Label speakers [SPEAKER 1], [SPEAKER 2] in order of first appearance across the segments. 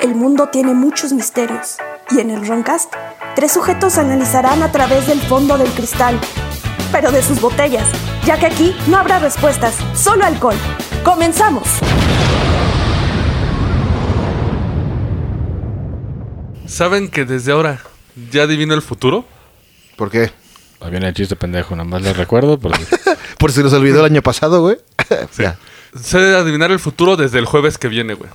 [SPEAKER 1] El mundo tiene muchos misterios y en el Roncast, tres sujetos analizarán a través del fondo del cristal, pero de sus botellas, ya que aquí no habrá respuestas, solo alcohol. ¡Comenzamos!
[SPEAKER 2] ¿Saben que desde ahora ya adivino el futuro?
[SPEAKER 3] ¿Por qué?
[SPEAKER 4] Ahí viene el chiste pendejo, nada más les recuerdo. porque-
[SPEAKER 3] Por si nos olvidó el año pasado, güey. Ya.
[SPEAKER 2] Sé adivinar el futuro desde el jueves que viene, güey.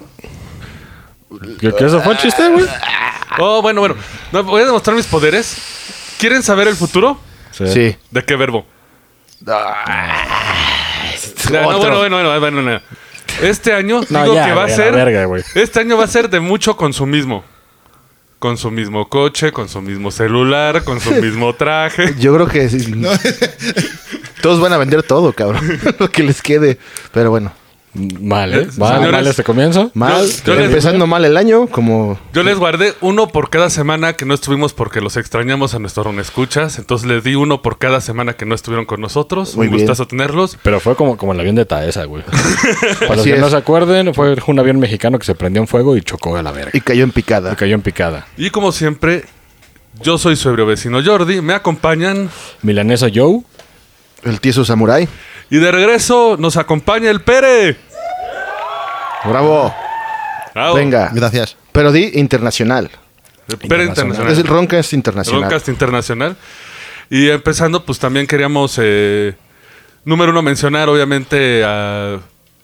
[SPEAKER 4] ¿Qué, qué eso fue el chiste, güey?
[SPEAKER 2] Oh, bueno, bueno. No, voy a demostrar mis poderes. ¿Quieren saber el futuro?
[SPEAKER 3] Sí.
[SPEAKER 2] ¿De qué verbo? Ya,
[SPEAKER 3] Ah, Otro.
[SPEAKER 2] Ah, no, bueno, bueno, bueno, bueno, bueno. Este año
[SPEAKER 4] No,
[SPEAKER 2] digo
[SPEAKER 4] ya,
[SPEAKER 2] que va
[SPEAKER 4] güey,
[SPEAKER 2] a
[SPEAKER 4] a la
[SPEAKER 2] ser.
[SPEAKER 4] verga, güey.
[SPEAKER 2] este año va a ser de mucho consumismo. Con su mismo coche, con su mismo celular, con su mismo traje.
[SPEAKER 3] Yo creo que sí. todos van a vender todo, cabrón. Lo que les quede. Pero bueno,
[SPEAKER 4] Mal, ¿eh?
[SPEAKER 2] Eh,
[SPEAKER 4] Mal,
[SPEAKER 2] señores.
[SPEAKER 4] mal este comienzo.
[SPEAKER 3] mal.
[SPEAKER 2] Yo- yo les-
[SPEAKER 3] empezando mal el año, como
[SPEAKER 2] Yo les guardé uno por cada semana que no estuvimos porque los extrañamos a nuestros escuchas. Entonces les di uno por cada semana que no estuvieron con nosotros.
[SPEAKER 3] Muy
[SPEAKER 2] Un
[SPEAKER 3] bien.
[SPEAKER 2] gustazo tenerlos.
[SPEAKER 4] Pero fue como, como el avión de Taesa, güey. Para los
[SPEAKER 3] Así
[SPEAKER 4] que no
[SPEAKER 3] es.
[SPEAKER 4] se acuerden, fue un avión mexicano que se prendió en fuego y chocó a la verga.
[SPEAKER 3] y cayó en picada.
[SPEAKER 4] Y cayó en picada.
[SPEAKER 2] Y como siempre, yo soy su ebrio vecino Jordi. Me acompañan.
[SPEAKER 4] Milanesa Joe.
[SPEAKER 3] El tieso samurái.
[SPEAKER 2] Y de regreso nos acompaña el Pere.
[SPEAKER 3] Bravo.
[SPEAKER 2] Bravo.
[SPEAKER 3] Venga.
[SPEAKER 5] Gracias.
[SPEAKER 3] Pero di internacional.
[SPEAKER 2] El Pere Internacional.
[SPEAKER 3] Es el Roncast internacional.
[SPEAKER 2] Roncast Internacional. Y empezando, pues también queríamos, eh, número uno, mencionar obviamente a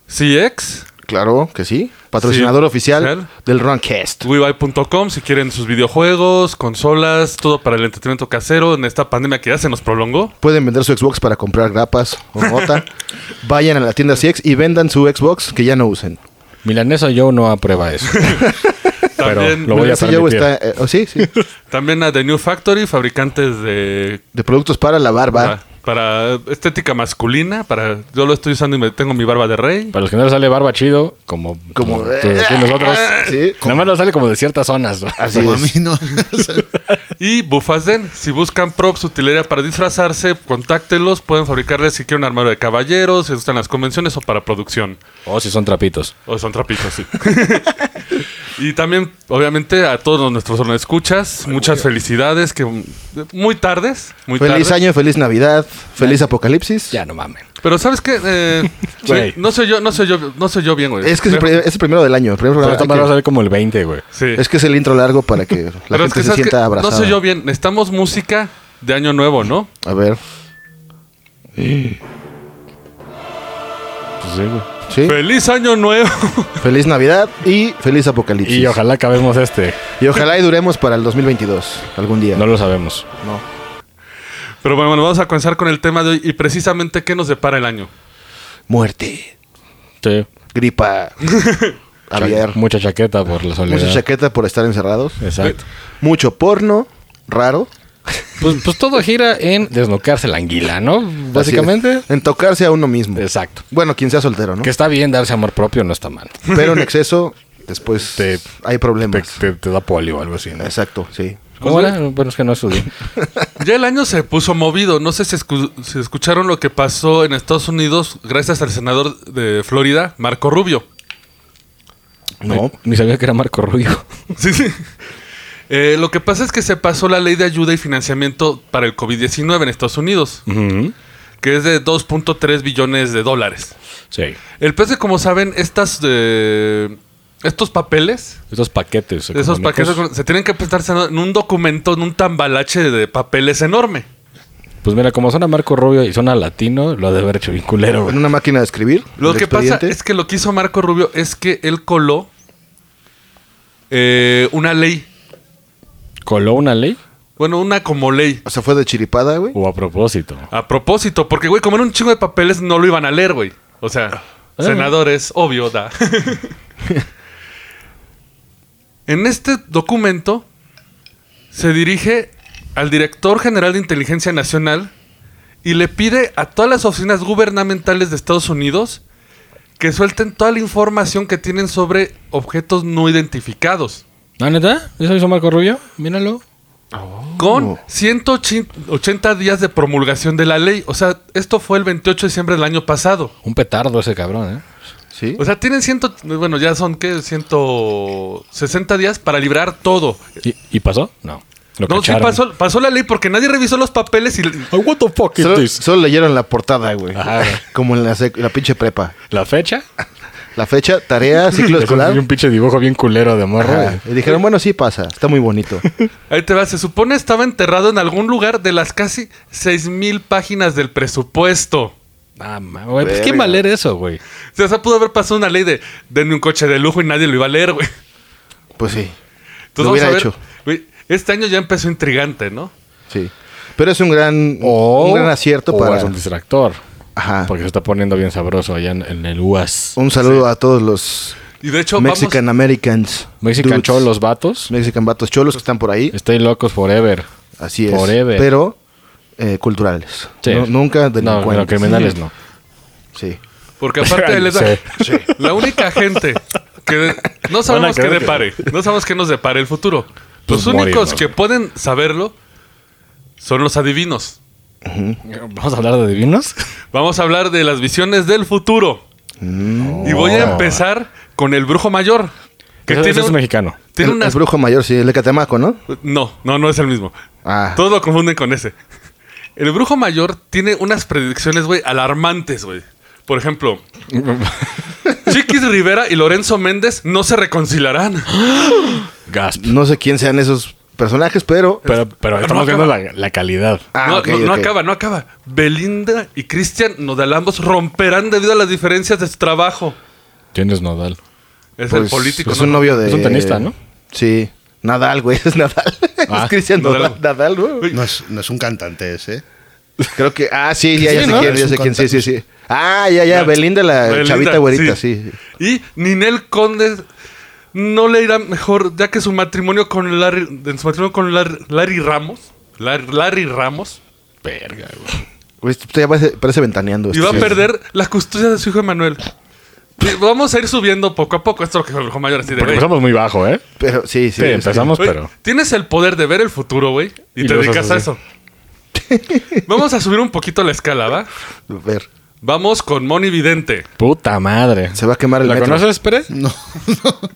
[SPEAKER 2] CX,
[SPEAKER 3] Claro que sí. Patrocinador
[SPEAKER 2] Sí,
[SPEAKER 3] oficial
[SPEAKER 2] oficial.
[SPEAKER 3] del Roncast.
[SPEAKER 2] WeBuy.com, si quieren sus videojuegos, consolas, todo para el entretenimiento casero en esta pandemia que ya se nos prolongó.
[SPEAKER 3] Pueden vender su Xbox para comprar grapas o mota. Vayan a la tienda CX y vendan su Xbox que ya no usen.
[SPEAKER 4] Milanesa Joe no aprueba eso.
[SPEAKER 2] También,
[SPEAKER 4] lo voy a
[SPEAKER 3] Ese ya
[SPEAKER 4] permitir.
[SPEAKER 3] está, eh, oh, sí, sí.
[SPEAKER 2] también a The New Factory, fabricantes de...
[SPEAKER 3] De productos para la barba.
[SPEAKER 2] Para, para estética masculina, para yo lo estoy usando y me tengo mi barba de rey.
[SPEAKER 4] Para los que no les sale barba chido, como,
[SPEAKER 3] Como-
[SPEAKER 4] como tú- tú y nosotros.
[SPEAKER 3] Sí.
[SPEAKER 4] Nada más nos sale como de ciertas zonas, ¿no?
[SPEAKER 3] Así
[SPEAKER 5] Como a
[SPEAKER 3] es.
[SPEAKER 5] mí no.
[SPEAKER 2] Y Bufas Den, si buscan props, utilería para disfrazarse, contáctelos, pueden fabricarles si quieren un armario de caballeros, si gustan las convenciones o para producción.
[SPEAKER 4] O si Oh, son trapitos.
[SPEAKER 2] O son trapitos, sí. y también, obviamente, a todos nuestros escuchas, muchas felicidades, que muy tardes, muy
[SPEAKER 3] Feliz
[SPEAKER 2] tarde.
[SPEAKER 3] año, feliz Navidad, feliz apocalipsis.
[SPEAKER 4] Ya no mames.
[SPEAKER 2] Pero ¿sabes qué? Eh,
[SPEAKER 4] Güey.
[SPEAKER 2] sí, no soy yo, no soy yo, no soy yo bien, güey.
[SPEAKER 3] Es que es el, pri- es el primero del año. el primer
[SPEAKER 4] Pero
[SPEAKER 3] programa,
[SPEAKER 4] esta
[SPEAKER 3] así
[SPEAKER 4] madre va a
[SPEAKER 3] que-
[SPEAKER 4] salir como el 20, güey.
[SPEAKER 2] Sí.
[SPEAKER 3] es que es el intro largo para que la
[SPEAKER 2] Pero
[SPEAKER 3] gente
[SPEAKER 2] es que,
[SPEAKER 3] se
[SPEAKER 2] ¿sabes qué?
[SPEAKER 3] sienta abrazada.
[SPEAKER 2] No soy yo bien, necesitamos música de año nuevo, ¿no?
[SPEAKER 3] A ver.
[SPEAKER 4] Pues sí, güey.
[SPEAKER 3] Sí.
[SPEAKER 2] ¡Feliz año nuevo!
[SPEAKER 3] Feliz Navidad y feliz apocalipsis.
[SPEAKER 4] Y ojalá acabemos este.
[SPEAKER 3] Y ojalá y duremos para el 2022, algún día.
[SPEAKER 4] No lo sabemos.
[SPEAKER 2] Pero bueno, vamos a comenzar con el tema de hoy y precisamente qué nos depara el año.
[SPEAKER 3] Muerte,
[SPEAKER 4] Sí.
[SPEAKER 3] gripa, Javier,
[SPEAKER 4] Mucha chaqueta por la soledad. Eh.
[SPEAKER 3] mucha chaqueta por estar encerrados,
[SPEAKER 4] Exacto.
[SPEAKER 3] mucho porno, raro.
[SPEAKER 4] Pues, pues todo gira en desnocarse la anguila, ¿no? Básicamente.
[SPEAKER 3] Así es. En tocarse a uno mismo.
[SPEAKER 4] Exacto.
[SPEAKER 3] Bueno, quien sea soltero, ¿no?
[SPEAKER 4] Que está bien darse amor propio, no está mal.
[SPEAKER 3] Pero en exceso, después
[SPEAKER 4] Te-
[SPEAKER 3] hay
[SPEAKER 4] Te,
[SPEAKER 3] problemas.
[SPEAKER 4] te- te da polio o algo así, ¿no? Pues,
[SPEAKER 3] Exacto, sí.
[SPEAKER 4] ¿Cómo era? Bueno, es que no estudié.
[SPEAKER 2] Ya el año se puso movido. No sé si, escu- si escucharon lo que pasó en Estados Unidos gracias al senador de Florida, Marco Rubio.
[SPEAKER 4] No. Ni sabía que era Marco Rubio.
[SPEAKER 2] Sí, sí. Eh, lo que pasa es que se pasó la ley de ayuda y financiamiento para el COVID-19 en Estados Unidos, que es de 2.3 billones de dólares.
[SPEAKER 4] Sí.
[SPEAKER 2] El pez, como saben, estas, eh, estos papeles,
[SPEAKER 4] Esos paquetes.
[SPEAKER 2] esos
[SPEAKER 4] económicos,
[SPEAKER 2] paquetes se tienen que presentar en un documento, en un tambalache de papeles enorme.
[SPEAKER 4] Pues mira, como suena Marco Rubio y suena latino, lo ha de haber hecho bien culero,
[SPEAKER 3] En
[SPEAKER 4] güey.
[SPEAKER 3] una máquina de escribir.
[SPEAKER 2] Lo
[SPEAKER 3] el
[SPEAKER 2] que pasa
[SPEAKER 3] expediente.
[SPEAKER 2] es que lo que hizo Marco Rubio es que él coló eh, una ley.
[SPEAKER 4] ¿Coló una ley?
[SPEAKER 2] Bueno, una como ley.
[SPEAKER 3] O sea, fue de chiripada, güey.
[SPEAKER 4] ¿O a propósito?
[SPEAKER 2] A propósito, porque, güey, como era un chingo de papeles, no lo iban a leer, güey. O sea, senadores, obvio, da. en este documento se dirige al director general de Inteligencia Nacional y le pide a todas las oficinas gubernamentales de Estados Unidos que suelten toda la información que tienen sobre objetos no identificados.
[SPEAKER 4] ¿Ah, neta? ¿Eso hizo Marco Rubio? Míralo.
[SPEAKER 2] Con 180 días de promulgación de la ley. O sea, esto fue el 28 de diciembre del año pasado.
[SPEAKER 4] Un petardo ese cabrón, ¿eh?
[SPEAKER 3] Sí.
[SPEAKER 2] O sea, tienen ciento, bueno, ya son ¿qué? 160 días para librar todo.
[SPEAKER 4] ¿Y, y pasó? No. Lo
[SPEAKER 2] no, sí
[SPEAKER 4] cacharon.
[SPEAKER 2] pasó, pasó la ley porque nadie revisó los papeles y
[SPEAKER 4] Ay, what the fuck is
[SPEAKER 3] Solo,
[SPEAKER 4] this?
[SPEAKER 3] solo leyeron la portada, güey.
[SPEAKER 4] Ajá, güey.
[SPEAKER 3] Como en la, sec- la pinche prepa.
[SPEAKER 4] ¿La fecha?
[SPEAKER 3] La fecha, tarea, Ah, ciclo
[SPEAKER 4] Es un-
[SPEAKER 3] escolar.
[SPEAKER 4] Un pinche dibujo bien culero de morro.
[SPEAKER 3] Ajá. Y dijeron, bueno, sí pasa, está muy bonito.
[SPEAKER 2] ahí te va. Se supone estaba enterrado en algún lugar de las casi 6.000 páginas del presupuesto.
[SPEAKER 4] Ah, ma- güey, pues ¿quién
[SPEAKER 3] Verga.
[SPEAKER 4] va a leer eso, güey?
[SPEAKER 2] O sea, esa pudo haber pasado una ley de denme un coche de lujo y nadie lo iba a leer, güey.
[SPEAKER 3] Pues sí,
[SPEAKER 2] Entonces,
[SPEAKER 3] Lo
[SPEAKER 2] vamos a
[SPEAKER 3] hubiera
[SPEAKER 2] ver,
[SPEAKER 3] hecho.
[SPEAKER 2] güey, este año ya empezó intrigante, ¿no?
[SPEAKER 3] sí. Pero es un gran,
[SPEAKER 4] O
[SPEAKER 3] un gran acierto
[SPEAKER 4] o
[SPEAKER 3] para...
[SPEAKER 4] es un distractor.
[SPEAKER 3] Ajá.
[SPEAKER 4] Porque se está poniendo bien sabroso allá en, en el UAS.
[SPEAKER 3] Un saludo a todos los
[SPEAKER 2] Y de hecho,
[SPEAKER 3] Mexican Americans.
[SPEAKER 4] Mexican
[SPEAKER 3] dudes,
[SPEAKER 4] Cholos Vatos.
[SPEAKER 3] Mexican vatos cholos que están por ahí.
[SPEAKER 4] Estoy locos forever.
[SPEAKER 3] Así es.
[SPEAKER 4] Forever.
[SPEAKER 3] Pero eh, culturales.
[SPEAKER 4] Sí.
[SPEAKER 3] No- nunca
[SPEAKER 4] No,
[SPEAKER 3] delincuentes.
[SPEAKER 4] pero criminales no.
[SPEAKER 3] Sí.
[SPEAKER 2] vamos, porque aparte
[SPEAKER 4] Ay,
[SPEAKER 2] él es la,
[SPEAKER 4] sí.
[SPEAKER 2] la única gente que no
[SPEAKER 4] Van a
[SPEAKER 2] sabemos qué
[SPEAKER 4] creer que-
[SPEAKER 2] depare, no sabemos qué nos depare el futuro.
[SPEAKER 4] Pues
[SPEAKER 2] los únicos
[SPEAKER 4] morirnos.
[SPEAKER 2] que pueden saberlo son los adivinos.
[SPEAKER 4] Vamos a hablar de divinos.
[SPEAKER 2] Vamos a hablar de las visiones del futuro. Y voy a empezar con el brujo mayor. Que
[SPEAKER 4] Mm. Oh. Ese- ese
[SPEAKER 2] tiene,
[SPEAKER 4] es
[SPEAKER 2] un-
[SPEAKER 4] mejicano.
[SPEAKER 2] tiene
[SPEAKER 3] el, el
[SPEAKER 2] unas...
[SPEAKER 3] brujo mayor, sí, el Ecatemaco, ¿no?
[SPEAKER 2] No, no, no es el mismo.
[SPEAKER 3] Ah.
[SPEAKER 2] Todos lo confunden con ese. El brujo mayor tiene unas predicciones, güey, alarmantes, güey. Por ejemplo, Chiquis Rivera y Lorenzo Méndez no se reconciliarán.
[SPEAKER 4] Gasp.
[SPEAKER 3] No sé quién sean esos personajes, pero...
[SPEAKER 4] Pero, pero estamos
[SPEAKER 2] no
[SPEAKER 4] viendo la, la calidad.
[SPEAKER 3] Ah,
[SPEAKER 2] no,
[SPEAKER 3] ok,
[SPEAKER 2] no- no
[SPEAKER 3] ok.
[SPEAKER 2] acaba, no acaba. Belinda y Cristian Nodal ambos romperán debido a las diferencias de su trabajo.
[SPEAKER 4] ¿Quién es Nodal?
[SPEAKER 2] Es el
[SPEAKER 3] Pues,
[SPEAKER 2] político.
[SPEAKER 3] Es
[SPEAKER 2] ¿no?
[SPEAKER 3] un novio de...
[SPEAKER 4] Es un tenista, ¿no?
[SPEAKER 3] Sí. Nadal, güey. Es Nadal.
[SPEAKER 4] Ah.
[SPEAKER 3] es Cristian
[SPEAKER 2] Nadal.
[SPEAKER 3] Nadal. Nadal, güey.
[SPEAKER 2] Uy,
[SPEAKER 5] No es, no es un cantante ese.
[SPEAKER 3] Creo que... Ah, sí, ya,
[SPEAKER 4] Sí,
[SPEAKER 3] ya sé
[SPEAKER 4] ¿no?
[SPEAKER 3] quién, ya
[SPEAKER 5] Es
[SPEAKER 3] sé
[SPEAKER 5] un
[SPEAKER 3] quién. Sí, sí, sí. Ah, ya, ya.
[SPEAKER 2] Ya.
[SPEAKER 3] Belinda, la
[SPEAKER 2] Belinda,
[SPEAKER 3] chavita güerita, sí.
[SPEAKER 2] Y Ninel Conde no le irá mejor, ya que su matrimonio con Larry, en su matrimonio con Larry, Larry Ramos, Larry, Larry Ramos,
[SPEAKER 4] Verga, güey.
[SPEAKER 3] Güey, esto Pues, ya parece, parece ventaneando. este,
[SPEAKER 2] y
[SPEAKER 3] esto,
[SPEAKER 2] va a
[SPEAKER 3] sí.
[SPEAKER 2] perder la custodia de su hijo Emanuel. Y Vamos a ir subiendo poco a poco. Esto es lo que el hijo mayor así de
[SPEAKER 4] Porque
[SPEAKER 2] güey.
[SPEAKER 4] empezamos muy bajo, ¿eh?
[SPEAKER 3] Pero sí, sí.
[SPEAKER 4] Sí,
[SPEAKER 3] es que-
[SPEAKER 4] empezamos,
[SPEAKER 2] Güey,
[SPEAKER 4] pero.
[SPEAKER 2] Tienes el poder de ver el futuro, güey. Y,
[SPEAKER 4] Y
[SPEAKER 2] te
[SPEAKER 4] lo
[SPEAKER 2] dedicas a
[SPEAKER 4] haces
[SPEAKER 2] eso. Vamos a subir un poquito la escala, ¿va?
[SPEAKER 3] A ver.
[SPEAKER 2] Vamos con Moni Vidente.
[SPEAKER 4] Puta madre.
[SPEAKER 3] Se va a quemar el
[SPEAKER 4] ¿La
[SPEAKER 3] metro.
[SPEAKER 4] conoces, Pérez?
[SPEAKER 5] No,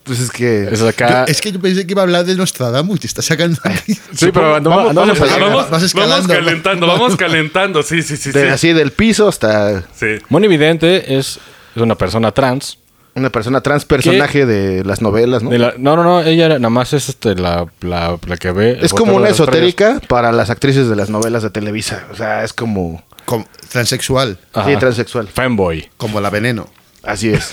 [SPEAKER 3] Pues es que...
[SPEAKER 4] Es acá.
[SPEAKER 5] es que yo pensé que iba a hablar de Nostradamus y te está sacando aquí.
[SPEAKER 4] Sí, pero andamos,
[SPEAKER 3] Vamos-
[SPEAKER 4] andamos
[SPEAKER 3] vamos
[SPEAKER 4] acá.
[SPEAKER 3] a-
[SPEAKER 2] Vamos,
[SPEAKER 5] vas escalando.
[SPEAKER 2] vamos calentando, vamos calentando. Sí, sí, sí.
[SPEAKER 3] de-
[SPEAKER 2] sí.
[SPEAKER 3] Así del piso hasta
[SPEAKER 2] Sí.
[SPEAKER 4] Moni Vidente es, es una persona trans.
[SPEAKER 3] una persona trans, personaje de las novelas, ¿no?
[SPEAKER 4] De la- no, no, no, ella era- nada más es este, la, la, la que ve. el
[SPEAKER 3] Es como
[SPEAKER 4] botero
[SPEAKER 3] una
[SPEAKER 4] de las
[SPEAKER 3] esotérica para las actrices de las novelas de Televisa. O sea, es como...
[SPEAKER 5] Como- transexual,
[SPEAKER 4] estrellas.
[SPEAKER 3] Sí,
[SPEAKER 4] Ajá.
[SPEAKER 3] transexual.
[SPEAKER 4] Fanboy.
[SPEAKER 5] como la veneno.
[SPEAKER 3] Así es.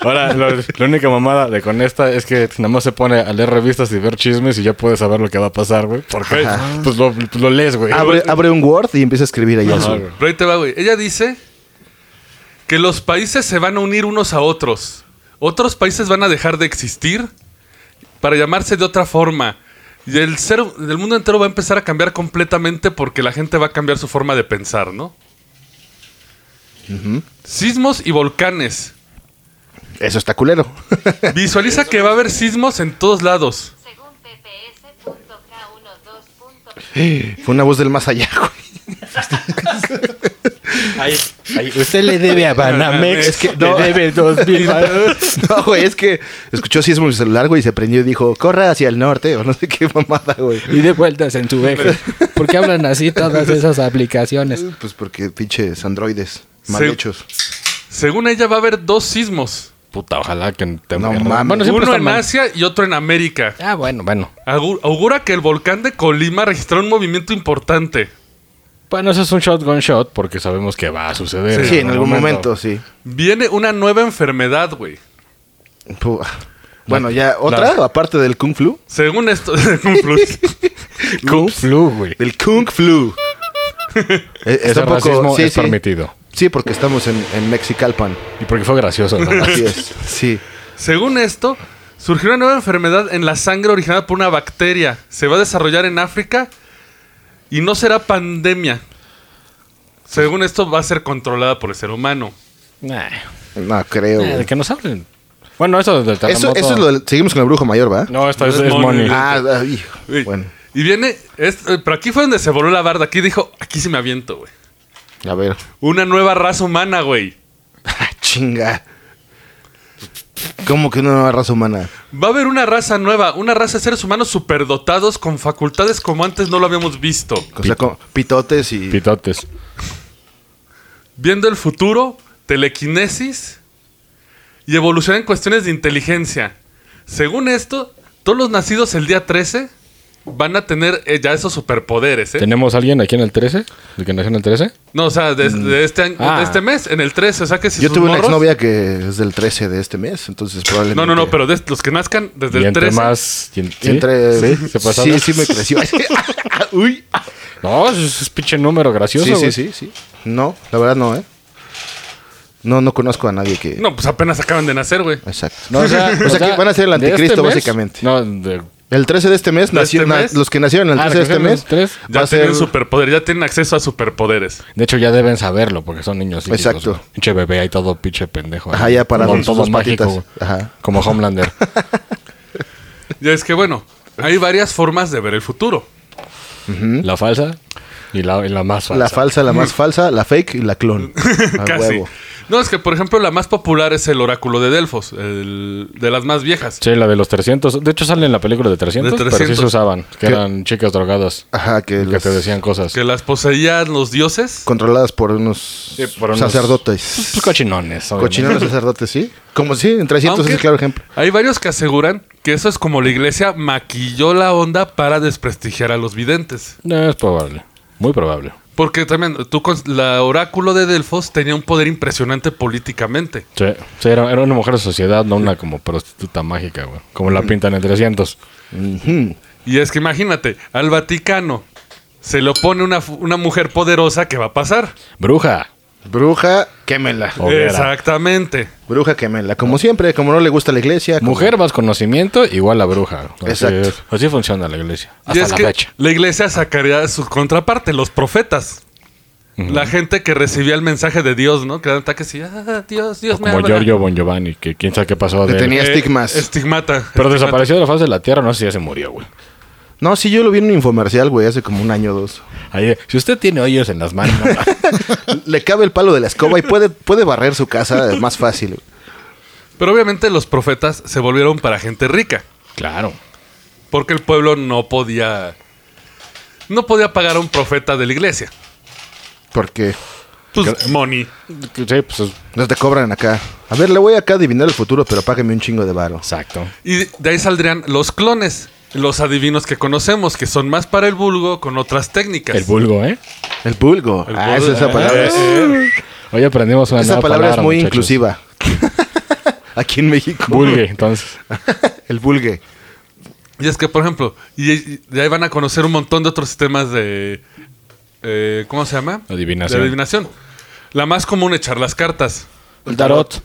[SPEAKER 4] Ahora, lo- la única mamada de con esta es que nada más se pone a leer revistas y ver chismes y ya puede saber lo que va a pasar, güey. Porque pues lo, pues lo lees, güey.
[SPEAKER 3] abre, abre un Word y empieza a escribir ahí
[SPEAKER 4] Ajá,
[SPEAKER 3] eso.
[SPEAKER 4] güey.
[SPEAKER 2] Pero ahí te va, güey. Ella dice que los países se van a unir unos a otros. Otros países van a dejar de existir para llamarse de otra forma. Y el, ser, el mundo entero va a empezar a cambiar completamente porque la gente va a cambiar su forma de pensar, ¿no? Sismos y volcanes.
[SPEAKER 3] Eso está culero.
[SPEAKER 2] Visualiza que va a haber sismos en todos lados.
[SPEAKER 6] Según pps.k12.
[SPEAKER 3] Fue una voz del más allá, güey.
[SPEAKER 4] usted le debe a
[SPEAKER 2] Banamex, Es
[SPEAKER 3] que- no. le
[SPEAKER 4] debe dos mil
[SPEAKER 3] No, güey, es que escuchó sismo en su celular, güey, y se prendió y dijo, corra hacia el norte, o no sé qué mamada, güey.
[SPEAKER 7] Y de vueltas en tu eje. ¿Por qué hablan así todas esas aplicaciones?
[SPEAKER 3] Pues porque pinches androides mal
[SPEAKER 2] Sí.
[SPEAKER 3] hechos.
[SPEAKER 2] Según ella va a haber dos sismos.
[SPEAKER 4] Puta, ojalá que te
[SPEAKER 3] No
[SPEAKER 4] mueras.
[SPEAKER 3] mames.
[SPEAKER 4] Bueno, siempre
[SPEAKER 2] Uno
[SPEAKER 4] está
[SPEAKER 2] en
[SPEAKER 4] mal.
[SPEAKER 2] Asia y otro en América.
[SPEAKER 4] Ah, bueno, bueno.
[SPEAKER 2] Augur- Augura que el volcán de Colima registrará un movimiento importante.
[SPEAKER 4] Bueno, eso es un shotgun shot porque sabemos que va a suceder.
[SPEAKER 3] Sí, en algún momento, sí.
[SPEAKER 2] Viene una nueva enfermedad, güey.
[SPEAKER 3] Pu- ah. Bueno, ya otra,
[SPEAKER 4] la-
[SPEAKER 3] aparte del Kung Flu.
[SPEAKER 2] Según esto, concluye-
[SPEAKER 4] Kung Flu, güey.
[SPEAKER 3] Del Kung Flu. Eh,
[SPEAKER 4] Ese
[SPEAKER 3] está un poco-
[SPEAKER 4] Este racismo
[SPEAKER 3] sí,
[SPEAKER 4] es
[SPEAKER 3] sí.
[SPEAKER 4] permitido.
[SPEAKER 3] Sí, porque estamos en, en Mexicalpan.
[SPEAKER 4] Y porque fue gracioso, ¿no?
[SPEAKER 3] Así es. Sí.
[SPEAKER 2] según esto, surgió una nueva enfermedad en la sangre originada por una bacteria. Se va a desarrollar en África y no será pandemia. Según esto, va a ser controlada por el ser humano.
[SPEAKER 4] Nah.
[SPEAKER 3] No creo.
[SPEAKER 4] Eh,
[SPEAKER 3] güey.
[SPEAKER 4] de que nos hablen. Bueno, eso del terremoto.
[SPEAKER 3] Eso, eso es lo del- Seguimos con el brujo mayor, ¿va?
[SPEAKER 4] No, esto es,
[SPEAKER 2] No es
[SPEAKER 4] es
[SPEAKER 2] money.
[SPEAKER 4] money.
[SPEAKER 3] Ah, ah, hijo.
[SPEAKER 2] Güey,
[SPEAKER 3] Bueno,
[SPEAKER 2] Y viene, es- eh, pero aquí fue donde se voló la barda. Aquí dijo, aquí sí me aviento, güey.
[SPEAKER 3] a ver.
[SPEAKER 2] Una nueva raza humana, güey.
[SPEAKER 3] Ah, chinga. ¿Cómo que una nueva raza humana?
[SPEAKER 2] Va a haber una raza nueva, una raza de seres humanos superdotados con facultades como antes no lo habíamos visto.
[SPEAKER 3] O sea, con pitotes y.
[SPEAKER 4] Pitotes.
[SPEAKER 2] Viendo el futuro, telequinesis y evolución en cuestiones de inteligencia. Según esto, todos los nacidos el día 13 van a tener eh, ya esos superpoderes, ¿eh?
[SPEAKER 4] ¿Tenemos alguien aquí en el 13? ¿El que nació en el 13?
[SPEAKER 2] No, o sea, de, de este año-
[SPEAKER 4] Ah.
[SPEAKER 2] de este mes, en el 13, o sea que si
[SPEAKER 3] Yo
[SPEAKER 2] sus
[SPEAKER 3] tuve una
[SPEAKER 2] morros-
[SPEAKER 3] exnovia que es del 13 de este mes, entonces probablemente.
[SPEAKER 2] No, no, no, pero de los que nazcan desde
[SPEAKER 4] y
[SPEAKER 2] el
[SPEAKER 4] entre
[SPEAKER 2] 13.
[SPEAKER 4] más... y en- ¿sí?
[SPEAKER 3] Entre...
[SPEAKER 4] ¿Sí? ¿Se pasaba?
[SPEAKER 3] sí, sí me creció. Uy. ah,
[SPEAKER 4] No, es, es pinche número gracioso,
[SPEAKER 3] Sí, sí,
[SPEAKER 4] güey.
[SPEAKER 3] sí, sí. No, la verdad no, ¿eh? No, no conozco a nadie que.
[SPEAKER 2] No, pues apenas acaban de nacer, güey.
[SPEAKER 3] Exacto. o sea, que van a ser el
[SPEAKER 4] ¿de este
[SPEAKER 3] anticristo,
[SPEAKER 4] mes?
[SPEAKER 3] básicamente.
[SPEAKER 4] No, de-
[SPEAKER 3] El 13 de este mes,
[SPEAKER 2] ¿De
[SPEAKER 3] nació-
[SPEAKER 2] este
[SPEAKER 3] na-
[SPEAKER 2] mes?
[SPEAKER 3] los que nacieron el
[SPEAKER 4] Ah,
[SPEAKER 3] 13 de
[SPEAKER 4] los que
[SPEAKER 3] este mes,
[SPEAKER 4] nacieron el 3.
[SPEAKER 2] Ya
[SPEAKER 3] va a
[SPEAKER 2] tienen
[SPEAKER 3] ser...
[SPEAKER 2] superpoderes, ya tienen acceso a superpoderes.
[SPEAKER 4] de hecho, ya deben saberlo porque son niños. chiquitos,
[SPEAKER 3] Exacto.
[SPEAKER 4] güey. Pinche bebé ahí todo pinche pendejo.
[SPEAKER 3] Ajá,
[SPEAKER 4] ahí,
[SPEAKER 3] ya para
[SPEAKER 4] Con
[SPEAKER 3] sus
[SPEAKER 4] todo
[SPEAKER 3] dos
[SPEAKER 4] mágico,
[SPEAKER 3] patitas.
[SPEAKER 4] güey.
[SPEAKER 3] Ajá.
[SPEAKER 4] Como Homelander.
[SPEAKER 2] Ya es que bueno, hay varias formas de ver el futuro.
[SPEAKER 4] La falsa y la, y la más falsa.
[SPEAKER 3] ¿Mm? La falsa, la más falsa, la fake y la clon. A
[SPEAKER 2] Casi.
[SPEAKER 3] huevo.
[SPEAKER 2] No, es que por ejemplo la más popular es el oráculo de Delfos, el- de las más viejas.
[SPEAKER 4] Sí, la de los 300. De hecho, sale en la película de 300,
[SPEAKER 2] De
[SPEAKER 4] pero
[SPEAKER 2] 300.
[SPEAKER 4] sí se usaban. Que
[SPEAKER 3] ¿Qué? Ah,
[SPEAKER 4] eran chicas drogadas
[SPEAKER 3] Ajá, que,
[SPEAKER 4] que
[SPEAKER 3] las-
[SPEAKER 4] te decían cosas.
[SPEAKER 2] Que las poseían los dioses.
[SPEAKER 3] controladas por unos
[SPEAKER 4] Sí, por unos-
[SPEAKER 3] sacerdotes.
[SPEAKER 4] Pues cochinones. obviamente.
[SPEAKER 3] Cochinones sacerdotes, ¿sí? Como sí, en 300 es
[SPEAKER 2] Aunque
[SPEAKER 3] el claro ejemplo.
[SPEAKER 2] Hay varios que aseguran que eso es como la iglesia maquilló la onda para desprestigiar a los videntes.
[SPEAKER 4] No, Eh, es probable. Muy probable.
[SPEAKER 2] Porque también, tú, con- la oráculo de Delfos tenía un poder impresionante políticamente.
[SPEAKER 4] Sí, sí, era, era una mujer de sociedad, no una como prostituta mágica, güey. Como
[SPEAKER 3] Mm.
[SPEAKER 4] la pintan en 300.
[SPEAKER 2] Y es que imagínate, al Vaticano se le opone una, fu- una mujer poderosa, ¿qué va a pasar?
[SPEAKER 4] Bruja.
[SPEAKER 3] Bruja, quémela.
[SPEAKER 4] Hoguera.
[SPEAKER 2] Exactamente.
[SPEAKER 3] Bruja, quémela. Como siempre, como no le gusta la iglesia. como-
[SPEAKER 4] Mujer más conocimiento igual a bruja. Así,
[SPEAKER 3] Exacto.
[SPEAKER 4] es. Así funciona la iglesia.
[SPEAKER 2] y
[SPEAKER 4] Hasta
[SPEAKER 2] es
[SPEAKER 4] la
[SPEAKER 2] que
[SPEAKER 4] fecha.
[SPEAKER 2] la iglesia sacaría su contraparte, los profetas. La gente que recibía el mensaje de Dios, ¿no? Que eran ataques y, ah, Dios, Dios me
[SPEAKER 4] Como
[SPEAKER 2] habla.
[SPEAKER 4] Giorgio Bon Giovanni, que quién sabe qué pasó de
[SPEAKER 3] Que
[SPEAKER 4] él.
[SPEAKER 3] tenía-
[SPEAKER 2] Eh,
[SPEAKER 3] Estigmas.
[SPEAKER 2] Estigmata.
[SPEAKER 4] Pero
[SPEAKER 2] Estigmata.
[SPEAKER 4] desapareció de la faz de la tierra, no sé si ya se murió, güey.
[SPEAKER 3] No, sí, yo lo vi en un infomercial, güey, hace como un año o dos.
[SPEAKER 4] Ahí, si usted tiene hoyos en las manos,
[SPEAKER 3] Le cabe el palo de la escoba y puede, puede barrer su casa más fácil. güey.
[SPEAKER 2] Pero obviamente los profetas se volvieron para gente rica.
[SPEAKER 4] claro.
[SPEAKER 2] Porque el pueblo no podía. No podía pagar a un profeta de la iglesia.
[SPEAKER 3] Porque
[SPEAKER 2] Pues, money.
[SPEAKER 4] Sí, pues es-
[SPEAKER 3] no te cobran acá. A ver, le voy acá a adivinar el futuro, pero págame un chingo de varo.
[SPEAKER 4] exacto.
[SPEAKER 2] Y de ahí saldrían los clones, los adivinos que conocemos, que son más para el vulgo con otras técnicas.
[SPEAKER 4] El vulgo, ¿eh?
[SPEAKER 3] El vulgo.
[SPEAKER 2] El
[SPEAKER 3] ah,
[SPEAKER 2] vulgo.
[SPEAKER 3] esa, esa palabra. es-
[SPEAKER 4] Hoy aprendimos una
[SPEAKER 3] esa
[SPEAKER 4] nueva
[SPEAKER 3] palabra es muy
[SPEAKER 4] muchachos.
[SPEAKER 3] inclusiva. Aquí en México.
[SPEAKER 4] Vulgue, entonces.
[SPEAKER 3] El vulgue.
[SPEAKER 2] Y es que, por ejemplo, y, y de ahí van a conocer un montón de otros sistemas de. eh, ¿Cómo se llama?
[SPEAKER 4] Adivinación.
[SPEAKER 2] De adivinación. La más común, echar las cartas.
[SPEAKER 4] El tarot.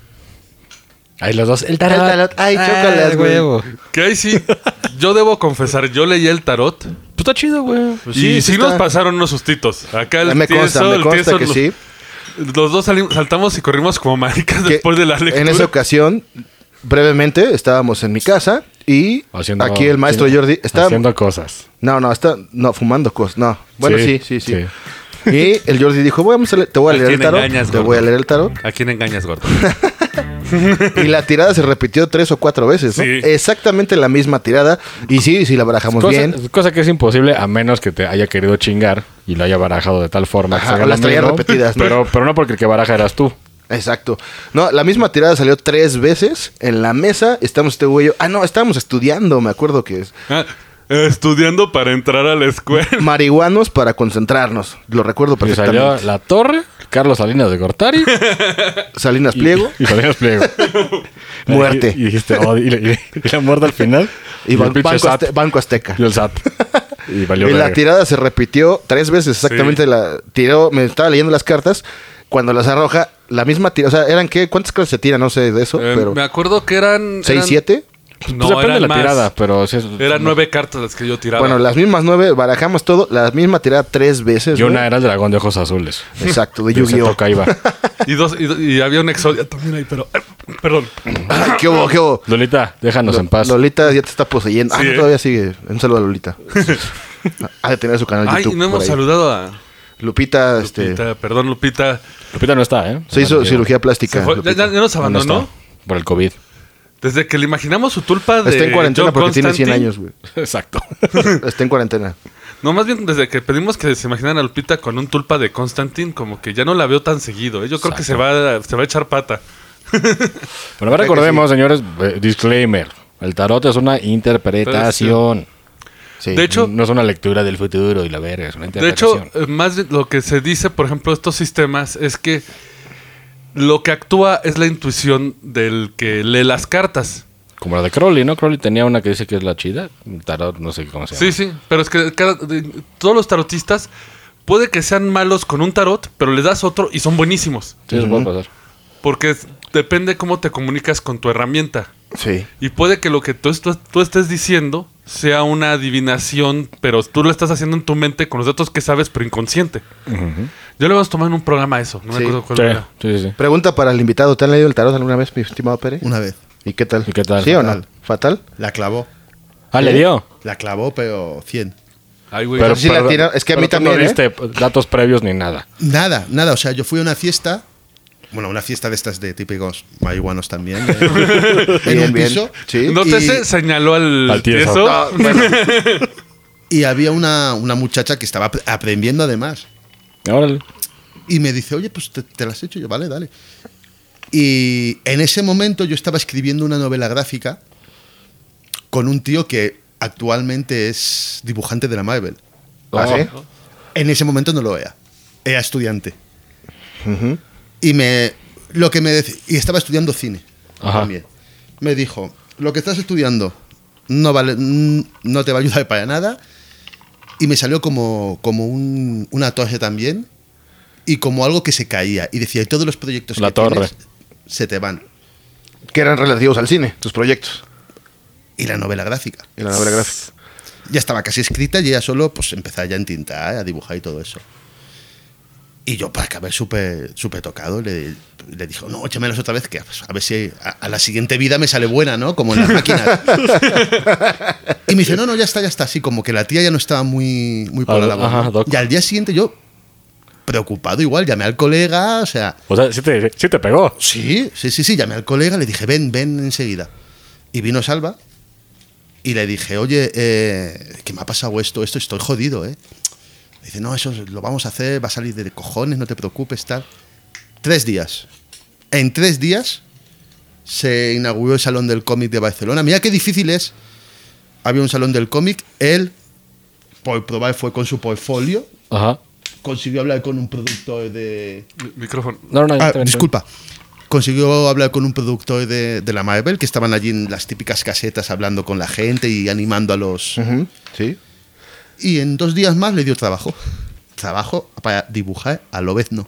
[SPEAKER 4] Ahí los dos. El tarot.
[SPEAKER 3] El tarot. Ay,
[SPEAKER 7] Ah,
[SPEAKER 3] chócalas, güey.
[SPEAKER 7] huevo.
[SPEAKER 2] Que ahí sí, yo debo confesar, yo leí el tarot.
[SPEAKER 4] Pues está chido, güey.
[SPEAKER 3] Pues
[SPEAKER 2] y sí, nos
[SPEAKER 3] está-
[SPEAKER 2] pasaron unos sustitos. Acá el
[SPEAKER 3] Me consta,
[SPEAKER 2] tieso,
[SPEAKER 3] me
[SPEAKER 2] el
[SPEAKER 3] consta
[SPEAKER 2] tieso,
[SPEAKER 3] que
[SPEAKER 2] lo-
[SPEAKER 3] sí.
[SPEAKER 2] Los dos salimos- saltamos y corrimos como maricas
[SPEAKER 3] que
[SPEAKER 2] después de la lectura.
[SPEAKER 3] En esa ocasión, brevemente, estábamos en mi casa y
[SPEAKER 4] Haciendo-
[SPEAKER 3] aquí el maestro
[SPEAKER 4] haciendo-
[SPEAKER 3] Jordi estaba...
[SPEAKER 4] Haciendo cosas.
[SPEAKER 3] No, no, está... No, fumando cosas. No. Bueno, sí,
[SPEAKER 4] Sí,
[SPEAKER 3] sí, sí. Y el Jordi dijo, vamos a leer- te voy a
[SPEAKER 2] ¿A
[SPEAKER 3] leer el
[SPEAKER 2] quién
[SPEAKER 3] tarot.
[SPEAKER 2] engañas,
[SPEAKER 3] te
[SPEAKER 2] gordo?
[SPEAKER 3] voy a leer el tarot.
[SPEAKER 2] ¿A quién engañas, gordo?
[SPEAKER 3] Y la tirada se repitió tres o cuatro veces, ¿no?
[SPEAKER 2] Sí.
[SPEAKER 3] Exactamente la misma tirada. Y sí, sí la barajamos
[SPEAKER 4] Cosa,
[SPEAKER 3] bien.
[SPEAKER 4] cosa que es imposible a menos que te haya querido chingar y lo haya barajado de tal forma.
[SPEAKER 3] Ajá,
[SPEAKER 4] que salga
[SPEAKER 3] o
[SPEAKER 4] lo
[SPEAKER 3] las traía
[SPEAKER 4] mismo,
[SPEAKER 3] repetidas, ¿no?
[SPEAKER 4] Pero, pero no porque el que baraja eras tú.
[SPEAKER 3] Exacto. No, la misma tirada salió tres veces en la mesa. Estamos este güey. y yo- Ah, no, estábamos estudiando, me acuerdo que es.
[SPEAKER 2] Ah, estudiando para entrar a la escuela.
[SPEAKER 3] Marihuanos para concentrarnos. Lo recuerdo
[SPEAKER 4] Y salió
[SPEAKER 3] perfectamente.
[SPEAKER 4] la torre, Carlos Salinas de Gortari.
[SPEAKER 3] Salinas Pliego,
[SPEAKER 4] Y, y Salinas Pliego.
[SPEAKER 3] Muerte.
[SPEAKER 4] Y, y dijiste, oh, y, y- y la muerte al final.
[SPEAKER 3] y,
[SPEAKER 4] el
[SPEAKER 3] Ban-
[SPEAKER 4] pinche
[SPEAKER 3] Banco,
[SPEAKER 4] SAT.
[SPEAKER 3] Azte- Banco Azteca.
[SPEAKER 4] Y el SAT. Y valió
[SPEAKER 3] Y la
[SPEAKER 4] verga.
[SPEAKER 3] tirada se repitió tres veces exactamente.
[SPEAKER 2] Sí.
[SPEAKER 3] La tiró, me estaba leyendo las cartas. Cuando las arroja, la misma tirada. O sea, ¿eran qué? ¿Cuántas cartas se tiran? No sé de eso,
[SPEAKER 2] Eh,
[SPEAKER 3] pero.
[SPEAKER 2] me acuerdo que eran...
[SPEAKER 3] ¿Seis,
[SPEAKER 2] eran-
[SPEAKER 3] siete?
[SPEAKER 4] Pues depende de
[SPEAKER 2] eran
[SPEAKER 4] la
[SPEAKER 2] más.
[SPEAKER 4] tirada, pero sí es-
[SPEAKER 2] Eran nueve cartas las que yo tiraba.
[SPEAKER 3] Bueno, las mismas nueve, barajamos todo. La misma tirada tres veces.
[SPEAKER 4] Y
[SPEAKER 3] ¿no?
[SPEAKER 4] una era el dragón de ojos azules.
[SPEAKER 3] Exacto, de
[SPEAKER 4] De
[SPEAKER 3] Yu-Gi-Oh!
[SPEAKER 4] Seto Kaiba.
[SPEAKER 2] y, dos, y, do- y había un exodia también ahí, pero... eh, Perdón.
[SPEAKER 3] Ay, ¿Qué hubo? ¿Qué hubo?
[SPEAKER 4] Lolita, déjanos en paz.
[SPEAKER 3] Lolita ya te está poseyendo. ah,
[SPEAKER 2] Sí,
[SPEAKER 3] no,
[SPEAKER 2] ¿eh?
[SPEAKER 3] todavía sigue. Un saludo a Lolita. ha de tener su canal de
[SPEAKER 2] Ay,
[SPEAKER 3] YouTube.
[SPEAKER 2] no
[SPEAKER 3] por
[SPEAKER 2] hemos
[SPEAKER 3] ahí.
[SPEAKER 2] saludado a
[SPEAKER 3] Lupita, este,
[SPEAKER 2] Lupita. Perdón, Lupita.
[SPEAKER 4] Lupita no está, ¿eh?
[SPEAKER 3] se hizo
[SPEAKER 4] Lupita.
[SPEAKER 3] cirugía
[SPEAKER 2] Se
[SPEAKER 3] plástica.
[SPEAKER 2] fue. Ya, ya-
[SPEAKER 3] Lupita.
[SPEAKER 2] ya nos
[SPEAKER 4] No está,
[SPEAKER 2] abandonó.
[SPEAKER 4] Por el COVID.
[SPEAKER 2] Desde que le imaginamos su tulpa de.
[SPEAKER 3] Está en cuarentena
[SPEAKER 2] John
[SPEAKER 3] porque tiene 100
[SPEAKER 2] Constantine,
[SPEAKER 3] años, güey.
[SPEAKER 4] Exacto.
[SPEAKER 3] Está en cuarentena.
[SPEAKER 2] No, más bien desde que pedimos que se imaginaran a Lupita con un tulpa de Constantine, como que ya no la veo tan seguido. ¿eh? Yo creo que se va, a- se va a echar pata.
[SPEAKER 4] Pero ahora recordemos, señores, eh, disclaimer. El tarot es una interpretación.
[SPEAKER 3] Sí.
[SPEAKER 2] De hecho,
[SPEAKER 4] no es una lectura del futuro y la verga, es una
[SPEAKER 2] de hecho,
[SPEAKER 4] interpretación.
[SPEAKER 2] eh, más bien lo que se dice, por ejemplo, de estos sistemas es que lo que actúa es la intuición del que lee las cartas.
[SPEAKER 4] Como la de Crowley, ¿no? Crowley tenía una que dice que es la chida. Tarot, no sé cómo se
[SPEAKER 2] Sí,
[SPEAKER 4] llama.
[SPEAKER 2] sí, pero es que cada- de- todos los tarotistas puede que sean malos con un tarot, pero les das otro y son buenísimos.
[SPEAKER 4] Sí, eso puede pasar.
[SPEAKER 2] Porque es- depende cómo te comunicas con tu herramienta.
[SPEAKER 3] Sí.
[SPEAKER 2] Y puede que lo que tú, tú- tú estés diciendo sea una adivinación, pero tú lo estás haciendo en tu mente con los datos que sabes, pero inconsciente. Yo le vamos a tomar en un programa eso. No me
[SPEAKER 3] Sí.
[SPEAKER 2] acuerdo cuál
[SPEAKER 4] Sí,
[SPEAKER 2] era.
[SPEAKER 4] sí, sí.
[SPEAKER 3] Pregunta para el invitado. ¿Te han leído el tarot alguna vez, mi estimado Pérez?
[SPEAKER 5] Una vez.
[SPEAKER 3] ¿Y qué tal?
[SPEAKER 4] ¿Y qué tal?
[SPEAKER 3] ¿Sí o no?
[SPEAKER 5] Fatal.
[SPEAKER 3] ¿Fatal?
[SPEAKER 5] La clavó.
[SPEAKER 4] Ah, le dio.
[SPEAKER 5] La clavó, pero 100.
[SPEAKER 2] Ay, güey.
[SPEAKER 3] Pero sí la tira- es que a
[SPEAKER 4] pero
[SPEAKER 3] mí
[SPEAKER 4] tú
[SPEAKER 3] también,
[SPEAKER 4] No
[SPEAKER 3] ¿eh?
[SPEAKER 4] diste datos previos ni nada.
[SPEAKER 5] Nada, nada. O sea, yo fui a una fiesta. Bueno, una fiesta de estas de típicos marihuanos también. ¿eh?
[SPEAKER 3] Bien,
[SPEAKER 5] en un
[SPEAKER 3] bien.
[SPEAKER 5] piso.
[SPEAKER 3] Sí.
[SPEAKER 2] ¿No te
[SPEAKER 5] y-
[SPEAKER 2] se- señaló al,
[SPEAKER 4] Al tieso.
[SPEAKER 2] tieso?
[SPEAKER 3] Ah, bueno,
[SPEAKER 5] Y había una, una muchacha que estaba ap- aprendiendo además.
[SPEAKER 4] Órale.
[SPEAKER 5] Y me dice, oye, pues te, te las he hecho yo, vale, dale. Y en ese momento yo estaba escribiendo una novela gráfica con un tío que actualmente es dibujante de la Marvel.
[SPEAKER 3] ¿Ah, sí?
[SPEAKER 5] En ese momento no lo era. Era estudiante. Y me. Lo que me dec- y estaba estudiando cine
[SPEAKER 4] Ajá.
[SPEAKER 5] también. Me dijo, lo que estás estudiando no vale. mm, no te va a ayudar para nada. Y me salió como, como un- una torre también. Y como algo que se caía. Y decía, y todos los proyectos
[SPEAKER 4] La
[SPEAKER 5] que
[SPEAKER 4] torre.
[SPEAKER 5] tienes se te van.
[SPEAKER 3] Que eran relativos al cine, tus proyectos
[SPEAKER 5] Y la novela gráfica.
[SPEAKER 3] y la novela gráfica.
[SPEAKER 5] ya estaba casi escrita y ella solo pues empezaba ya en tinta a dibujar y todo eso. Y yo pues, para acabar súper súper tocado le, le dijo, no, échamelas otra vez, que a ver si a, a la siguiente vida me sale buena, ¿no? Como en las máquinas. y me dice, no, no, ya está, ya está. Así como que la tía ya no estaba muy, muy por
[SPEAKER 4] Al-
[SPEAKER 5] la labor.
[SPEAKER 4] ajá,
[SPEAKER 5] ¿no?
[SPEAKER 4] doc.
[SPEAKER 5] y al día siguiente yo, preocupado igual, llamé al colega, o sea,
[SPEAKER 4] O sea, sí te, sí te pegó.
[SPEAKER 5] Sí, sí, sí, sí. Llamé al colega, le dije, ven, ven enseguida. Y vino Salva y le dije, oye, eh, que me ha pasado esto, esto, estoy jodido, ¿eh? Dice, no, eso lo vamos a hacer, va a salir de cojones, no te preocupes, tal. Tres días. En tres días se inauguró el Salón del Cómic de Barcelona. Mira qué difícil es. Había un Salón del Cómic, él, por probar, fue con su portfolio,
[SPEAKER 4] Ajá.
[SPEAKER 5] consiguió hablar con un productor de,
[SPEAKER 2] Micrófono.
[SPEAKER 7] No, no,
[SPEAKER 5] Ah,
[SPEAKER 7] no.
[SPEAKER 5] disculpa. Consiguió hablar con un productor de, de la Marvel que estaban allí en las típicas casetas hablando con la gente y animando a los.
[SPEAKER 3] Ujú, Sí.
[SPEAKER 5] Y en dos días más le dio trabajo. Trabajo para dibujar a Lobezno.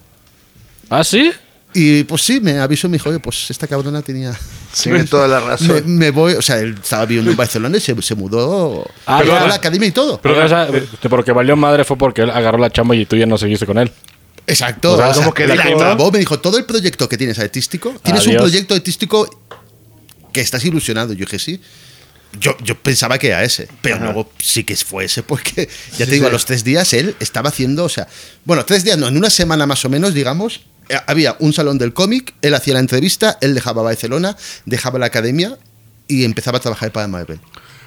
[SPEAKER 7] ¿Ah, sí?
[SPEAKER 5] Y pues sí, me avisó y me dijo, oye, pues esta cabrona tenía.
[SPEAKER 3] Tiene toda la
[SPEAKER 7] Ah,
[SPEAKER 3] razón.
[SPEAKER 5] Me, me voy, o sea, él estaba viviendo en Barcelona y se, se mudó
[SPEAKER 7] Ah,
[SPEAKER 5] Pero
[SPEAKER 7] ya.
[SPEAKER 5] a la academia y todo.
[SPEAKER 4] Pero, o sea, porque valió madre fue porque él agarró la chamba y tú ya no seguiste con él.
[SPEAKER 5] Exacto.
[SPEAKER 4] O sea,
[SPEAKER 5] o sea,
[SPEAKER 4] como que
[SPEAKER 5] me
[SPEAKER 4] dijo-
[SPEAKER 5] la clavó, me dijo, todo el proyecto que tienes artístico, tienes
[SPEAKER 4] Adiós.
[SPEAKER 5] un proyecto artístico que estás ilusionado. Yo dije, sí. Yo, yo pensaba que era ese, pero luego sí que fue ese, porque ya te digo, a los tres días él estaba haciendo, o sea, bueno, tres días no, en una semana más o menos, digamos, eh, había un salón del cómic, él hacía la entrevista, él dejaba Barcelona, dejaba la academia y empezaba a trabajar para Marvel.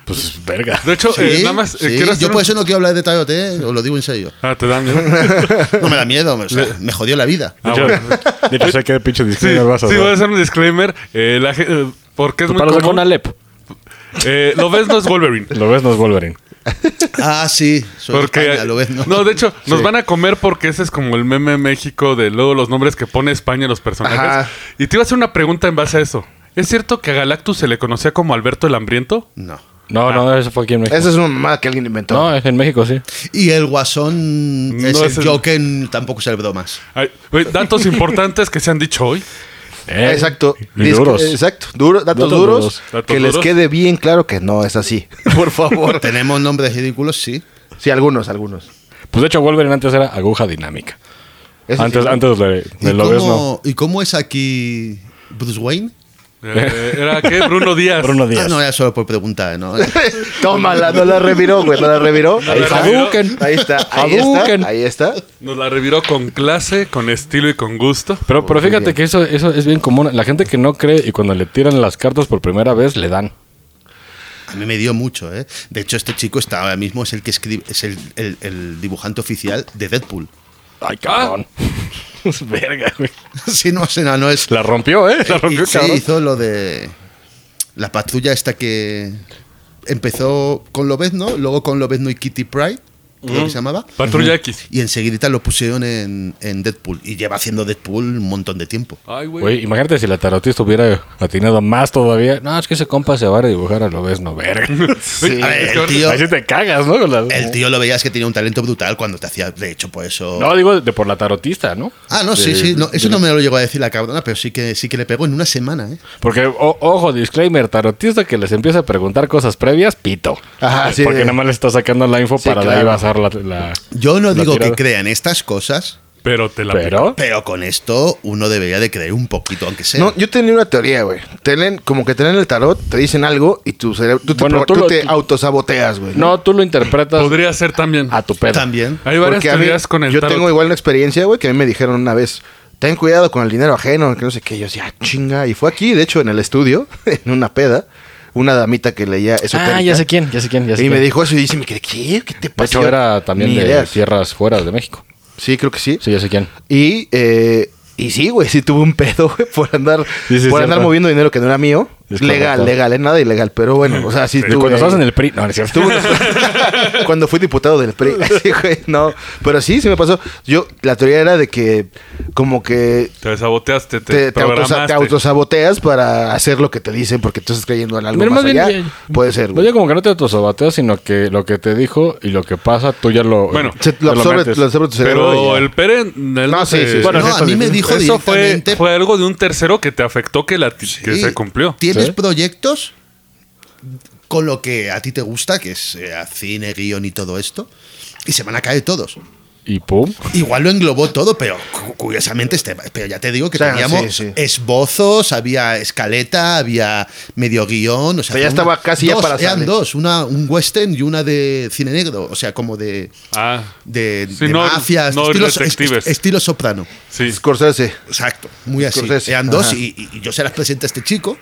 [SPEAKER 4] Pues verga.
[SPEAKER 2] De hecho,
[SPEAKER 5] Sí,
[SPEAKER 2] eh, nada más eh,
[SPEAKER 5] sí,
[SPEAKER 2] quiero hacer
[SPEAKER 5] Yo por
[SPEAKER 2] un-
[SPEAKER 5] eso no quiero hablar de Tarot, eh, os lo digo en serio.
[SPEAKER 2] Ah, te dan Ah, miedo.
[SPEAKER 5] No me da miedo, o sea, me jodió la vida.
[SPEAKER 4] De hecho, de hecho, sé qué pinche
[SPEAKER 2] Sí,
[SPEAKER 4] disclaimer vas a
[SPEAKER 2] sí,
[SPEAKER 4] dar.
[SPEAKER 2] voy a hacer un disclaimer. Eh, la ge- eh, porque es muy
[SPEAKER 4] Para con
[SPEAKER 2] común.
[SPEAKER 4] Alep.
[SPEAKER 2] Eh, lo ves, no es Wolverine.
[SPEAKER 4] Lo ves, no es Wolverine.
[SPEAKER 5] Ah, sí, soy de
[SPEAKER 2] Porque,
[SPEAKER 5] España, lo ves, ¿no?
[SPEAKER 2] de hecho, nos van a comer porque ese es como el meme en México de luego los nombres que pone España a los personajes.
[SPEAKER 3] Ajá.
[SPEAKER 2] Y te iba a hacer una pregunta en base a eso. ¿Es cierto que a Galactus se le conocía como Alberto el Hambriento?
[SPEAKER 5] No.
[SPEAKER 4] No, no, eso fue aquí en México.
[SPEAKER 3] Esa es una mamada que alguien inventó.
[SPEAKER 4] No, es en México, sí.
[SPEAKER 5] Y el guasón
[SPEAKER 2] No
[SPEAKER 5] es
[SPEAKER 2] es el-
[SPEAKER 5] el Joker, tampoco es el bromas.
[SPEAKER 2] Ay, güey, datos importantes que se han dicho hoy.
[SPEAKER 4] Eh,
[SPEAKER 3] Exacto.
[SPEAKER 4] y
[SPEAKER 3] Disque-
[SPEAKER 4] duros.
[SPEAKER 3] Exacto. Duro- datos,
[SPEAKER 4] Datos
[SPEAKER 3] duros.
[SPEAKER 4] duros.
[SPEAKER 2] Datos
[SPEAKER 3] que les
[SPEAKER 2] duros.
[SPEAKER 3] quede bien claro que no es así. Por favor.
[SPEAKER 5] Tenemos nombres ridículos, sí.
[SPEAKER 3] Sí, algunos, algunos.
[SPEAKER 4] Pues de hecho, Wolverine antes era aguja dinámica.
[SPEAKER 3] Eso sí.
[SPEAKER 4] antes antes de,
[SPEAKER 5] ¿Y
[SPEAKER 4] de lo ves, no.
[SPEAKER 5] cómo, y cómo es aquí Bruce Wayne?
[SPEAKER 2] Eh, ¿Era qué? Bruno Díaz.
[SPEAKER 4] Bruno
[SPEAKER 5] Ah,
[SPEAKER 4] Díaz.
[SPEAKER 5] no, era solo por preguntar, ¿no?
[SPEAKER 3] Tómala, no la reviró, güey, no la reviró. Ahí está.
[SPEAKER 7] Hadouken.
[SPEAKER 3] Ahí está, ahí
[SPEAKER 7] Hadouken.
[SPEAKER 3] está, ahí está.
[SPEAKER 2] Nos la reviró con clase, con estilo y con gusto.
[SPEAKER 4] Pero, pero fíjate que eso, eso es bien común. La gente que no cree y cuando le tiran las cartas por primera vez, le dan.
[SPEAKER 5] A mí me dio mucho, ¿eh? De hecho, este chico está ahora mismo es el que escribe, es el, el- el dibujante oficial de Deadpool.
[SPEAKER 4] Ay, cabrón. Verga, güey.
[SPEAKER 5] sí, no, sí, no, no es.
[SPEAKER 4] La rompió, ¿eh? La
[SPEAKER 5] Y
[SPEAKER 4] rompió,
[SPEAKER 5] sí,
[SPEAKER 4] cabrón.
[SPEAKER 5] hizo lo de la patrulla esta que empezó con Lobezno, luego con Lobezno y Kitty Pride, creo que se llamaba.
[SPEAKER 2] Patrulla X.
[SPEAKER 5] Y enseguidita lo pusieron en, en Deadpool. Y lleva haciendo Deadpool un montón de tiempo.
[SPEAKER 2] Ay, güey.
[SPEAKER 4] Güey, imagínate si la tarotista hubiera atinado más todavía. No, es que ese compa se va a dibujar a lo ves, no, verga.
[SPEAKER 5] A ver,
[SPEAKER 2] es que
[SPEAKER 5] el, tío,
[SPEAKER 4] Ahí sí te cagas, ¿no? Con las-
[SPEAKER 5] el tío lo veías que tenía un talento brutal cuando te hacía, de hecho, por eso...
[SPEAKER 4] No, digo de por la tarotista, ¿no?
[SPEAKER 5] Ah, no, sí, sí. no, eso no me lo llegó a decir la cabrona, pero sí que sí que le pegó en una semana, ¿eh?
[SPEAKER 4] Porque, o- ojo, disclaimer, tarotista que les empieza a preguntar cosas previas, pito.
[SPEAKER 3] Ajá, sí.
[SPEAKER 4] Porque nada más le está sacando la info
[SPEAKER 3] Sí,
[SPEAKER 4] para de ahí
[SPEAKER 3] claro.
[SPEAKER 4] basar la... la-
[SPEAKER 5] Yo no
[SPEAKER 4] la
[SPEAKER 5] digo que
[SPEAKER 4] tirada.
[SPEAKER 5] crean estas cosas,
[SPEAKER 2] Pero te la
[SPEAKER 4] Pero...
[SPEAKER 5] pero con esto uno debería de creer un poquito, aunque sea.
[SPEAKER 3] No, yo tenía una teoría, güey. Te leen, como que te leen el tarot, te dicen algo y tu cerebro, tú te,
[SPEAKER 4] Bueno,
[SPEAKER 3] pro-
[SPEAKER 4] tú
[SPEAKER 3] tú
[SPEAKER 4] lo-
[SPEAKER 3] te
[SPEAKER 4] tú-
[SPEAKER 3] autosaboteas, güey.
[SPEAKER 4] No, tú lo interpretas
[SPEAKER 2] Podría ser también.
[SPEAKER 4] a tu pedo.
[SPEAKER 5] También.
[SPEAKER 2] Hay varias
[SPEAKER 3] Porque a mí-
[SPEAKER 2] teorías con el
[SPEAKER 3] Yo
[SPEAKER 2] tarot.
[SPEAKER 3] tengo igual una experiencia, güey, que a mí me dijeron una vez, ten cuidado con el dinero ajeno, que no sé qué. Yo decía, "Ah, chinga. Y fue aquí, de hecho, en el estudio, en una peda, una damita que leía eso.
[SPEAKER 7] Ah, ya sé quién, ya sé quién, ya sé
[SPEAKER 3] Y
[SPEAKER 7] quién.
[SPEAKER 3] me dijo eso y dice, me quedé, ¿qué? ¿Qué te
[SPEAKER 4] De
[SPEAKER 3] pasó?
[SPEAKER 4] hecho, era también
[SPEAKER 3] Ni
[SPEAKER 4] de
[SPEAKER 3] ideas.
[SPEAKER 4] tierras fuera de México.
[SPEAKER 3] Sí, creo que sí.
[SPEAKER 4] Sí, ya sé quién.
[SPEAKER 3] Y, eh, y sí, güey, sí tuve un pedo, güey, por andar,
[SPEAKER 4] Sí, sí, es
[SPEAKER 3] por andar
[SPEAKER 4] cierto.
[SPEAKER 3] moviendo dinero que no era mío.
[SPEAKER 4] Es
[SPEAKER 3] legal,
[SPEAKER 4] correcto.
[SPEAKER 3] legal, es nada ilegal, pero bueno, o sea, sí
[SPEAKER 4] Y
[SPEAKER 3] tuve.
[SPEAKER 4] cuando estabas en el PRI... No, no es cierto.
[SPEAKER 3] tuve unos- cuando fui diputado del PRI, sí, güey, no. Pero sí, sí me pasó. Yo, la teoría era de que, como que.
[SPEAKER 2] Te saboteaste, te,
[SPEAKER 3] Te, te autosa-
[SPEAKER 2] programaste.
[SPEAKER 3] te autosaboteas para hacer lo que te dicen porque tú estás creyendo en algo
[SPEAKER 4] Mira,
[SPEAKER 3] más
[SPEAKER 4] más bien,
[SPEAKER 3] allá.
[SPEAKER 4] eh,
[SPEAKER 3] Puede ser.
[SPEAKER 4] Oye, como que no te autosabateas, sino que lo que te dijo y lo que pasa, tú ya lo...
[SPEAKER 2] Bueno,
[SPEAKER 3] Se-
[SPEAKER 4] te lo
[SPEAKER 3] lo, absorbe,
[SPEAKER 4] metes.
[SPEAKER 3] lo absorbe tu cerebro.
[SPEAKER 2] Pero
[SPEAKER 3] y-
[SPEAKER 2] el Pere... él
[SPEAKER 3] No, sí,
[SPEAKER 2] se-
[SPEAKER 3] sí, sí.
[SPEAKER 5] no, a mí me dijo
[SPEAKER 2] Eso fue,
[SPEAKER 5] directamente.
[SPEAKER 2] fue algo de un tercero que te afectó que, la, que
[SPEAKER 5] "Sí,
[SPEAKER 2] se cumplió.
[SPEAKER 5] ¿Tienes
[SPEAKER 4] Sí.
[SPEAKER 5] proyectos con lo que a ti te gusta, que es eh, cine, guión y todo esto? Y se van a caer todos.
[SPEAKER 4] Y pum.
[SPEAKER 5] Igual lo englobó todo, pero cu- curiosamente, este, pero ya te digo que
[SPEAKER 3] O sea,
[SPEAKER 5] teníamos
[SPEAKER 3] sí, sí.
[SPEAKER 5] esbozos, había escaleta, había medio guión. O sea,
[SPEAKER 3] O sea, ya
[SPEAKER 5] fue
[SPEAKER 3] estaba casi ya
[SPEAKER 5] dos,
[SPEAKER 3] para
[SPEAKER 5] Eran
[SPEAKER 3] salir.
[SPEAKER 5] dos, una, un western y una de cine negro, o sea, como de,
[SPEAKER 2] Ah,
[SPEAKER 5] de,
[SPEAKER 2] Sí,
[SPEAKER 5] de
[SPEAKER 2] no-
[SPEAKER 5] mafias,
[SPEAKER 2] no
[SPEAKER 5] estilo, so-
[SPEAKER 2] detectives.
[SPEAKER 5] est- estilo soprano.
[SPEAKER 2] sí.
[SPEAKER 3] Scorsese.
[SPEAKER 5] Exacto, muy así.
[SPEAKER 3] Scorsese,
[SPEAKER 5] Eran dos
[SPEAKER 3] ajá.
[SPEAKER 5] y, y- y yo se las presenté a este chico.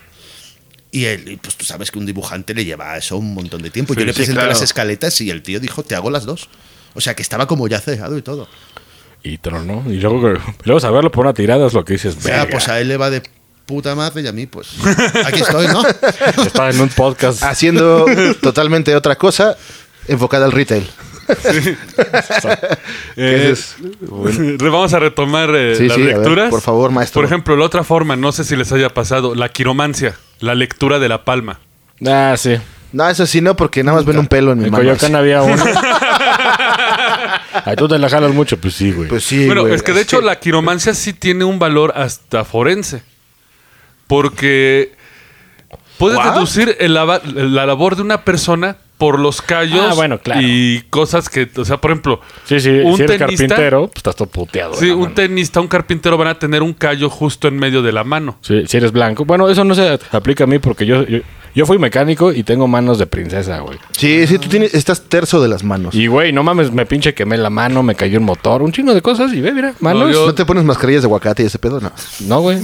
[SPEAKER 5] Y él, y pues tú sabes que un dibujante le lleva eso un montón de tiempo.
[SPEAKER 3] Sí,
[SPEAKER 5] yo le
[SPEAKER 3] sí,
[SPEAKER 5] presenté
[SPEAKER 3] claro.
[SPEAKER 5] las escaletas y el tío dijo, te hago las dos. O sea, que estaba como ya cejado y todo.
[SPEAKER 4] Y tronó. Y luego, y luego saberlo por una tirada es lo que dices.
[SPEAKER 5] O
[SPEAKER 3] Ah,
[SPEAKER 5] sea,
[SPEAKER 4] "Verga,
[SPEAKER 5] pues a él le va de puta madre y a mí, pues aquí estoy, ¿no?
[SPEAKER 3] ah.
[SPEAKER 4] Estaba en un podcast.
[SPEAKER 3] Haciendo totalmente otra cosa enfocada al retail.
[SPEAKER 2] Eh,
[SPEAKER 3] es?
[SPEAKER 2] re- Vamos a retomar eh,
[SPEAKER 3] Sí,
[SPEAKER 2] las
[SPEAKER 3] sí, a ver,
[SPEAKER 2] lecturas.
[SPEAKER 3] por favor, maestro.
[SPEAKER 2] Por ejemplo, la otra forma, no sé si les haya pasado, la quiromancia, la lectura de la palma.
[SPEAKER 4] Ah, sí.
[SPEAKER 3] No, eso sí no, porque nada más ven un pelo en mi
[SPEAKER 4] En
[SPEAKER 3] mano.
[SPEAKER 4] Coyoacán había uno. Ay, tú te la jalas mucho. Pues sí, güey.
[SPEAKER 3] Pues sí,
[SPEAKER 2] bueno,
[SPEAKER 3] güey.
[SPEAKER 2] es que de hecho la quiromancia sí tiene un valor hasta forense. Porque puedes
[SPEAKER 3] ¿What?
[SPEAKER 2] deducir el lava- la labor de una persona por los callos
[SPEAKER 4] Ah, bueno, claro.
[SPEAKER 2] y cosas que, o sea, por ejemplo,
[SPEAKER 4] sí, sí.
[SPEAKER 2] un
[SPEAKER 4] si eres
[SPEAKER 2] tenista-
[SPEAKER 4] carpintero, pues estás todo puteado. de
[SPEAKER 2] sí,
[SPEAKER 4] la
[SPEAKER 2] un
[SPEAKER 4] mano.
[SPEAKER 2] tenista, un carpintero van a tener un callo justo en medio de la mano.
[SPEAKER 4] Sí, si eres blanco. Bueno, eso no se aplica a mí porque yo, yo, yo fui mecánico y tengo manos de princesa, güey.
[SPEAKER 3] Sí, sí, tú tienes, estás terso de las manos.
[SPEAKER 4] Y, güey, no mames, me pinche quemé la mano, me cayó un motor, un chingo de cosas. Y ve, mira, manos.
[SPEAKER 2] No, yo-
[SPEAKER 3] ¿No te pones mascarillas de aguacate y ese pedo? No.
[SPEAKER 4] No, güey.
[SPEAKER 2] ¿Eh?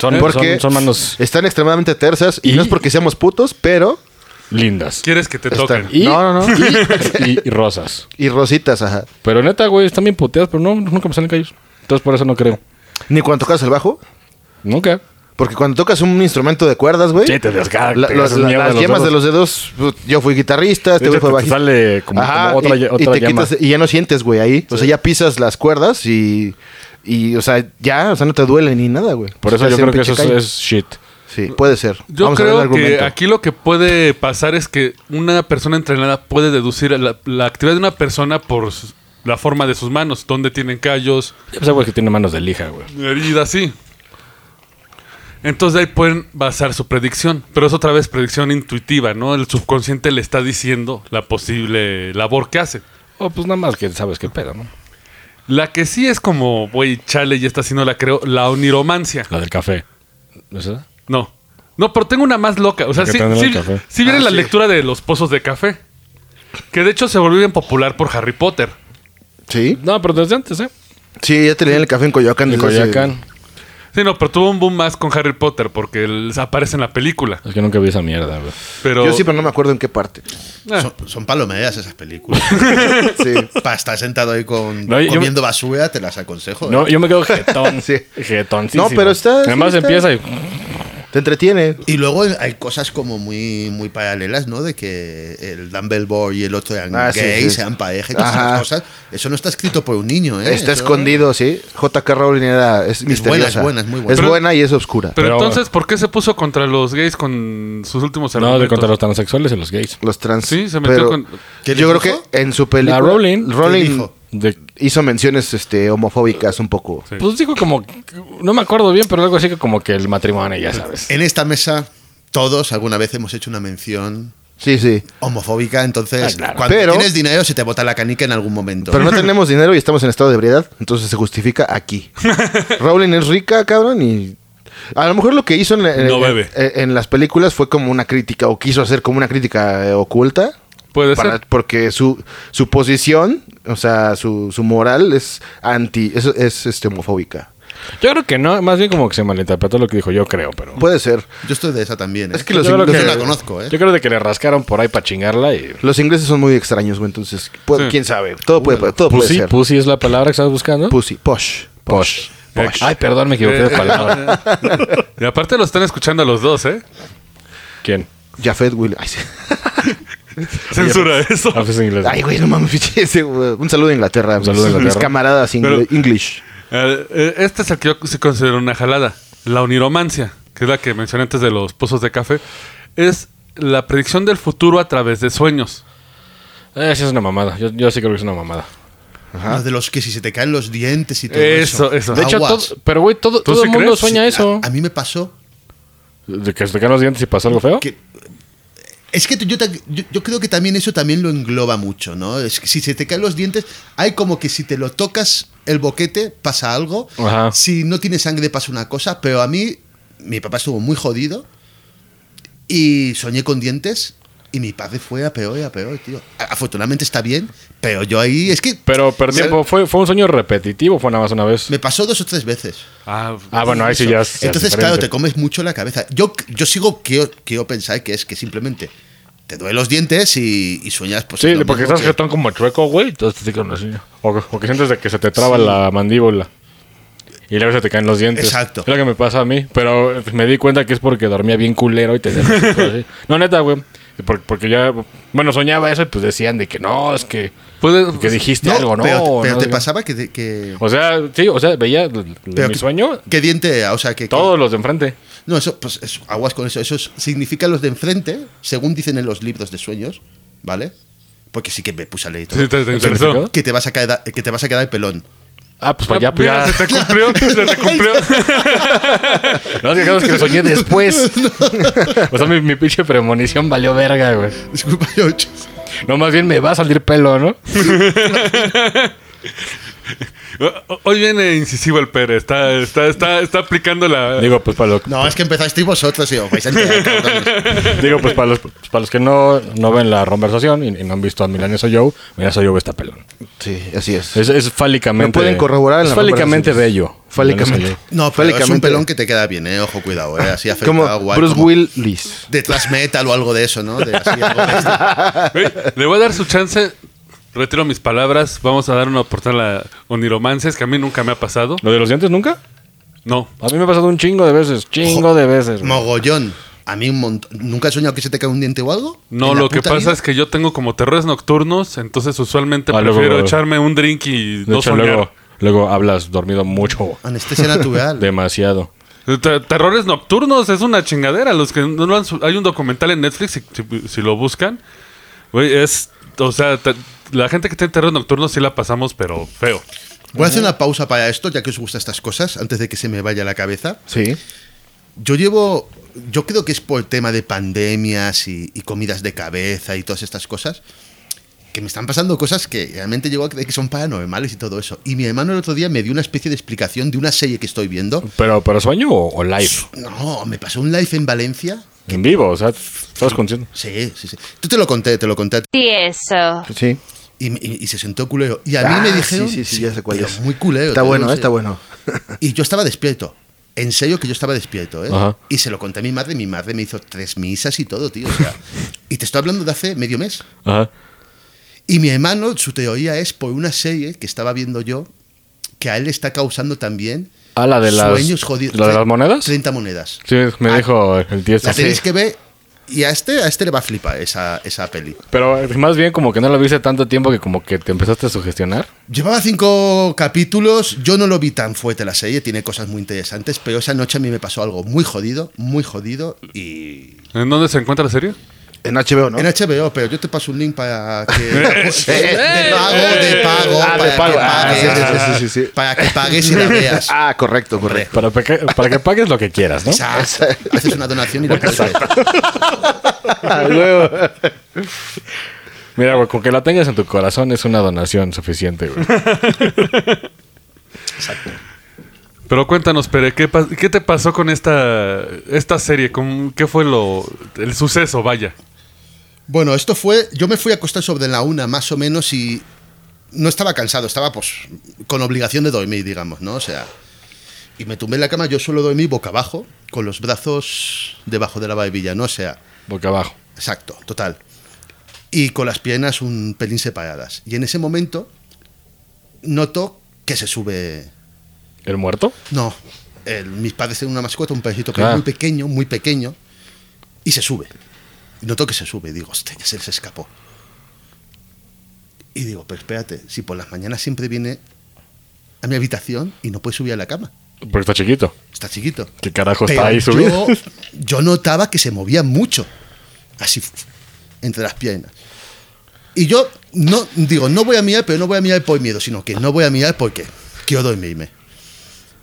[SPEAKER 4] Son,
[SPEAKER 3] Porque
[SPEAKER 4] son, son manos
[SPEAKER 3] están extremadamente tersas y,
[SPEAKER 4] Y-
[SPEAKER 3] no es porque seamos putos, pero...
[SPEAKER 4] lindas.
[SPEAKER 2] ¿Quieres que te
[SPEAKER 3] están-
[SPEAKER 2] toquen?
[SPEAKER 4] Y-
[SPEAKER 3] No, no, no.
[SPEAKER 4] Y, y rosas.
[SPEAKER 3] Y rositas, ajá.
[SPEAKER 4] Pero neta, güey, están bien puteadas, pero no, nunca me salen callos. Entonces por eso no creo.
[SPEAKER 3] Ni cuando tocas el bajo.
[SPEAKER 4] Nunca.
[SPEAKER 3] Porque cuando tocas un instrumento de cuerdas, güey...
[SPEAKER 4] Sí, te descarga,
[SPEAKER 3] la-
[SPEAKER 4] te
[SPEAKER 3] los-
[SPEAKER 4] haces
[SPEAKER 3] la-
[SPEAKER 4] mierda
[SPEAKER 3] las
[SPEAKER 4] los
[SPEAKER 3] yemas
[SPEAKER 4] dedos.
[SPEAKER 3] de los dedos... pues, Yo fui guitarrista, este
[SPEAKER 4] Sí,
[SPEAKER 3] güey
[SPEAKER 4] te-
[SPEAKER 3] fue
[SPEAKER 4] te
[SPEAKER 3] bajista.
[SPEAKER 4] sale como-
[SPEAKER 3] Ajá,
[SPEAKER 4] como otra
[SPEAKER 3] y,
[SPEAKER 4] ye-
[SPEAKER 3] y
[SPEAKER 4] otra
[SPEAKER 3] te
[SPEAKER 4] llama.
[SPEAKER 3] quitas- y ya no sientes, güey, ahí. O sea, ya pisas las cuerdas y... Y, o sea, ya, o sea, no te duele ni nada, güey.
[SPEAKER 4] Por
[SPEAKER 3] Te
[SPEAKER 4] eso yo
[SPEAKER 3] hace un
[SPEAKER 4] creo que eso es,
[SPEAKER 3] pinche callo.
[SPEAKER 4] es shit.
[SPEAKER 3] Sí, puede ser.
[SPEAKER 2] Yo
[SPEAKER 3] Vamos a ver el
[SPEAKER 2] creo que
[SPEAKER 3] argumento.
[SPEAKER 2] aquí lo que puede pasar es que una persona entrenada puede deducir la, la actividad de una persona por s- la forma de sus manos, dónde tienen callos,
[SPEAKER 4] Ya sabes, güey, que tiene manos de lija, güey.
[SPEAKER 2] heridas, sí. Entonces de ahí pueden basar su predicción, pero es otra vez predicción intuitiva, ¿no? El subconsciente le está diciendo la posible labor que hace.
[SPEAKER 4] O pues nada más que sabes qué pedo, ¿no?
[SPEAKER 2] La que sí es como, güey, chale, ya está haciendo la creo, la oniromancia.
[SPEAKER 4] La del café. ¿No es esa?
[SPEAKER 2] No. No, pero tengo una más loca. O sea,
[SPEAKER 4] Que
[SPEAKER 2] sí,
[SPEAKER 4] tendrá
[SPEAKER 2] sí,
[SPEAKER 4] el café.
[SPEAKER 2] sí viene
[SPEAKER 3] Ah,
[SPEAKER 2] la
[SPEAKER 3] sí.
[SPEAKER 2] lectura de los pozos de café. Que de hecho se volvió bien popular por Harry Potter.
[SPEAKER 3] Sí,
[SPEAKER 7] No, pero desde antes, ¿eh?
[SPEAKER 3] sí, ya tenían el café en Coyoacán. eh,
[SPEAKER 4] En
[SPEAKER 3] desde hace-
[SPEAKER 4] Coyacán.
[SPEAKER 2] Sí, no, pero tuvo un boom más con Harry Potter porque él aparece en la película.
[SPEAKER 4] Es que nunca vi esa mierda, güey.
[SPEAKER 2] Pero,
[SPEAKER 3] Yo sí, pero no me acuerdo en qué parte.
[SPEAKER 2] Ah.
[SPEAKER 5] Son, son palomeras esas películas.
[SPEAKER 3] Sí.
[SPEAKER 5] Para estar sentado ahí con,
[SPEAKER 4] No, yo-
[SPEAKER 5] comiendo basura, te las aconsejo. ¿eh?
[SPEAKER 4] No, yo me quedo jetón.
[SPEAKER 3] Sí.
[SPEAKER 4] Jetón,
[SPEAKER 3] No, pero está-
[SPEAKER 4] Además
[SPEAKER 3] sí, está-
[SPEAKER 4] empieza y.
[SPEAKER 3] Te entretiene.
[SPEAKER 5] Y luego hay cosas como muy, muy paralelas, ¿no? De que el Dumbledore y el otro eran
[SPEAKER 3] Ah, sí,
[SPEAKER 5] gays,
[SPEAKER 3] sí.
[SPEAKER 5] sean pareja y todas
[SPEAKER 3] Ajá.
[SPEAKER 5] esas cosas. Eso no está escrito por un niño, ¿eh?
[SPEAKER 3] Está
[SPEAKER 5] Eso-
[SPEAKER 3] escondido, sí. J.K. Rowling era, es, misteriosa.
[SPEAKER 5] buena, es muy buena.
[SPEAKER 3] Es
[SPEAKER 5] Pero-
[SPEAKER 3] buena y es oscura.
[SPEAKER 2] pero
[SPEAKER 4] Pero-
[SPEAKER 2] entonces, ¿por qué se puso contra los gays con sus últimos
[SPEAKER 4] No, de
[SPEAKER 2] argumentos?
[SPEAKER 4] contra los transexuales y los gays.
[SPEAKER 3] Los trans.
[SPEAKER 2] Sí, se metió
[SPEAKER 3] pero
[SPEAKER 2] con-
[SPEAKER 5] ¿Qué
[SPEAKER 3] Yo creo
[SPEAKER 5] les
[SPEAKER 3] que
[SPEAKER 5] dijo?
[SPEAKER 3] en su película.
[SPEAKER 4] La Rowling-
[SPEAKER 5] ¿Qué
[SPEAKER 3] Rowling
[SPEAKER 5] dijo?
[SPEAKER 4] De-
[SPEAKER 3] hizo menciones este, homofóbicas un poco.
[SPEAKER 2] Sí.
[SPEAKER 4] Pues digo como. No me acuerdo bien, pero algo así que como que el matrimonio, ya sabes.
[SPEAKER 5] En esta mesa, todos alguna vez hemos hecho una mención
[SPEAKER 3] Sí, sí.
[SPEAKER 5] homofóbica, entonces cuando
[SPEAKER 3] Ah, Pero-
[SPEAKER 5] tienes dinero se te bota la canica en algún momento.
[SPEAKER 3] Pero no tenemos dinero y estamos en estado de ebriedad, entonces se justifica aquí. Rowling es rica, cabrón, y. A lo mejor lo que hizo en, en-
[SPEAKER 2] No bebe.
[SPEAKER 3] en- en las películas fue como una crítica, o quiso hacer como una crítica eh, oculta.
[SPEAKER 2] Puede
[SPEAKER 3] para-
[SPEAKER 2] ser.
[SPEAKER 3] porque su, su posición, o sea, su, su moral es anti, es, es este, homofóbica.
[SPEAKER 4] Yo creo que no, más bien como que se malinterpretó lo que dijo, yo creo, pero.
[SPEAKER 3] Puede ser.
[SPEAKER 5] Yo estoy de esa también. ¿eh?
[SPEAKER 3] Es que los,
[SPEAKER 4] Yo creo
[SPEAKER 3] ingleses-
[SPEAKER 5] Yo la conozco, ¿eh?
[SPEAKER 4] Yo creo de que le rascaron por ahí para chingarla y.
[SPEAKER 3] los ingleses son muy extraños, güey, entonces, puede-
[SPEAKER 2] Sí.
[SPEAKER 3] quién sabe. Todo puede, todo puede
[SPEAKER 4] Pussy,
[SPEAKER 3] ser.
[SPEAKER 4] pussy es la palabra que estás buscando.
[SPEAKER 3] Pussy, Eh. posh.
[SPEAKER 4] Posh. Eh, Ay, perdón, me equivoqué de palabra.
[SPEAKER 2] Y aparte lo están escuchando a los dos, ¿eh?
[SPEAKER 4] ¿Quién?
[SPEAKER 3] Jafet Will. Ay, sí.
[SPEAKER 2] Censura eso.
[SPEAKER 4] Ah, pues en inglés.
[SPEAKER 3] Ay, güey, no mames, pinche ese, güey. Un saludo a Inglaterra. Un
[SPEAKER 4] saludo a
[SPEAKER 3] Mis
[SPEAKER 4] Inglaterra.
[SPEAKER 3] camaradas ingle- English.
[SPEAKER 2] Eh, eh, Este es el que yo se considero una jalada. La oniromancia, que es la que mencioné antes de los pozos de café, es la predicción del futuro a través de sueños.
[SPEAKER 4] Eh, sí es una mamada. Yo, yo sí creo que es una mamada.
[SPEAKER 5] Los de los que si se te caen los dientes y todo eso.
[SPEAKER 2] Eso, eso.
[SPEAKER 4] De hecho,
[SPEAKER 5] Aguas.
[SPEAKER 4] todo, pero güey, todo, todo
[SPEAKER 2] sí
[SPEAKER 4] el mundo
[SPEAKER 2] crees?
[SPEAKER 4] sueña eso.
[SPEAKER 5] A,
[SPEAKER 3] Ah,
[SPEAKER 5] a mí me pasó
[SPEAKER 4] ¿De que se te caen los dientes y pasó algo feo?
[SPEAKER 5] que... Es que yo, ta- yo, yo creo que también eso también lo engloba mucho, ¿no? Es que si se te caen los dientes, hay como que si te lo tocas el boquete, pasa algo.
[SPEAKER 4] Ajá.
[SPEAKER 5] Si no tiene sangre, pasa una cosa. Pero a mí, mi papá estuvo muy jodido y soñé con dientes y mi padre fue a peor y a peor, tío. A- Afortunadamente está bien, pero yo ahí... Es que
[SPEAKER 4] Pero, pero tiempo, ¿fue, ¿fue un sueño repetitivo fue nada más una vez?
[SPEAKER 5] me pasó dos o tres veces.
[SPEAKER 2] Ah,
[SPEAKER 4] Ah, bueno, ahí sí ya es- ya es
[SPEAKER 5] Entonces,
[SPEAKER 4] diferente.
[SPEAKER 5] claro, te comes mucho la cabeza. Yo, yo sigo, quiero, quiero pensar que es que simplemente te duelen los dientes y, y sueñas. Pues,
[SPEAKER 4] Sí,
[SPEAKER 5] lo
[SPEAKER 4] porque
[SPEAKER 5] mismo
[SPEAKER 4] estás
[SPEAKER 5] que-
[SPEAKER 4] jetón como chueco, güey. entonces te quedan así. O, o que sientes de que se te traba la mandíbula. Y luego se te caen los dientes.
[SPEAKER 5] Exacto.
[SPEAKER 4] Es lo que me pasa a mí. Pero me di cuenta que es porque dormía bien culero y tenía los ojos así. No, neta, güey. Por- Porque ya, bueno, soñaba eso y pues decían de que no, es que,
[SPEAKER 2] puede-
[SPEAKER 4] que dijiste
[SPEAKER 5] No,
[SPEAKER 4] algo, ¿no?
[SPEAKER 5] pero,
[SPEAKER 4] O
[SPEAKER 5] pero
[SPEAKER 4] no
[SPEAKER 5] te
[SPEAKER 4] sé qué.
[SPEAKER 5] pasaba que, te- que-
[SPEAKER 4] O sea, sí, o sea, veía l-
[SPEAKER 5] pero
[SPEAKER 4] mi
[SPEAKER 5] que-
[SPEAKER 4] sueño,
[SPEAKER 5] ¿Qué diente era? O sea, que. que-
[SPEAKER 4] todos los de enfrente.
[SPEAKER 5] no, eso, pues eso, aguas con eso. Eso es- significa los de enfrente, según dicen en los libros de sueños, ¿vale? Porque sí que me puse a leer y todo.
[SPEAKER 2] Sí, te, te interesó.
[SPEAKER 5] Que te vas a quedar, que te vas a quedar pelón.
[SPEAKER 4] Ah, pues para allá, pues
[SPEAKER 2] Mira,
[SPEAKER 4] ya.
[SPEAKER 2] se te cumplió, se te cumplió.
[SPEAKER 4] No, es que claro, es que lo soñé después. o sea, mi, mi pinche premonición valió verga, güey.
[SPEAKER 5] Disculpa, yo.
[SPEAKER 4] No, más bien me va a salir pelo, ¿no?
[SPEAKER 2] O- Hoy viene incisivo el Pérez, está, está, está, está aplicando la...
[SPEAKER 4] Digo, pues para, lo-
[SPEAKER 5] No, es que empezasteis vosotros y os vais a enterar, cabrones.
[SPEAKER 4] digo, pues, para los, para los que no, no ven la conversación y, y no han visto a Milaneso Joe, Milaneso Joe está pelón.
[SPEAKER 3] Sí, así es.
[SPEAKER 4] Es, es fálicamente.
[SPEAKER 3] Me pueden corroborar en
[SPEAKER 4] Es
[SPEAKER 3] la
[SPEAKER 4] fálicamente
[SPEAKER 3] conversación.
[SPEAKER 4] bello.
[SPEAKER 3] Fálicamente.
[SPEAKER 4] Milaneso Joe.
[SPEAKER 5] No, pero es un
[SPEAKER 3] Fálicamente.
[SPEAKER 5] pelón que te queda bien, ¿eh? Ojo, cuidado, ¿eh? Así afectado
[SPEAKER 3] Como
[SPEAKER 5] guay,
[SPEAKER 3] Bruce
[SPEAKER 5] como-
[SPEAKER 3] Willis.
[SPEAKER 5] de thrash metal o algo de eso, ¿no? De así, algo de esto.
[SPEAKER 2] Ey, Le voy a dar su chance, retiro mis palabras, vamos a dar una oportunidad a la oniromancia, es que a mí nunca me ha pasado.
[SPEAKER 4] ¿Lo de los dientes nunca?
[SPEAKER 2] No,
[SPEAKER 4] A mí me ha pasado un chingo de veces. Chingo de veces. güey.
[SPEAKER 5] Mogollón. A mí un montón. ¿Nunca has soñado que se te cae un diente o algo?
[SPEAKER 2] No,
[SPEAKER 5] ¿En la
[SPEAKER 2] lo que
[SPEAKER 5] puta
[SPEAKER 2] pasa
[SPEAKER 5] vida?
[SPEAKER 2] es que yo tengo como terrores nocturnos, entonces usualmente
[SPEAKER 4] Ah, luego,
[SPEAKER 2] prefiero
[SPEAKER 4] luego.
[SPEAKER 2] echarme un drink y
[SPEAKER 4] De
[SPEAKER 2] no
[SPEAKER 4] hecho,
[SPEAKER 2] soñar.
[SPEAKER 4] luego, luego hablas dormido mucho.
[SPEAKER 5] Anestesia natural.
[SPEAKER 4] Demasiado.
[SPEAKER 2] Te- Terrores nocturnos es una chingadera. Los que no lo han su- hay un documental en Netflix si, si- si lo buscan, güey, es, o sea, te- la gente que tiene terrores nocturnos sí la pasamos, pero feo.
[SPEAKER 5] Voy a hacer una pausa para esto, ya que os gustan estas cosas, antes de que se me vaya la cabeza.
[SPEAKER 3] Sí.
[SPEAKER 5] Yo llevo. Yo creo que es por tema de pandemias y, y comidas de cabeza y todas estas cosas. que me están pasando cosas que realmente llego a creer que son paranormales y todo eso. Y mi hermano el otro día me dio una especie de explicación de una serie que estoy viendo.
[SPEAKER 4] Pero, pero sueño o, o live.
[SPEAKER 5] No, me pasó un live en Valencia.
[SPEAKER 4] En vivo, o sea, estás consciente.
[SPEAKER 5] Sí, sí, sí. Tú te lo conté, te lo conté. a ti.
[SPEAKER 6] Tieso.
[SPEAKER 3] Sí.
[SPEAKER 5] Y, y- y se sentó culero. Y a mí
[SPEAKER 3] Ah,
[SPEAKER 5] me dijeron.
[SPEAKER 3] Sí, sí, sí, ya sé cuál
[SPEAKER 5] pero
[SPEAKER 3] es.
[SPEAKER 5] Muy culero.
[SPEAKER 3] Está
[SPEAKER 5] te lo
[SPEAKER 3] bueno,
[SPEAKER 5] digo,
[SPEAKER 3] eh,
[SPEAKER 5] sí.
[SPEAKER 3] está bueno.
[SPEAKER 5] Y yo estaba despierto. En serio que yo estaba despierto, ¿eh?
[SPEAKER 4] Ajá.
[SPEAKER 5] Y se lo conté a mi madre. Mi madre me hizo tres misas y todo, tío. o sea. y te estoy hablando de hace medio mes.
[SPEAKER 4] Ajá.
[SPEAKER 5] Y mi hermano, su teoría es por una serie que estaba viendo yo, que a él le está causando también
[SPEAKER 4] Ah, la de las-
[SPEAKER 5] sueños jodidos.
[SPEAKER 4] ¿la de las monedas?
[SPEAKER 5] 30 monedas.
[SPEAKER 4] Sí, me
[SPEAKER 5] Ah,
[SPEAKER 4] dijo el tío.
[SPEAKER 5] La
[SPEAKER 4] Sí.
[SPEAKER 5] tenéis que ver y a este, a este le va a flipar esa, esa peli.
[SPEAKER 4] Pero eh, más bien como que no la viste tanto tiempo que como que te empezaste a sugestionar.
[SPEAKER 5] Llevaba cinco capítulos, yo no lo vi tan fuerte la serie, tiene cosas muy interesantes, pero esa noche a mí me pasó algo muy jodido, muy jodido y...
[SPEAKER 2] ¿En dónde se encuentra la serie?
[SPEAKER 3] En HBO, ¿no?
[SPEAKER 5] En HBO, pero yo te paso un link para que... de pago, de pago,
[SPEAKER 4] Ah, de
[SPEAKER 5] para,
[SPEAKER 4] pago,
[SPEAKER 5] Que
[SPEAKER 4] ah,
[SPEAKER 5] pagues,
[SPEAKER 3] sí, sí, sí, sí.
[SPEAKER 5] para que pagues y la veas.
[SPEAKER 3] Ah, correcto, correcto.
[SPEAKER 4] Para, peca- para que pagues lo que quieras, ¿no?
[SPEAKER 5] Exacto. Haces una donación y la puedes ver.
[SPEAKER 4] Mira, güey, con que la tengas en tu corazón es una donación suficiente, güey.
[SPEAKER 2] Pero cuéntanos, Pere, ¿qué, pas- qué te pasó con esta, esta serie? ¿Cómo- ¿Qué fue lo el suceso, vaya?
[SPEAKER 5] Bueno, esto fue. Yo me fui a acostar sobre la una más o menos y no estaba cansado, estaba pues con obligación de dormir, digamos, ¿no? O sea. Y me tumbé en la cama, yo solo dormí boca abajo, con los brazos debajo de la barbilla, ¿no? O sea,
[SPEAKER 4] Boca abajo.
[SPEAKER 5] exacto, total. Y con las piernas un pelín separadas. Y en ese momento noto que se sube
[SPEAKER 4] ¿El muerto?
[SPEAKER 5] No, el- mis padres tienen una mascota, un pajecito que es
[SPEAKER 4] Ah.
[SPEAKER 5] muy pequeño, muy pequeño, y se sube. Y noto que se sube, y digo, hostia, ya se les escapó. Y digo, pero espérate, si por las mañanas siempre viene a mi habitación y no puede subir a la cama,
[SPEAKER 4] Porque está chiquito.
[SPEAKER 5] está chiquito.
[SPEAKER 4] ¿Qué carajo
[SPEAKER 5] Pero
[SPEAKER 4] está ahí
[SPEAKER 5] yo,
[SPEAKER 4] subido?
[SPEAKER 5] yo notaba que se movía mucho, así, entre las piernas. Y yo no digo, no voy a mirar, pero no voy a mirar por miedo, sino que no voy a mirar porque quiero dormirme.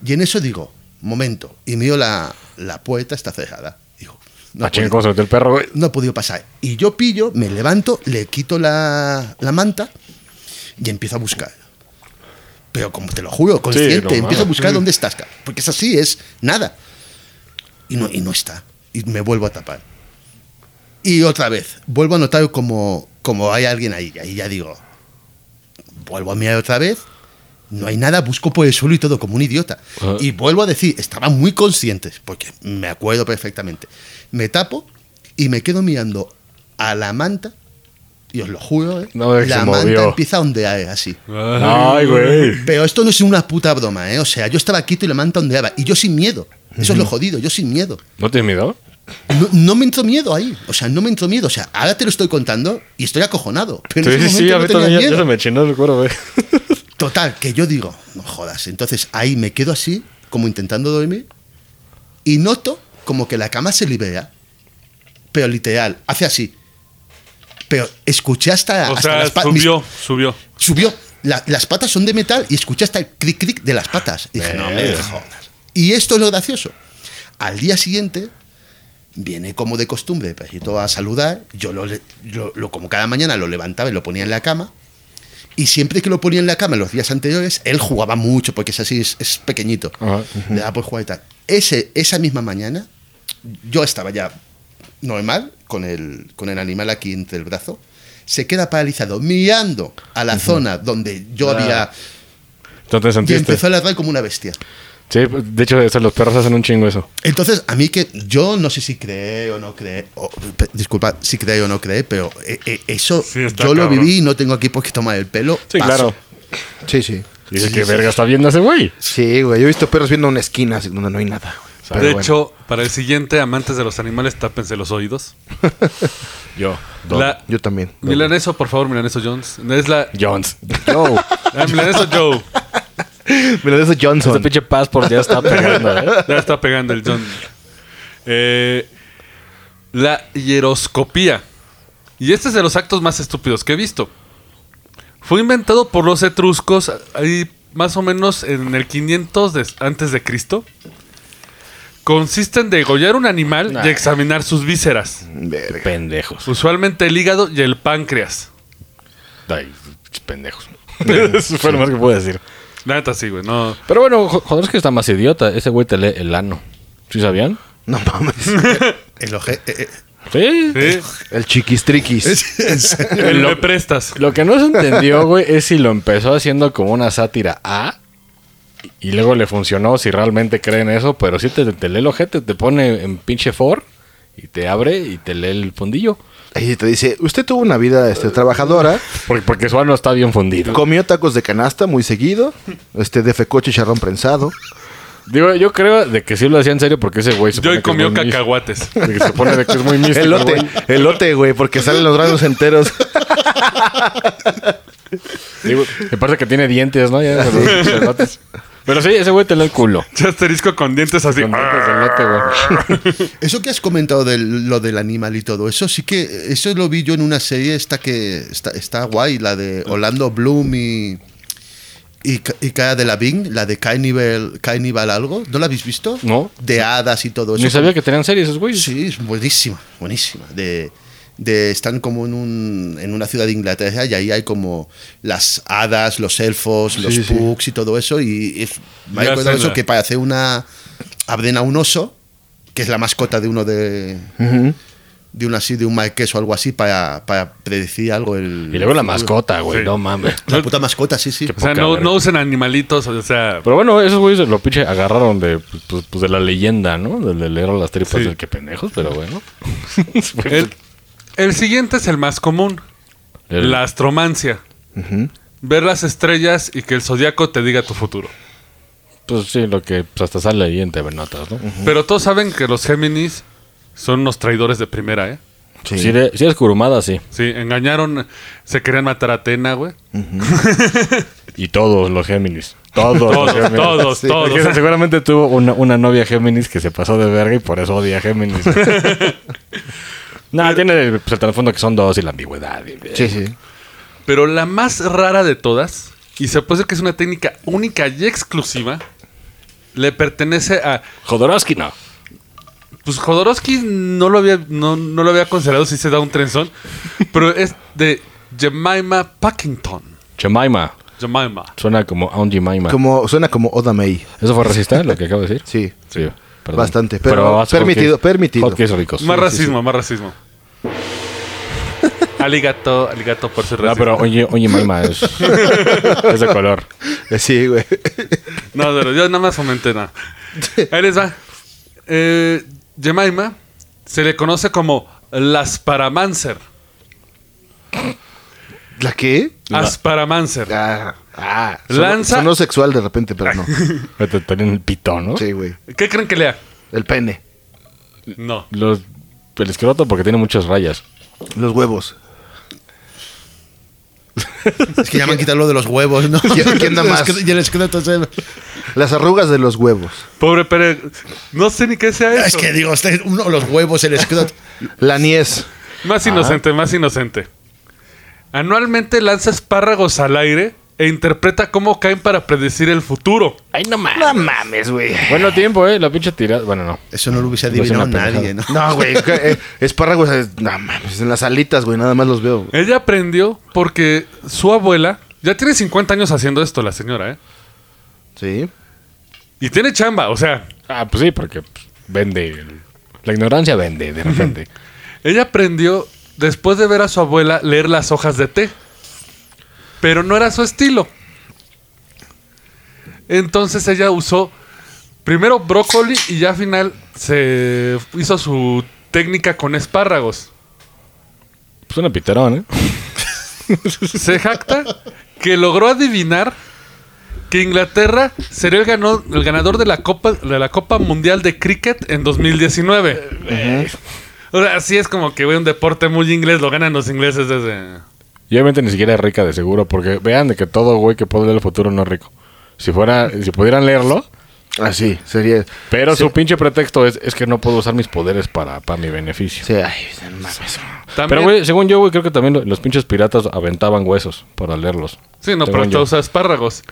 [SPEAKER 5] Y en eso digo, momento, y miro la, la puerta, está cerrada. Digo, no,
[SPEAKER 4] Ah,
[SPEAKER 5] ha
[SPEAKER 4] chinga,
[SPEAKER 5] podido-
[SPEAKER 4] ¿cómo se metió el perro, güey?
[SPEAKER 5] pues, no ha podido pasar. Y yo pillo, me levanto, le quito la, la manta y empiezo a buscar. Pero como te lo juro, consciente,
[SPEAKER 4] no
[SPEAKER 5] empiezo a
[SPEAKER 4] mames.
[SPEAKER 5] buscar dónde estás. ca- Porque es así, es nada. Y no, y no está. Y me vuelvo a tapar. Y otra vez, vuelvo a notar como, como hay alguien ahí. Y ahí ya digo, vuelvo a mirar otra vez. No hay nada, busco por el suelo y todo como un idiota.
[SPEAKER 4] Ah.
[SPEAKER 5] Y vuelvo a decir, estaba muy consciente, porque me acuerdo perfectamente. Me tapo y me quedo mirando a la manta, y os lo juro, ¿eh?
[SPEAKER 4] No, es que
[SPEAKER 5] la
[SPEAKER 4] se
[SPEAKER 5] manta
[SPEAKER 4] movió. Ah.
[SPEAKER 5] empieza a ondear ¿eh? así.
[SPEAKER 4] Ay, güey.
[SPEAKER 5] Pero esto no es una puta broma, ¿eh? O sea, yo estaba quieto y la manta ondeaba, y yo sin miedo. Eso es lo jodido, yo sin miedo.
[SPEAKER 4] ¿No tienes miedo?
[SPEAKER 5] No, no me entró miedo ahí, o sea, no me entró miedo. O sea, ahora te lo estoy contando y estoy acojonado. Pero en
[SPEAKER 4] Sí, sí,
[SPEAKER 5] ese
[SPEAKER 4] sí,
[SPEAKER 5] momento
[SPEAKER 4] a
[SPEAKER 5] no
[SPEAKER 4] mí
[SPEAKER 5] tenía
[SPEAKER 4] también ya- ya
[SPEAKER 5] miedo.
[SPEAKER 4] se me chinó el cuero, güey.
[SPEAKER 5] Total, que yo digo, no jodas. Entonces ahí me quedo así, como intentando dormir, y noto como que la cama se libera, pero literal, hace así. Pero escuché Ah, hasta.
[SPEAKER 2] O
[SPEAKER 5] hasta
[SPEAKER 2] sea,
[SPEAKER 5] las pa- mis-
[SPEAKER 2] subió, subió.
[SPEAKER 5] subió. La- las patas son de metal y escuché hasta el cric cric de las patas. Y dije, no me jodas. Y esto es lo gracioso. Al día siguiente, viene como de costumbre, el perrito a saludar. Yo lo, le- lo- lo- como cada mañana lo levantaba y lo ponía en la cama. Y siempre que lo ponía en la cama los días anteriores, él jugaba mucho, porque es así, es, es pequeñito.
[SPEAKER 4] Ajá.
[SPEAKER 5] Le daba por jugar y tal. Ese, esa misma mañana, yo estaba ya normal, con el, con el animal aquí entre el brazo. Se queda paralizado, mirando a la zona donde yo había.
[SPEAKER 4] ¿No te
[SPEAKER 5] Y
[SPEAKER 4] sentiste?
[SPEAKER 5] empezó a ladrar como una bestia.
[SPEAKER 4] Sí, de hecho, eso, los perros hacen un chingo eso.
[SPEAKER 5] Entonces, a mí que yo no sé si cree o no cree, o, pe- disculpa, si cree o no cree, pero eh, eh, eso
[SPEAKER 2] Sí,
[SPEAKER 5] yo
[SPEAKER 2] está
[SPEAKER 5] lo
[SPEAKER 2] cabrón.
[SPEAKER 5] viví y no tengo aquí por qué tomar el pelo.
[SPEAKER 4] Sí,
[SPEAKER 5] Paso.
[SPEAKER 4] claro.
[SPEAKER 3] Sí, sí.
[SPEAKER 4] Dice que verga está viendo ese güey.
[SPEAKER 3] Sí, güey. Yo he visto perros viendo una esquina así, donde no hay nada, güey. Pero
[SPEAKER 2] de
[SPEAKER 3] bueno.
[SPEAKER 2] hecho, para el siguiente, amantes de los animales, tápense los oídos.
[SPEAKER 4] Yo.
[SPEAKER 2] La-
[SPEAKER 3] yo también.
[SPEAKER 2] Milaneso, por favor, Milaneso Jones. Es la...
[SPEAKER 4] Jones.
[SPEAKER 3] Yo.
[SPEAKER 2] Ah, Milaneso Joe.
[SPEAKER 3] Mira, de eso
[SPEAKER 4] Ese
[SPEAKER 3] Johnson.
[SPEAKER 2] Este
[SPEAKER 4] pinche passport ya está pegando, ¿eh?
[SPEAKER 2] Ya está pegando el John. Eh, la hieroscopía. Y este es de los actos más estúpidos que he visto. Fue inventado por los etruscos ahí más o menos en el 500 de- antes de Cristo. Consiste en degollar un animal
[SPEAKER 4] Nah.
[SPEAKER 2] y examinar sus vísceras.
[SPEAKER 3] Verga.
[SPEAKER 4] Pendejos.
[SPEAKER 2] Usualmente el hígado y el páncreas.
[SPEAKER 4] Ay, pendejos. Eso fue lo más que puedo decir.
[SPEAKER 2] La neta sí, güey. No.
[SPEAKER 4] Pero bueno, jo- joder, es que está más idiota. Ese güey te lee el ano. ¿Sí sabían?
[SPEAKER 3] No mames.
[SPEAKER 5] El oje- eh, eh,
[SPEAKER 4] Sí.
[SPEAKER 2] Sí.
[SPEAKER 3] El chiquistriquis.
[SPEAKER 2] El me prestas.
[SPEAKER 4] Lo que no se entendió, güey, es si lo empezó haciendo como una sátira A y luego le funcionó, si realmente creen eso, pero si te, te lee el ojete, te pone en pinche for y te abre y te lee el fundillo.
[SPEAKER 3] Y te dice, usted tuvo una vida este, trabajadora,
[SPEAKER 4] Porque, porque su ano está bien fundido.
[SPEAKER 3] comió tacos de canasta muy seguido, este, defecó chicharrón prensado.
[SPEAKER 4] Digo, yo creo de que sí lo hacía en serio porque ese güey se
[SPEAKER 2] Yo hoy comió
[SPEAKER 4] que es muy místico.
[SPEAKER 2] cacahuates.
[SPEAKER 4] De que Se pone de que es muy místico.
[SPEAKER 3] Elote,
[SPEAKER 4] güey.
[SPEAKER 3] elote, güey, porque salen los granos enteros.
[SPEAKER 4] Digo, me parece que tiene dientes, ¿no? Ya, se los- se notas. pero sí, ese güey te lee el culo.
[SPEAKER 2] Ya asterisco con dientes así.
[SPEAKER 4] Con dientes de elote, güey.
[SPEAKER 5] Eso que has comentado de lo del animal y todo eso, sí que eso lo vi yo en una serie esta que está, está guay, la de Orlando Bloom y y, Ca- y Cara de la Bing, la de Carnival, Carnival algo, ¿no la habéis visto?
[SPEAKER 4] No.
[SPEAKER 5] De hadas y todo eso.
[SPEAKER 4] Ni sabía que tenían series esos güeyes.
[SPEAKER 5] Sí, es buenísima, buenísima. De, de- están como en, un- en una ciudad de Inglaterra y ahí hay como las hadas, los elfos, los
[SPEAKER 3] sí.
[SPEAKER 5] pugs y todo eso. Y es- me
[SPEAKER 2] Ya
[SPEAKER 5] acuerdo
[SPEAKER 2] sé
[SPEAKER 5] de eso
[SPEAKER 2] la-
[SPEAKER 5] que parece una. Abden a un oso, que es la mascota de uno de. De un así, de un marqués o algo así para, para predecir algo. El,
[SPEAKER 4] Y luego la mascota, güey. No mames.
[SPEAKER 5] La puta mascota, sí, sí.
[SPEAKER 2] O sea,
[SPEAKER 4] Poca
[SPEAKER 2] no,
[SPEAKER 4] verga.
[SPEAKER 2] no usen animalitos. O sea,
[SPEAKER 4] Pero bueno, esos güeyes lo pinche agarraron de, pues, pues, de la leyenda, ¿no? De, de leer a las tripas
[SPEAKER 2] Sí.
[SPEAKER 4] del que pendejos, pero bueno.
[SPEAKER 2] el, el siguiente es el más común:
[SPEAKER 4] El-
[SPEAKER 2] la astromancia. Ver las estrellas y que el zodiaco te diga tu futuro.
[SPEAKER 4] Pues sí, lo que pues, hasta sale ahí en TV Notas, ¿no?
[SPEAKER 2] Pero todos saben que los Géminis son unos traidores de primera, ¿eh?
[SPEAKER 4] Sí. Si, eres, si eres curumada, sí.
[SPEAKER 2] Sí, engañaron, se querían matar a Atena, güey.
[SPEAKER 4] Y todos los Géminis. Todos,
[SPEAKER 2] Todos,
[SPEAKER 4] los Géminis.
[SPEAKER 2] todos, todos.
[SPEAKER 4] Porque seguramente tuvo una, una novia Géminis que se pasó de verga y por eso odia a Géminis. Nada, tiene pues, el trasfondo que son dos y la ambigüedad. y-
[SPEAKER 3] Sí, sí.
[SPEAKER 2] Pero la más rara de todas, y se puede decir que es una técnica única y exclusiva, le pertenece a.
[SPEAKER 4] Jodorowsky no.
[SPEAKER 2] Pues Jodorowsky no lo había, no, no lo había considerado si se da un trenzón, pero es de Jemima Packington.
[SPEAKER 4] Jemima.
[SPEAKER 2] Jemima.
[SPEAKER 4] Suena como Aunt Jemima.
[SPEAKER 3] Como, suena como Oda May.
[SPEAKER 4] ¿Eso fue racista lo que acabo de decir?
[SPEAKER 3] Sí.
[SPEAKER 4] Sí, perdón.
[SPEAKER 3] Bastante, pero
[SPEAKER 4] haz
[SPEAKER 3] permitido,
[SPEAKER 4] hotcakes-
[SPEAKER 3] permitido.
[SPEAKER 4] hotcakes ricos.
[SPEAKER 2] Más
[SPEAKER 4] Sí, sí,
[SPEAKER 2] racismo, más racismo. Aligato, aligato por ser
[SPEAKER 4] sí. No,
[SPEAKER 2] racista.
[SPEAKER 4] pero oye, oye, Maima es, es de color.
[SPEAKER 3] Eh, Sí, güey.
[SPEAKER 2] No, pero yo nada más fomenté nada. Ahí les va. Eh, Jemima se le conoce como las paramancer.
[SPEAKER 3] ¿La qué?
[SPEAKER 2] Asparamancer.
[SPEAKER 3] Ah, ah.
[SPEAKER 2] Lanza-
[SPEAKER 3] Lanza. Sonó sexual de repente, pero no.
[SPEAKER 4] Te ponen el pitón, ¿no?
[SPEAKER 3] Sí, güey.
[SPEAKER 2] ¿Qué creen que lea?
[SPEAKER 3] El pene.
[SPEAKER 2] No.
[SPEAKER 4] Los, el escroto porque tiene muchas rayas.
[SPEAKER 3] Los huevos.
[SPEAKER 5] Es que ya me han quitado lo de los huevos, ¿no?
[SPEAKER 3] ¿Quién- quién da más?
[SPEAKER 5] Y el esqueleto se-
[SPEAKER 3] Las arrugas de los huevos.
[SPEAKER 2] Pobre Pérez. No sé ni qué sea eso.
[SPEAKER 5] Es que digo, este- uno, los huevos, el esqueleto.
[SPEAKER 3] La niez.
[SPEAKER 2] Más inocente, más inocente. Anualmente lanza espárragos al aire e interpreta cómo caen para predecir el futuro.
[SPEAKER 4] Ay, no mames. No mames, güey. Bueno, tiempo, ¿eh? La pinche tirada. Bueno, no.
[SPEAKER 5] Eso no lo hubiese
[SPEAKER 4] Me parece
[SPEAKER 5] adivinado
[SPEAKER 4] una
[SPEAKER 5] nadie, ¿no?
[SPEAKER 3] Pues No, güey. que, eh, espárragos. eh, No mames. En las alitas, güey. Nada más los veo. güey.
[SPEAKER 2] Ella aprendió porque su abuela ya tiene 50 años haciendo esto, la señora, ¿eh?
[SPEAKER 3] Sí.
[SPEAKER 2] Y tiene chamba, o sea,
[SPEAKER 4] Ah, pues sí, porque pues, vende. el- La ignorancia vende de repente.
[SPEAKER 2] Ella aprendió después de ver a su abuela leer las hojas de té. Pero no era su estilo. Entonces ella usó primero brócoli y ya al final se hizo su técnica con espárragos.
[SPEAKER 4] pues una piterón, ¿eh?
[SPEAKER 2] Se jacta que logró adivinar que Inglaterra sería el, ganó- el ganador de la, Copa, de la Copa Mundial de Cricket en 2019. O sea, así es como que güey, un deporte muy inglés, lo ganan los ingleses desde...
[SPEAKER 4] Y obviamente ni siquiera es rica de seguro, porque vean de que todo güey que puede leer el futuro no es rico. Si fuera, si pudieran leerlo,
[SPEAKER 3] Así. Sería.
[SPEAKER 4] pero
[SPEAKER 3] Sí.
[SPEAKER 4] su pinche pretexto es, es que no puedo usar mis poderes para, para mi beneficio.
[SPEAKER 3] Sí, ay, no mames.
[SPEAKER 2] También-
[SPEAKER 4] Pero, güey, según yo, güey, creo que también lo- los pinches piratas aventaban huesos para leerlos.
[SPEAKER 2] Sí, no,
[SPEAKER 4] Según
[SPEAKER 2] pero
[SPEAKER 4] yo.
[SPEAKER 2] hasta usa espárragos.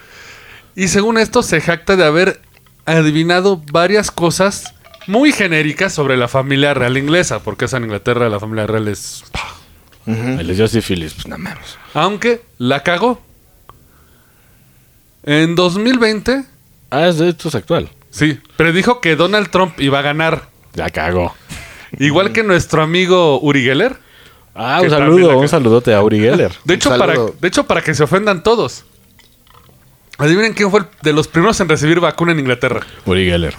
[SPEAKER 2] Y según esto, se jacta de haber adivinado varias cosas muy genéricas sobre la familia real inglesa, porque esa en Inglaterra la familia real es.
[SPEAKER 4] Y Les dio sífilis, pues nada menos.
[SPEAKER 2] Aunque la cagó. En 2020,
[SPEAKER 4] Ah, es de- esto es actual.
[SPEAKER 2] sí, predijo que Donald Trump iba a ganar.
[SPEAKER 4] Ya cagó.
[SPEAKER 2] Igual que nuestro amigo Uri Geller.
[SPEAKER 4] Ah,
[SPEAKER 2] Que también
[SPEAKER 4] un
[SPEAKER 2] la
[SPEAKER 4] saludo,
[SPEAKER 2] ca-
[SPEAKER 4] un saludote a Uri Geller.
[SPEAKER 2] De
[SPEAKER 3] Un
[SPEAKER 2] hecho, para,
[SPEAKER 3] saludo.
[SPEAKER 2] de hecho, para que se ofendan todos. Adivinen quién fue el de los primeros en recibir vacuna en Inglaterra.
[SPEAKER 4] Uri Geller.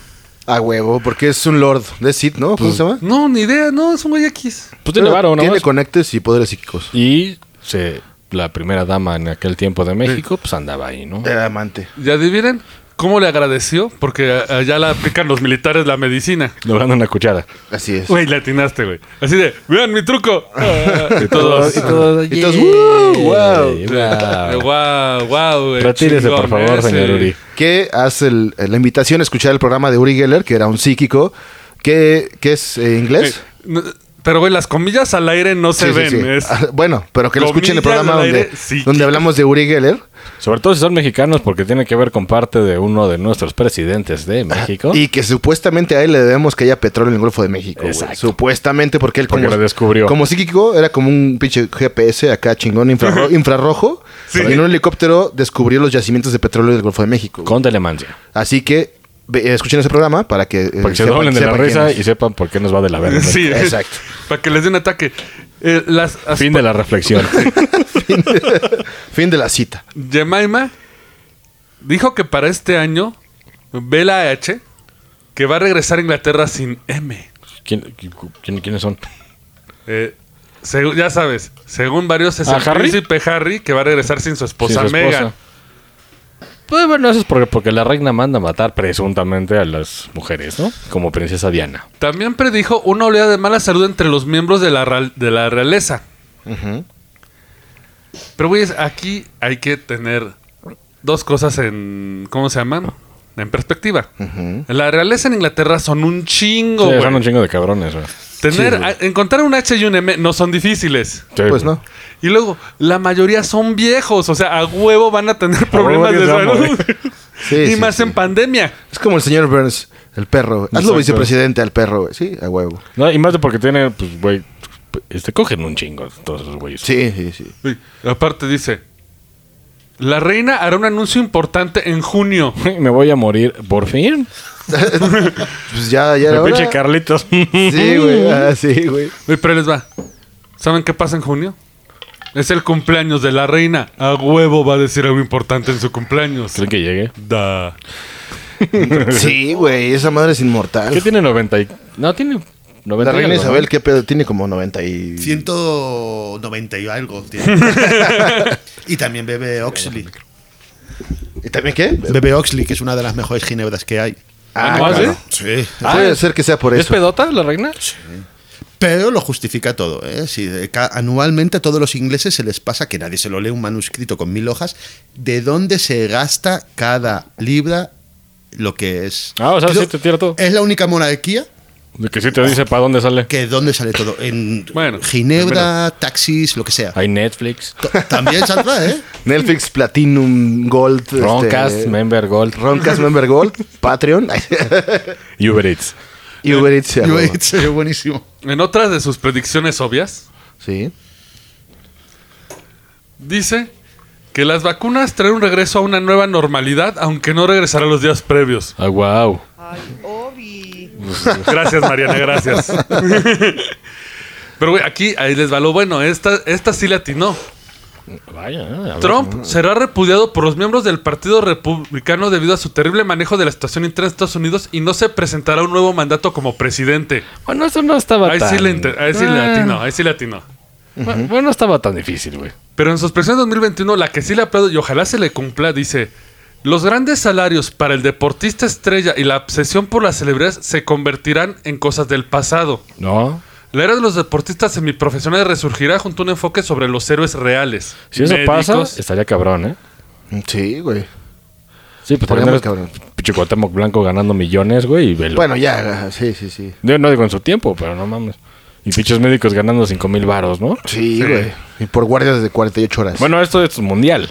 [SPEAKER 3] A huevo, porque es un lord de Sid, ¿no? ¿Cómo se llama?
[SPEAKER 2] No, ni idea, no, es un güey X.
[SPEAKER 4] Pues tiene varo, ¿no?
[SPEAKER 3] Tiene conectes y poderes psíquicos.
[SPEAKER 4] Y se, la primera dama en aquel tiempo de México, pues andaba ahí, ¿no?
[SPEAKER 3] Era amante.
[SPEAKER 2] ¿Y adivinen cómo le agradeció? Porque a- allá la aplican los militares la medicina.
[SPEAKER 4] Doblando una cuchara.
[SPEAKER 3] Así es.
[SPEAKER 2] Güey, le atinaste, güey. Así de, vean mi truco. Ah, y todos.
[SPEAKER 7] Y todos,
[SPEAKER 3] Y todos,
[SPEAKER 7] "Yeah".
[SPEAKER 3] "Wow, wow".
[SPEAKER 4] Eh, bravo.
[SPEAKER 2] Wow, wow, güey.
[SPEAKER 4] Retírese, por
[SPEAKER 2] chingón
[SPEAKER 4] favor,
[SPEAKER 2] ese.
[SPEAKER 4] señor Uri.
[SPEAKER 3] que hace el- la invitación a escuchar el programa de Uri Geller, que era un psíquico, que, que es eh, inglés.
[SPEAKER 2] Eh, no, Pero, güey, las comillas al aire no se
[SPEAKER 3] Sí, sí,
[SPEAKER 2] ven.
[SPEAKER 3] sí.
[SPEAKER 2] es-
[SPEAKER 3] Ah, Bueno, pero que lo escuchen el
[SPEAKER 2] Comillas
[SPEAKER 3] programa
[SPEAKER 2] al aire
[SPEAKER 3] donde,
[SPEAKER 2] psíquicas.
[SPEAKER 3] donde hablamos de Uri Geller
[SPEAKER 4] Sobre todo si son mexicanos, porque tiene que ver con parte de uno de nuestros presidentes de México.
[SPEAKER 3] y que supuestamente a él le debemos que haya petróleo en el Golfo de México. güey.
[SPEAKER 4] Exacto.
[SPEAKER 3] Supuestamente porque él
[SPEAKER 4] Porque
[SPEAKER 3] como,
[SPEAKER 4] lo descubrió.
[SPEAKER 3] como psíquico era como un pinche GPS acá chingón infrarro- infrarrojo
[SPEAKER 2] Sí.
[SPEAKER 3] y en un helicóptero descubrió los yacimientos de petróleo del Golfo de México. güey.
[SPEAKER 4] Con telemancia.
[SPEAKER 3] Así que ve- escuchen ese programa para que, eh,
[SPEAKER 4] Para que se
[SPEAKER 3] sepan-
[SPEAKER 4] doblen de la
[SPEAKER 3] sepan quién
[SPEAKER 4] risa
[SPEAKER 3] es.
[SPEAKER 4] y sepan por qué nos va de la verga.
[SPEAKER 2] Sí,
[SPEAKER 3] Exacto.
[SPEAKER 2] Para que les dé un ataque. Eh, las, as-
[SPEAKER 4] Fin de la reflexión.
[SPEAKER 3] fin de la cita.
[SPEAKER 2] Jemima dijo que para este año ve la H que va a regresar a Inglaterra sin M.
[SPEAKER 4] ¿Quién- quién- ¿Quiénes son?
[SPEAKER 2] Eh, segu- ya sabes, según varios es
[SPEAKER 4] ¿Ah,
[SPEAKER 2] el
[SPEAKER 4] Harry?
[SPEAKER 2] príncipe Harry que va a regresar sin su
[SPEAKER 4] Sí,
[SPEAKER 2] esposa,
[SPEAKER 4] su esposa.
[SPEAKER 2] Meghan.
[SPEAKER 4] Pues bueno, eso es porque, porque la reina manda a matar presuntamente a las mujeres, ¿no? Como princesa Diana.
[SPEAKER 2] También predijo una oleada de mala salud entre los miembros de la, real- de la realeza. Pero, güey, aquí hay que tener dos cosas en. ¿Cómo se llaman? En perspectiva. La realeza en Inglaterra son un chingo,
[SPEAKER 4] Sí,
[SPEAKER 2] güey.
[SPEAKER 4] son un chingo de cabrones, güey.
[SPEAKER 2] Tener,
[SPEAKER 3] Sí, güey.
[SPEAKER 2] a- encontrar un H y un M no son difíciles.
[SPEAKER 4] Sí,
[SPEAKER 3] Pues no.
[SPEAKER 2] Y luego, la mayoría son viejos, o sea, a huevo van a tener problemas
[SPEAKER 4] que
[SPEAKER 2] de
[SPEAKER 4] se van a
[SPEAKER 2] salud.
[SPEAKER 3] Sí,
[SPEAKER 2] y
[SPEAKER 3] sí,
[SPEAKER 2] más
[SPEAKER 3] sí.
[SPEAKER 2] en pandemia.
[SPEAKER 3] Es como el señor Burns, el perro. güey. Hazlo
[SPEAKER 4] Exacto.
[SPEAKER 3] vicepresidente al perro, güey. Sí, a huevo.
[SPEAKER 4] No, y más de porque tiene, pues, güey, este, cogen un chingo todos esos güeyes.
[SPEAKER 3] Sí, sí, sí.
[SPEAKER 2] Uy, Aparte dice, la reina hará un anuncio importante en junio.
[SPEAKER 4] Me voy a morir, por fin.
[SPEAKER 3] Pues ya, ya
[SPEAKER 4] El
[SPEAKER 3] era
[SPEAKER 4] pinche
[SPEAKER 3] hora.
[SPEAKER 4] Carlitos.
[SPEAKER 3] Sí, güey. Ah, sí, güey.
[SPEAKER 2] Uy, Pero les va. ¿Saben qué pasa en junio? Es el cumpleaños de la reina. A huevo va a decir algo importante en su cumpleaños.
[SPEAKER 4] ¿Creen que llegue?
[SPEAKER 2] Da.
[SPEAKER 3] Sí, güey. Esa madre es inmortal.
[SPEAKER 4] ¿Qué tiene 90 y... No, tiene 90
[SPEAKER 3] La
[SPEAKER 4] y
[SPEAKER 3] reina
[SPEAKER 4] algo,
[SPEAKER 3] Isabel, ¿qué pedo? Tiene como 90 y...
[SPEAKER 5] 190 y algo. tiene. y también bebe Oxley.
[SPEAKER 3] ¿Y también qué?
[SPEAKER 5] Bebe Oxley, que es una de las mejores ginebras que hay.
[SPEAKER 3] Ah,
[SPEAKER 4] ¿Ah,
[SPEAKER 3] claro.
[SPEAKER 5] Sí.
[SPEAKER 3] Puede ser que sea por
[SPEAKER 4] ¿no? ¿Es
[SPEAKER 3] eso.
[SPEAKER 4] pedota la reina?
[SPEAKER 5] Pero lo justifica todo. ¿eh? Si de ca- anualmente a todos los ingleses se les pasa que nadie se lo lee un manuscrito con mil hojas, de dónde se gasta cada libra lo que es.
[SPEAKER 4] Ah, o sea,
[SPEAKER 5] Creo-
[SPEAKER 4] sí te tira todo.
[SPEAKER 5] Es la única monarquía
[SPEAKER 4] De que sí te dice para dónde sale.
[SPEAKER 5] que dónde sale todo. En
[SPEAKER 2] Bueno,
[SPEAKER 5] Ginebra, taxis, lo que sea.
[SPEAKER 4] Hay Netflix,
[SPEAKER 3] Este,
[SPEAKER 5] T- También saldrá, ¿eh?
[SPEAKER 3] Netflix, Platinum, Gold. este,
[SPEAKER 4] Roncast, Member Gold
[SPEAKER 3] Roncast, Member Gold, Patreon
[SPEAKER 4] y Uber Eats.
[SPEAKER 3] y Uber Eats. a huevo.
[SPEAKER 5] Es buenísimo.
[SPEAKER 2] En otras de sus predicciones obvias,
[SPEAKER 3] Sí.
[SPEAKER 2] dice que las vacunas traen un regreso a una nueva normalidad, aunque no regresará los días previos.
[SPEAKER 4] Ah, wow.
[SPEAKER 2] Gracias, Mariana, gracias. Pero, güey, aquí, ahí les va lo bueno. Esta, esta sí le atinó.
[SPEAKER 4] Vaya. eh, a ver.
[SPEAKER 2] Trump será repudiado por los miembros del Partido Republicano debido a su terrible manejo de la situación interna de Estados Unidos y no se presentará un nuevo mandato como presidente.
[SPEAKER 4] Bueno, eso no estaba
[SPEAKER 2] Ahí
[SPEAKER 4] tan...
[SPEAKER 2] sí le, inter- ahí sí le ¿eh?
[SPEAKER 4] Ah,
[SPEAKER 2] atinó, ahí sí le atinó.
[SPEAKER 4] bu- Bueno, no estaba tan difícil, güey.
[SPEAKER 2] Pero en sus presiones 2021, la que sí le aplaudo y ojalá se le cumpla, dice: Los grandes salarios para el deportista estrella y la obsesión por las celebridades se convertirán en cosas del pasado.
[SPEAKER 4] No.
[SPEAKER 2] La era de los deportistas semiprofesionales resurgirá junto a un enfoque sobre los héroes reales.
[SPEAKER 4] Si eso
[SPEAKER 2] Médicos.
[SPEAKER 4] pasa, estaría cabrón, ¿eh?
[SPEAKER 3] Sí, güey.
[SPEAKER 4] Sí, pues
[SPEAKER 3] Estaría muy
[SPEAKER 4] también
[SPEAKER 3] cabrón.
[SPEAKER 4] pinche Cuauhtémoc Blanco ganando millones, güey, y velo.
[SPEAKER 3] Bueno, ya. Sí, sí, sí.
[SPEAKER 4] Yo no digo en su tiempo, pero no mames. Y pinches médicos ganando 5 mil varos, ¿no?
[SPEAKER 3] Sí, güey. Y por guardias de 48 horas.
[SPEAKER 4] Bueno, esto es mundial.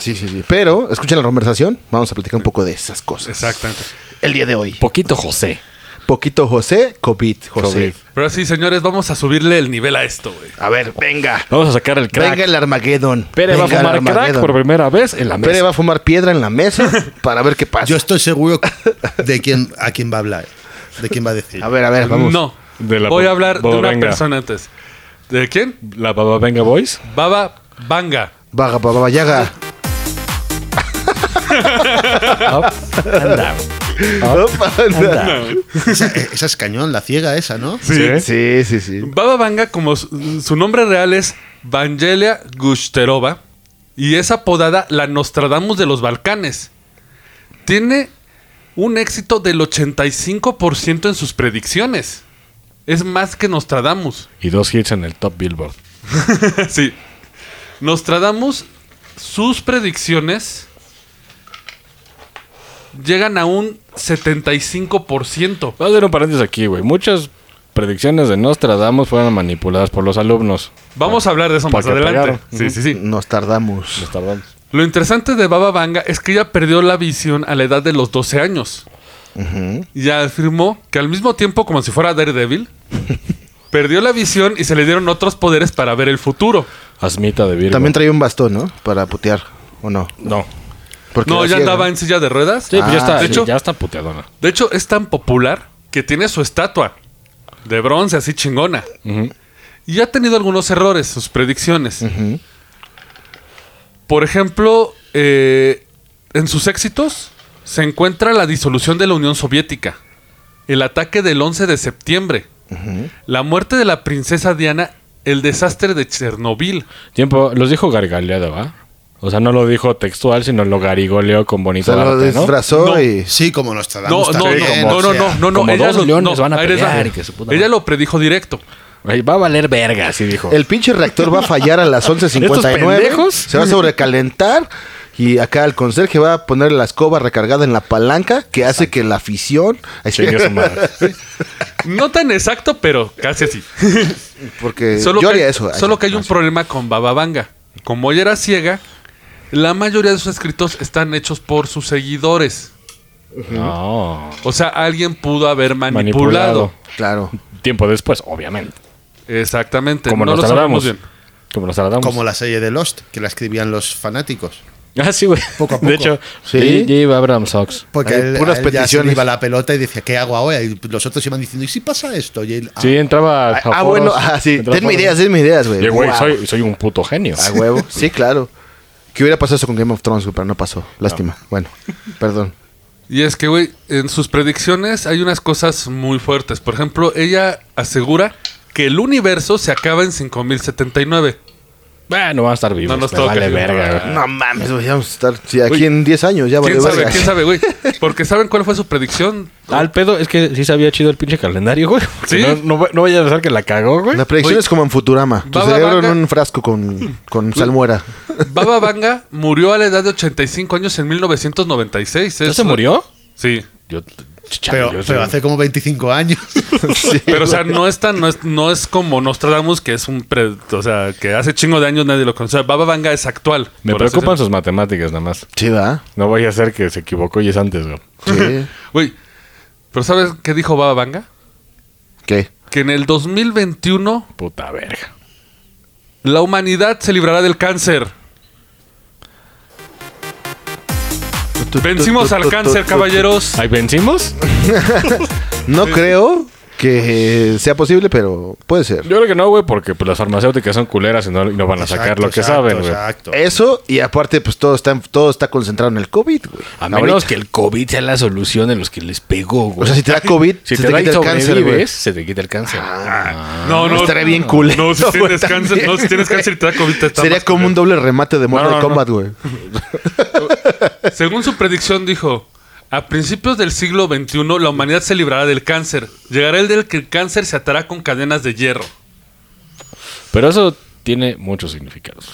[SPEAKER 3] Sí, sí, sí. Pero, escuchen la conversación. Vamos a platicar un poco de esas cosas.
[SPEAKER 2] Exactamente.
[SPEAKER 3] El día de hoy.
[SPEAKER 4] Poquito José.
[SPEAKER 3] Poquito José, COVID, José.
[SPEAKER 4] COVID.
[SPEAKER 2] Pero así, señores, vamos a subirle el nivel a esto, güey.
[SPEAKER 3] A ver, venga.
[SPEAKER 4] Vamos a sacar el crack.
[SPEAKER 3] Venga el Armageddon.
[SPEAKER 4] Pere va a
[SPEAKER 3] Venga el
[SPEAKER 4] fumar crack
[SPEAKER 3] Armageddon.
[SPEAKER 4] por primera vez en la mesa.
[SPEAKER 3] Pere va a fumar piedra en la mesa para ver qué pasa.
[SPEAKER 5] Yo estoy seguro de quién, a quién va a hablar, de quién va a decir.
[SPEAKER 3] A ver, a ver, vamos.
[SPEAKER 2] No.
[SPEAKER 4] De la
[SPEAKER 2] Voy a
[SPEAKER 4] bo-
[SPEAKER 2] hablar de una
[SPEAKER 4] bodorrenga.
[SPEAKER 2] persona antes. ¿De quién?
[SPEAKER 4] La Baba Venga Boys.
[SPEAKER 2] Baba Banga.
[SPEAKER 3] Vaga, baba, yaga.
[SPEAKER 5] Esa, esa es cañón, la ciega esa, ¿no?
[SPEAKER 4] ¿eh?
[SPEAKER 3] Sí, sí, sí.
[SPEAKER 2] Baba Vanga, como su, su nombre real es Vangelia Gusterova, y es apodada la Nostradamus de los Balcanes. Tiene un éxito del 85% en sus predicciones. Es más que Nostradamus.
[SPEAKER 4] Y dos hits en el top Billboard.
[SPEAKER 2] sí. Nostradamus, sus predicciones llegan a un 75%.
[SPEAKER 4] Voy a hacer un paréntesis aquí, güey. Muchas predicciones de Nostradamus fueron manipuladas por los alumnos.
[SPEAKER 2] Vamos a hablar de eso más
[SPEAKER 4] Para que
[SPEAKER 2] adelante.
[SPEAKER 4] pegaron.
[SPEAKER 2] Sí, sí, sí.
[SPEAKER 3] Nos tardamos.
[SPEAKER 4] Nostradamus.
[SPEAKER 2] Lo interesante de Baba Vanga es que ella perdió la visión a la edad de los 12 años. Y afirmó que al mismo tiempo, como si fuera Daredevil, perdió la visión y se le dieron otros poderes para ver el futuro.
[SPEAKER 4] Asmita de Virgo.
[SPEAKER 3] También traía un bastón, ¿no? Para putear, ¿o no?
[SPEAKER 4] No.
[SPEAKER 3] Porque
[SPEAKER 2] no,
[SPEAKER 3] era
[SPEAKER 2] ya
[SPEAKER 3] ciega.
[SPEAKER 2] andaba en silla de ruedas.
[SPEAKER 4] Sí,
[SPEAKER 3] Ah,
[SPEAKER 4] pues ya está,
[SPEAKER 2] de, hecho,
[SPEAKER 4] ya está puteadona.
[SPEAKER 2] de hecho, es tan popular que tiene su estatua de bronce, así chingona. Y ha tenido algunos errores, sus predicciones. Por ejemplo, eh, en sus éxitos se encuentra la disolución de la Unión Soviética, el ataque del 11 de septiembre, la muerte de la princesa Diana, el desastre de Chernobyl.
[SPEAKER 4] Tiempo, los dijo gargaleado, ¿va? O sea, no lo dijo textual, sino lo garigoleó con
[SPEAKER 3] O
[SPEAKER 4] bonito
[SPEAKER 3] sea, lo
[SPEAKER 4] arte, ¿no?
[SPEAKER 3] disfrazó
[SPEAKER 2] No.
[SPEAKER 3] y...
[SPEAKER 5] Sí, como nos
[SPEAKER 2] No,
[SPEAKER 5] tratamos
[SPEAKER 2] no, no, no, no, no, no,
[SPEAKER 7] como
[SPEAKER 2] ella
[SPEAKER 7] dos
[SPEAKER 2] lo-
[SPEAKER 7] leones
[SPEAKER 2] no,
[SPEAKER 7] van a
[SPEAKER 2] ahí les va.
[SPEAKER 7] pelear y que su puta
[SPEAKER 2] ella
[SPEAKER 7] madre.
[SPEAKER 2] lo predijo directo.
[SPEAKER 7] Güey, va a valer verga, así dijo.
[SPEAKER 3] El pinche reactor va a fallar a las 11.59.
[SPEAKER 7] pendejos?
[SPEAKER 3] Se va a sobrecalentar. Y acá el conserje va a poner la escoba recargada en la palanca que hace que la afición...
[SPEAKER 4] Chingue su madre.
[SPEAKER 2] No tan exacto, pero casi así.
[SPEAKER 3] Porque
[SPEAKER 2] Solo
[SPEAKER 3] Eh, yo
[SPEAKER 2] que,
[SPEAKER 3] haría eso.
[SPEAKER 2] solo que hay un problema con Bababanga. Como ella era ciega, la mayoría de sus escritos están hechos por sus seguidores.
[SPEAKER 4] No.
[SPEAKER 2] O sea, alguien pudo haber manipulado.
[SPEAKER 4] Manipulado.
[SPEAKER 3] Claro.
[SPEAKER 4] Tiempo después, obviamente.
[SPEAKER 2] Exactamente.
[SPEAKER 4] Como
[SPEAKER 2] no
[SPEAKER 4] nos
[SPEAKER 2] lo sabemos
[SPEAKER 4] tardamos.
[SPEAKER 2] bien.
[SPEAKER 4] Como nos tardamos.
[SPEAKER 5] Como la serie de Lost, que la escribían los fanáticos.
[SPEAKER 4] Ah, sí, güey.
[SPEAKER 5] Poco a poco.
[SPEAKER 4] De hecho,
[SPEAKER 3] Sí.
[SPEAKER 4] sí. J. Abraham Sox.
[SPEAKER 5] Porque
[SPEAKER 3] Hay
[SPEAKER 5] él,
[SPEAKER 3] puras
[SPEAKER 5] a él ya se le
[SPEAKER 3] peticiones.
[SPEAKER 5] iba la pelota y decía, ¿qué hago ahora? Y los otros iban diciendo, ¿y si pasa esto? Y él, ah,
[SPEAKER 4] Sí, entraba. a
[SPEAKER 3] Ah,
[SPEAKER 4] foros,
[SPEAKER 3] bueno. Ah, sí.
[SPEAKER 4] entraba a
[SPEAKER 3] Denme
[SPEAKER 4] foros.
[SPEAKER 3] ideas, denme ideas, güey.
[SPEAKER 4] Y, güey,
[SPEAKER 3] Wow.
[SPEAKER 4] soy, soy un puto genio.
[SPEAKER 3] A huevo. Sí, claro. Que hubiera pasado eso con Game of Thrones, güey, pero no pasó. Lástima. Bueno, perdón.
[SPEAKER 2] Y es que, güey, en sus predicciones hay unas cosas muy fuertes. Por ejemplo, ella asegura que el universo se acaba en 5079.
[SPEAKER 4] Bueno, va a estar vivo.
[SPEAKER 2] No nos
[SPEAKER 4] me
[SPEAKER 2] toca.
[SPEAKER 4] vale verga. güey.
[SPEAKER 3] No mames, güey, vamos a estar. Sí, aquí en 10 años ya
[SPEAKER 2] ¿Quién
[SPEAKER 3] valió
[SPEAKER 2] sabe?
[SPEAKER 3] verga.
[SPEAKER 2] ¿Quién sabe, güey? Porque ¿saben cuál fue su predicción?
[SPEAKER 4] Al pedo, es que sí sabía chido el pinche calendario, güey.
[SPEAKER 2] Sí.
[SPEAKER 4] Porque No, no, va- no vaya a pensar que la cagó, güey.
[SPEAKER 3] La predicción
[SPEAKER 2] Oye.
[SPEAKER 3] es como en Futurama. Tu
[SPEAKER 2] Baba
[SPEAKER 3] cerebro
[SPEAKER 2] Vanga.
[SPEAKER 3] en un frasco con, con salmuera.
[SPEAKER 2] Baba Vanga murió a la edad de 85 años en 1996.
[SPEAKER 4] ¿Ya
[SPEAKER 2] Es-
[SPEAKER 4] se murió?
[SPEAKER 2] Sí.
[SPEAKER 4] Yo, chale,
[SPEAKER 5] pero,
[SPEAKER 4] yo
[SPEAKER 5] pero
[SPEAKER 4] soy-
[SPEAKER 5] hace como 25 años.
[SPEAKER 3] Sí.
[SPEAKER 2] Pero, o sea, no es tan, no es, no es como Nostradamus, que es un pre- o sea, que hace chingo de años nadie lo conoce. O sea, Baba Vanga es actual.
[SPEAKER 4] Me
[SPEAKER 2] por así
[SPEAKER 4] preocupan sus matemáticas, nada más.
[SPEAKER 3] Sí, va.
[SPEAKER 4] No vaya a ser que se equivocó y es antes, güey.
[SPEAKER 3] Sí.
[SPEAKER 2] decirlo. Güey, pero ¿sabes qué dijo Baba Vanga?
[SPEAKER 3] ¿Qué?
[SPEAKER 2] Que en el 2021
[SPEAKER 4] Puta verga.
[SPEAKER 2] la humanidad se librará del cáncer. Vencimos al cáncer, caballeros.
[SPEAKER 4] ¿Ahí vencimos?
[SPEAKER 3] No creo que sea posible, pero puede ser.
[SPEAKER 4] Yo creo que no, güey, porque pues, las farmacéuticas son culeras y no, y no van a sacar
[SPEAKER 5] Exacto,
[SPEAKER 4] lo que
[SPEAKER 5] exacto,
[SPEAKER 4] saben, güey.
[SPEAKER 5] Exacto.
[SPEAKER 3] Eso, y aparte, pues todo está, todo está concentrado en el COVID, güey.
[SPEAKER 7] A menos
[SPEAKER 3] Ahorita.
[SPEAKER 7] que el COVID sea la solución de los que les pegó, güey.
[SPEAKER 3] O sea, si te da COVID,
[SPEAKER 7] si
[SPEAKER 3] se
[SPEAKER 7] te,
[SPEAKER 3] te,
[SPEAKER 7] da y
[SPEAKER 3] quita el cáncer, güey.
[SPEAKER 7] sobrevives, se te quita el cáncer.
[SPEAKER 4] Ah.
[SPEAKER 2] No, no.
[SPEAKER 3] Ah, Estaría bien cool.
[SPEAKER 2] No, si tienes cáncer, no, si tienes cáncer y te da COVID, te está
[SPEAKER 3] Sería
[SPEAKER 2] más
[SPEAKER 3] como un doble remate de Mortal
[SPEAKER 4] no, no.
[SPEAKER 3] Kombat, güey.
[SPEAKER 2] Según su predicción dijo, a principios del siglo XXI la humanidad se librará del cáncer. Llegará el del que el cáncer se atará con cadenas de hierro.
[SPEAKER 4] Pero eso tiene muchos significados.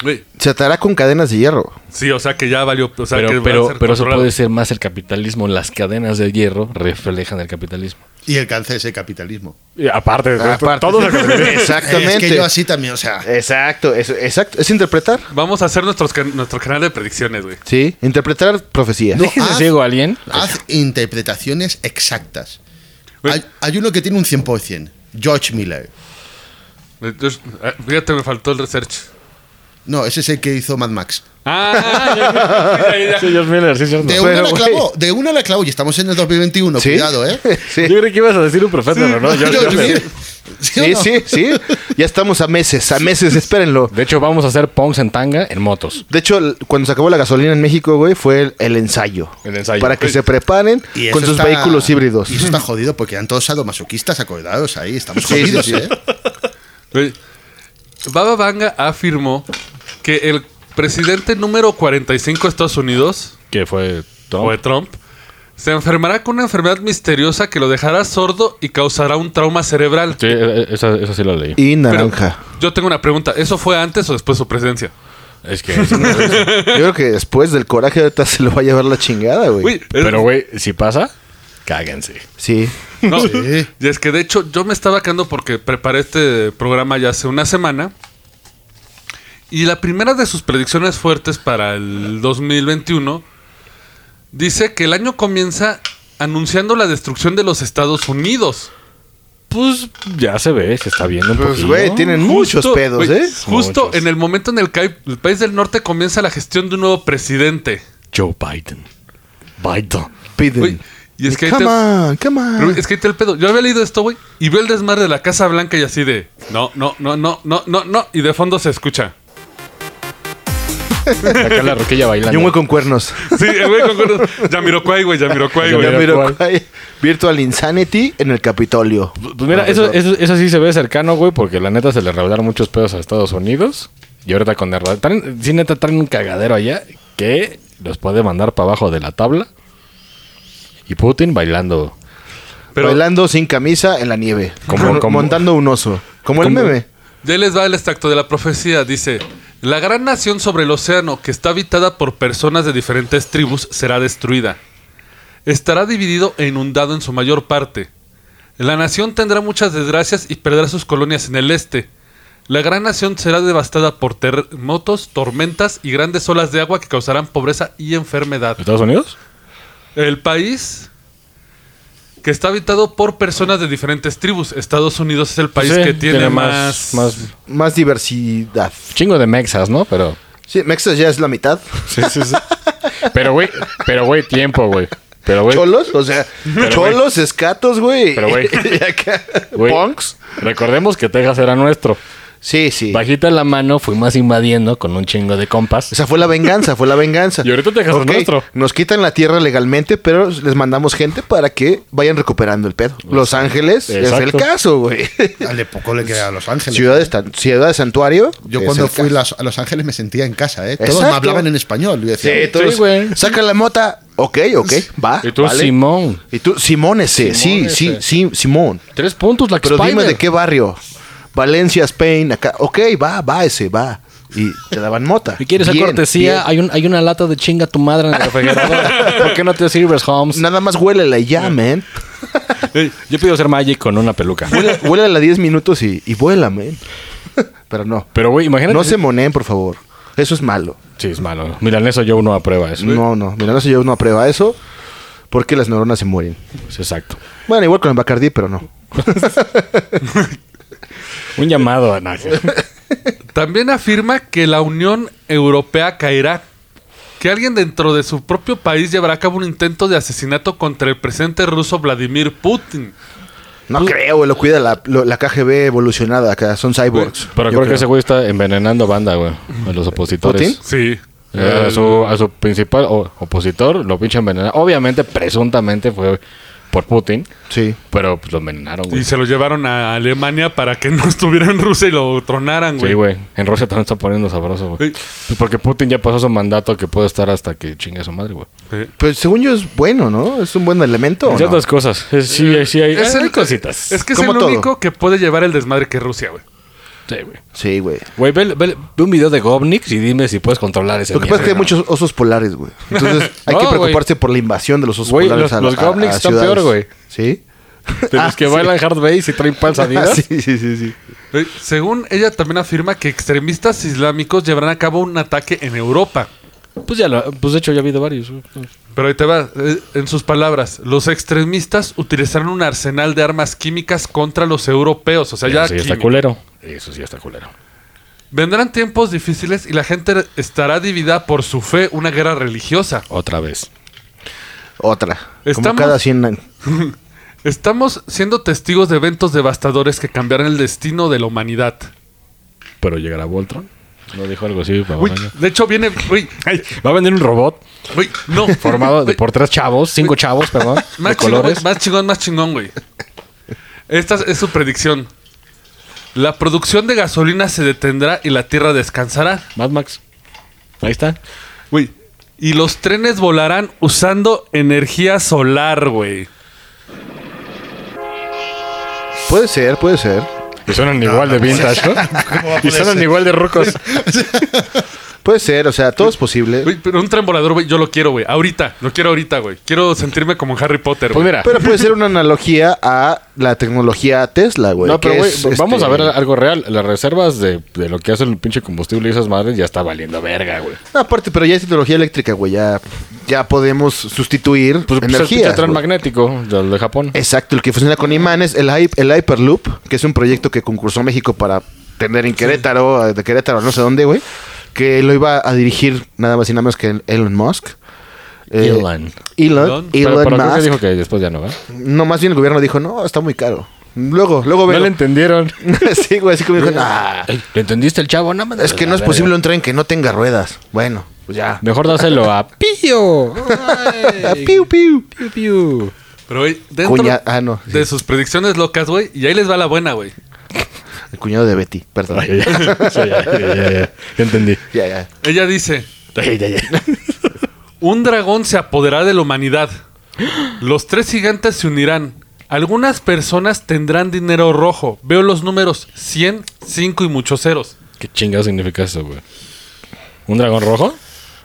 [SPEAKER 2] Güey,
[SPEAKER 3] Se atará con cadenas de hierro.
[SPEAKER 2] Sí, o sea que ya valió. O sea, que va a
[SPEAKER 4] pero pero,
[SPEAKER 2] ser
[SPEAKER 4] pero eso
[SPEAKER 2] controlado.
[SPEAKER 4] puede ser más el capitalismo. Las cadenas de hierro reflejan el capitalismo.
[SPEAKER 5] Y el cáncer es el capitalismo.
[SPEAKER 4] aparte,
[SPEAKER 3] Ah, Aparte. Exactamente.
[SPEAKER 5] Es que yo así también, o sea,
[SPEAKER 3] Exacto, es, exacto. Es interpretar.
[SPEAKER 2] Vamos a hacer nuestros can- nuestro canal de predicciones, güey.
[SPEAKER 3] Sí, interpretar profecías.
[SPEAKER 4] ¿Dejes de
[SPEAKER 5] haz-
[SPEAKER 4] ciego a alguien?
[SPEAKER 5] haz interpretaciones exactas.
[SPEAKER 2] Güey.
[SPEAKER 5] Hay, hay uno que tiene un 100%, George Miller.
[SPEAKER 2] Yo- ah, Fíjate, me faltó el research.
[SPEAKER 5] No, ese es el que hizo Mad Max.
[SPEAKER 2] Ah, ya, ya, ya.
[SPEAKER 4] Sí, George Miller, sí, cierto.
[SPEAKER 5] De
[SPEAKER 4] Yo
[SPEAKER 5] una
[SPEAKER 3] Pero,
[SPEAKER 5] la clavó, de una la clavó y estamos en el 2021,
[SPEAKER 3] ¿Sí?
[SPEAKER 5] cuidado, ¿eh?
[SPEAKER 3] Sí.
[SPEAKER 4] creí que ibas a decir un profeta, pero no, George
[SPEAKER 5] George
[SPEAKER 4] Miller.
[SPEAKER 5] Miller. ¿Sí o
[SPEAKER 3] Sí,
[SPEAKER 5] no?
[SPEAKER 3] sí, sí. Ya estamos a meses, a meses, espérenlo.
[SPEAKER 4] De hecho, vamos a hacer pongs en tanga en motos.
[SPEAKER 3] De hecho, el- cuando se acabó la gasolina en México, güey, fue el, el ensayo.
[SPEAKER 4] El ensayo.
[SPEAKER 3] Para que
[SPEAKER 4] Güey.
[SPEAKER 3] se preparen
[SPEAKER 5] Y eso
[SPEAKER 3] con sus
[SPEAKER 5] está-
[SPEAKER 3] vehículos híbridos.
[SPEAKER 5] Y eso está jodido porque eran todos sadomasoquistas, acordados ahí, estamos
[SPEAKER 3] Sí, sí,
[SPEAKER 5] jodidos,
[SPEAKER 3] sí.
[SPEAKER 5] ¿eh?
[SPEAKER 2] Güey, Baba Vanga afirmó que el presidente número 45 de Estados Unidos,
[SPEAKER 4] Que fue
[SPEAKER 2] o de
[SPEAKER 4] todo.
[SPEAKER 2] Trump, se enfermará con una enfermedad misteriosa que lo dejará sordo y causará un trauma cerebral.
[SPEAKER 4] Sí, eh, esa, esa sí la leí.
[SPEAKER 3] Y
[SPEAKER 2] Pero
[SPEAKER 3] naranja.
[SPEAKER 2] yo tengo una pregunta, ¿eso fue antes o después de su presidencia?
[SPEAKER 4] Es que... es una-
[SPEAKER 3] Yo creo que después del coraje ahorita se lo va a llevar la chingada, güey.
[SPEAKER 2] Uy,
[SPEAKER 4] pero, güey, si pasa, cáguense.
[SPEAKER 3] Sí.
[SPEAKER 2] No,
[SPEAKER 5] Sí.
[SPEAKER 2] Y es que de hecho yo me estaba quedando porque preparé este programa ya hace una semana. Y la primera de sus predicciones fuertes para el 2021 dice que el año comienza anunciando la destrucción de los Estados Unidos.
[SPEAKER 4] Pues ya se ve, se está viendo un
[SPEAKER 3] Pues,
[SPEAKER 4] poquillo.
[SPEAKER 3] güey, tienen muchos
[SPEAKER 2] Justo,
[SPEAKER 3] pedos,
[SPEAKER 2] güey,
[SPEAKER 3] ¿eh?
[SPEAKER 2] Justo
[SPEAKER 4] Muchos.
[SPEAKER 2] en el momento en el que hay- el país del norte comienza la gestión de un nuevo presidente.
[SPEAKER 4] Joe Biden. Biden.
[SPEAKER 3] Piden.
[SPEAKER 2] Güey, y es que ahí
[SPEAKER 3] come
[SPEAKER 2] te-
[SPEAKER 3] on, come on.
[SPEAKER 2] Pero es que ahí está el pedo. Yo había leído esto, güey, y veo el desmadre de la Casa Blanca y así de. No, no, no, no, no, no, no. Y de fondo se escucha.
[SPEAKER 4] Acá la roquilla
[SPEAKER 3] y
[SPEAKER 4] bailando.
[SPEAKER 3] un güey con cuernos.
[SPEAKER 2] Sí, el güey con cuernos. Yamiroquai, güey, Yamiroquai, güey.
[SPEAKER 4] Yamiro-
[SPEAKER 3] Yamiroquai. Virtual Insanity en el Capitolio.
[SPEAKER 4] Pues mira, eso, eso, eso sí se ve cercano, güey, porque la neta se le revelaron muchos pedos a Estados Unidos. Y ahorita con el... traen- Sí, neta, traen un cagadero allá que los puede mandar para abajo de la tabla. Y Putin bailando.
[SPEAKER 2] Pero ya
[SPEAKER 3] bailando sin camisa en la nieve.
[SPEAKER 4] Como- como-
[SPEAKER 3] montando un oso. Como, el
[SPEAKER 4] Como-
[SPEAKER 3] meme.
[SPEAKER 2] ahí les va el extracto de la profecía. Dice: La gran nación sobre el océano, que está habitada por personas de diferentes tribus, será destruida. Estará dividido e inundado en su mayor parte. La nación tendrá muchas desgracias y perderá sus colonias en el este. La gran nación será devastada por terremotos, tormentas y grandes olas de agua que causarán pobreza y enfermedad.
[SPEAKER 4] ¿Estados Unidos?
[SPEAKER 2] El país que está habitado por personas de diferentes tribus. Estados Unidos es el país
[SPEAKER 4] Pues Sí,
[SPEAKER 2] que tiene, más,
[SPEAKER 4] más
[SPEAKER 3] Más diversidad.
[SPEAKER 4] chingo de mexas, ¿no? Pero.
[SPEAKER 3] Sí, Mexas ya es la mitad.
[SPEAKER 4] Pero, güey, pero, güey, tiempo, güey. Pero, güey,
[SPEAKER 3] Cholos, o sea, cholos, escatos, güey.
[SPEAKER 4] Pero, güey.
[SPEAKER 3] Y acá,
[SPEAKER 4] güey,
[SPEAKER 3] Punks.
[SPEAKER 4] Recordemos que Texas era nuestro.
[SPEAKER 3] Sí, sí.
[SPEAKER 4] Bajita la mano, fuimos invadiendo con un chingo de compas.
[SPEAKER 3] Esa fue la venganza, fue la venganza.
[SPEAKER 4] Y ahorita Texas es
[SPEAKER 3] Ok,
[SPEAKER 4] nuestro.
[SPEAKER 3] Nos quitan la tierra legalmente, pero les mandamos gente para que vayan recuperando el pedo. Los Ángeles es el
[SPEAKER 4] Exacto.
[SPEAKER 3] caso, güey.
[SPEAKER 5] Dale, poco le queda a Los Ángeles.
[SPEAKER 3] Ciudad, de, ciudad de santuario.
[SPEAKER 5] Yo
[SPEAKER 3] es
[SPEAKER 5] cuando
[SPEAKER 3] el
[SPEAKER 5] fui
[SPEAKER 3] caso.
[SPEAKER 5] las- a Los Ángeles me sentía en casa, ¿eh? Todos me
[SPEAKER 3] Exacto.
[SPEAKER 5] hablaban en español. Yo decía,
[SPEAKER 3] Sí, todos,
[SPEAKER 4] Sí, güey.
[SPEAKER 3] Saca la mota. Ok, ok, va.
[SPEAKER 4] Y tú,
[SPEAKER 3] vale.
[SPEAKER 4] Simón.
[SPEAKER 3] Y tú, Simón ese. Sí,
[SPEAKER 4] Simón
[SPEAKER 3] sí,
[SPEAKER 4] ese.
[SPEAKER 3] sí, Simón.
[SPEAKER 4] Tres puntos, la que
[SPEAKER 3] Pero dime de qué barrio. Valencia, Spain, acá. Ok, va, va ese, va. Y te daban mota.
[SPEAKER 7] Si quieres esa
[SPEAKER 3] Bien,
[SPEAKER 7] cortesía,
[SPEAKER 3] bien.
[SPEAKER 7] hay, un, hay una lata de chinga tu madre en el refrigerador. ¿Por qué no te sirves, Holmes?
[SPEAKER 3] Nada más huélele
[SPEAKER 4] Ah.
[SPEAKER 3] ya, man.
[SPEAKER 4] Yo pido ser Magic con una peluca.
[SPEAKER 3] Huele- Huélele 10 minutos y, y vuela, man. Pero no.
[SPEAKER 4] Pero, güey, imagínate.
[SPEAKER 3] No se moneen, por favor. Eso es malo.
[SPEAKER 4] Sí, es malo. Miran, eso yo no aprueba eso.
[SPEAKER 3] No, no. Mira, no sé yo no aprueba eso. Porque las neuronas se mueren.
[SPEAKER 4] Es exacto.
[SPEAKER 3] Bueno, igual con el Bacardí, pero no.
[SPEAKER 4] Un llamado a Naja.
[SPEAKER 2] También afirma que la Unión Europea caerá. Que alguien dentro de su propio país llevará a cabo un intento de asesinato contra el presidente ruso Vladimir Putin.
[SPEAKER 3] No
[SPEAKER 4] Pues,
[SPEAKER 3] creo, güey. Lo cuida la, lo- la KGB evolucionada acá. Son cyborgs.
[SPEAKER 4] Pero
[SPEAKER 3] Yo
[SPEAKER 4] creo que
[SPEAKER 3] creo.
[SPEAKER 4] ese güey está envenenando banda, güey. A los opositores.
[SPEAKER 3] ¿Putin?
[SPEAKER 2] Sí.
[SPEAKER 4] Eh, a, su, a su principal o- opositor lo pinche envenenaron. Obviamente, presuntamente fue por Putin,
[SPEAKER 3] Sí.
[SPEAKER 4] pero pues lo envenenaron, güey.
[SPEAKER 2] Y se lo llevaron a Alemania para que no estuviera en Rusia y lo tronaran,
[SPEAKER 4] Sí,
[SPEAKER 2] güey.
[SPEAKER 4] güey. En Rusia también está poniendo sabroso, güey.
[SPEAKER 2] Sí.
[SPEAKER 4] Pues Porque Putin ya pasó su mandato que puede estar hasta que chingue a su madre, güey.
[SPEAKER 2] Sí.
[SPEAKER 3] Pues según yo es bueno, ¿no? Es un buen elemento. ¿o
[SPEAKER 4] Ya
[SPEAKER 3] no?
[SPEAKER 4] otras cosas. Eh, Es- sí, hay- sí hay,
[SPEAKER 2] Es
[SPEAKER 4] hay
[SPEAKER 2] el-
[SPEAKER 4] cositas.
[SPEAKER 2] Es que es
[SPEAKER 3] Como
[SPEAKER 2] el
[SPEAKER 3] todo.
[SPEAKER 2] único que puede llevar el desmadre que es Rusia, güey.
[SPEAKER 4] Sí, güey.
[SPEAKER 3] Sí, güey.
[SPEAKER 4] Güey, ve, ve- ve un video de Gobnik y dime si puedes controlar ese
[SPEAKER 3] Lo que pasa es que hay muchos osos polares, güey. Entonces hay que
[SPEAKER 4] No,
[SPEAKER 3] preocuparse por la invasión de los osos
[SPEAKER 4] Güey,
[SPEAKER 3] polares
[SPEAKER 4] los-
[SPEAKER 3] a
[SPEAKER 4] los
[SPEAKER 3] a- a
[SPEAKER 4] Gobniks están
[SPEAKER 3] ciudades.
[SPEAKER 4] peor, güey.
[SPEAKER 3] ¿Sí?
[SPEAKER 4] De los que bailan hard bass y traen panza Adidas.
[SPEAKER 3] Ah, sí, sí, sí, sí.
[SPEAKER 2] Eh, Según ella también afirma que extremistas islámicos llevarán a cabo un ataque en Europa.
[SPEAKER 4] Pues ya, lo- pues de hecho ya ha habido varios. güey.
[SPEAKER 2] Pero ahí te va, eh, en sus palabras, los extremistas utilizaron un arsenal de armas químicas contra los europeos. O sea, ya
[SPEAKER 4] Eso sí está
[SPEAKER 2] química.
[SPEAKER 4] culero. Eso sí está culero.
[SPEAKER 2] vendrán tiempos difíciles y la gente estará dividida por su fe, una guerra religiosa.
[SPEAKER 4] Otra vez.
[SPEAKER 3] Otra. Como
[SPEAKER 2] Estamos-
[SPEAKER 3] cada 100 años.
[SPEAKER 2] Estamos siendo testigos de eventos devastadores que cambiarán el destino de la humanidad.
[SPEAKER 4] Pero llegará Voltron. No dijo algo así. para
[SPEAKER 2] Uy,
[SPEAKER 4] mañana.
[SPEAKER 2] de hecho viene... Uy,
[SPEAKER 4] Ay, Va a vender un robot
[SPEAKER 2] uy, no.
[SPEAKER 4] formado de,
[SPEAKER 2] Uy,
[SPEAKER 4] por tres chavos, cinco chavos, perdón, de
[SPEAKER 2] Más chingón,
[SPEAKER 4] colores.
[SPEAKER 2] güey, más chingón, más chingón, güey. Esta es su predicción. La producción de gasolina se detendrá y la tierra descansará.
[SPEAKER 4] Mad Max. Ahí está.
[SPEAKER 2] Güey. Y los trenes volarán usando energía solar, güey.
[SPEAKER 3] Puede ser, puede ser.
[SPEAKER 4] Y suenan igual de vintage, ¿no?
[SPEAKER 5] ¿Cómo va a
[SPEAKER 4] Y
[SPEAKER 5] poder
[SPEAKER 4] suenan
[SPEAKER 5] ser?
[SPEAKER 4] igual de rucos.
[SPEAKER 3] Puede ser, o sea, todo es posible.
[SPEAKER 2] Güey, pero un tren volador, güey, yo lo quiero, güey. Ahorita, lo quiero ahorita, güey. Quiero sentirme como en Harry Potter,
[SPEAKER 4] Pues
[SPEAKER 2] güey.
[SPEAKER 4] mira,
[SPEAKER 3] Pero puede ser una analogía a la tecnología Tesla, güey.
[SPEAKER 4] no, pero
[SPEAKER 3] que
[SPEAKER 4] güey, pues,
[SPEAKER 3] es,
[SPEAKER 4] vamos a
[SPEAKER 3] este,
[SPEAKER 4] ver algo real. Las reservas de, de lo que hace el pinche combustible y esas madres ya está valiendo verga, güey.
[SPEAKER 3] no, aparte, pero ya es tecnología eléctrica, güey. Ya, ya podemos sustituir
[SPEAKER 4] Pues, pues, el
[SPEAKER 3] energía.
[SPEAKER 4] pinche tren
[SPEAKER 3] güey.
[SPEAKER 4] magnético del de Japón.
[SPEAKER 3] Exacto, el que funciona con imanes, el, hy- el Hyperloop, que es un proyecto que concursó México para tener en Querétaro, eh, de Querétaro, no sé dónde, güey, que lo iba a dirigir nada más y nada más que Elon Musk. Eh,
[SPEAKER 4] Elon.
[SPEAKER 3] Elon, Elon,
[SPEAKER 4] Pero- pero creo que
[SPEAKER 3] Musk.
[SPEAKER 4] dijo que después ya no, ¿eh? ¿verdad?
[SPEAKER 3] No, más bien el gobierno dijo, no, está muy caro. Luego, luego
[SPEAKER 4] No
[SPEAKER 3] veo.
[SPEAKER 4] le entendieron.
[SPEAKER 3] sí, güey, así como dijo, "Nah,
[SPEAKER 4] Ey, ¿Le entendiste el chavo? No, mames,
[SPEAKER 3] es que no
[SPEAKER 4] la
[SPEAKER 3] es
[SPEAKER 4] verga.
[SPEAKER 3] posible un tren que no tenga ruedas. Bueno, pues ya.
[SPEAKER 4] Mejor dáselo a
[SPEAKER 7] ¡Pío! ¡Ay!
[SPEAKER 3] Piu, piu.
[SPEAKER 7] ¡Piu, piu!
[SPEAKER 2] Pero, güey, dentro
[SPEAKER 3] Cuña- ah, no, sí.
[SPEAKER 2] de sus predicciones locas, güey. Y ahí les va la buena, güey.
[SPEAKER 3] El cuñado de Betty, perdón.
[SPEAKER 4] Ay, ya, ya, ya, ya, ya, ya. Ya entendí.
[SPEAKER 3] Ya, ya.
[SPEAKER 2] Ella dice...
[SPEAKER 4] Ay, ya, ya.
[SPEAKER 2] Un dragón se apoderará de la humanidad. Los tres gigantes se unirán. Algunas personas tendrán dinero rojo. Veo los números 100, 5 y muchos ceros.
[SPEAKER 4] ¿Qué chingado significa eso, güey? ¿Un dragón rojo?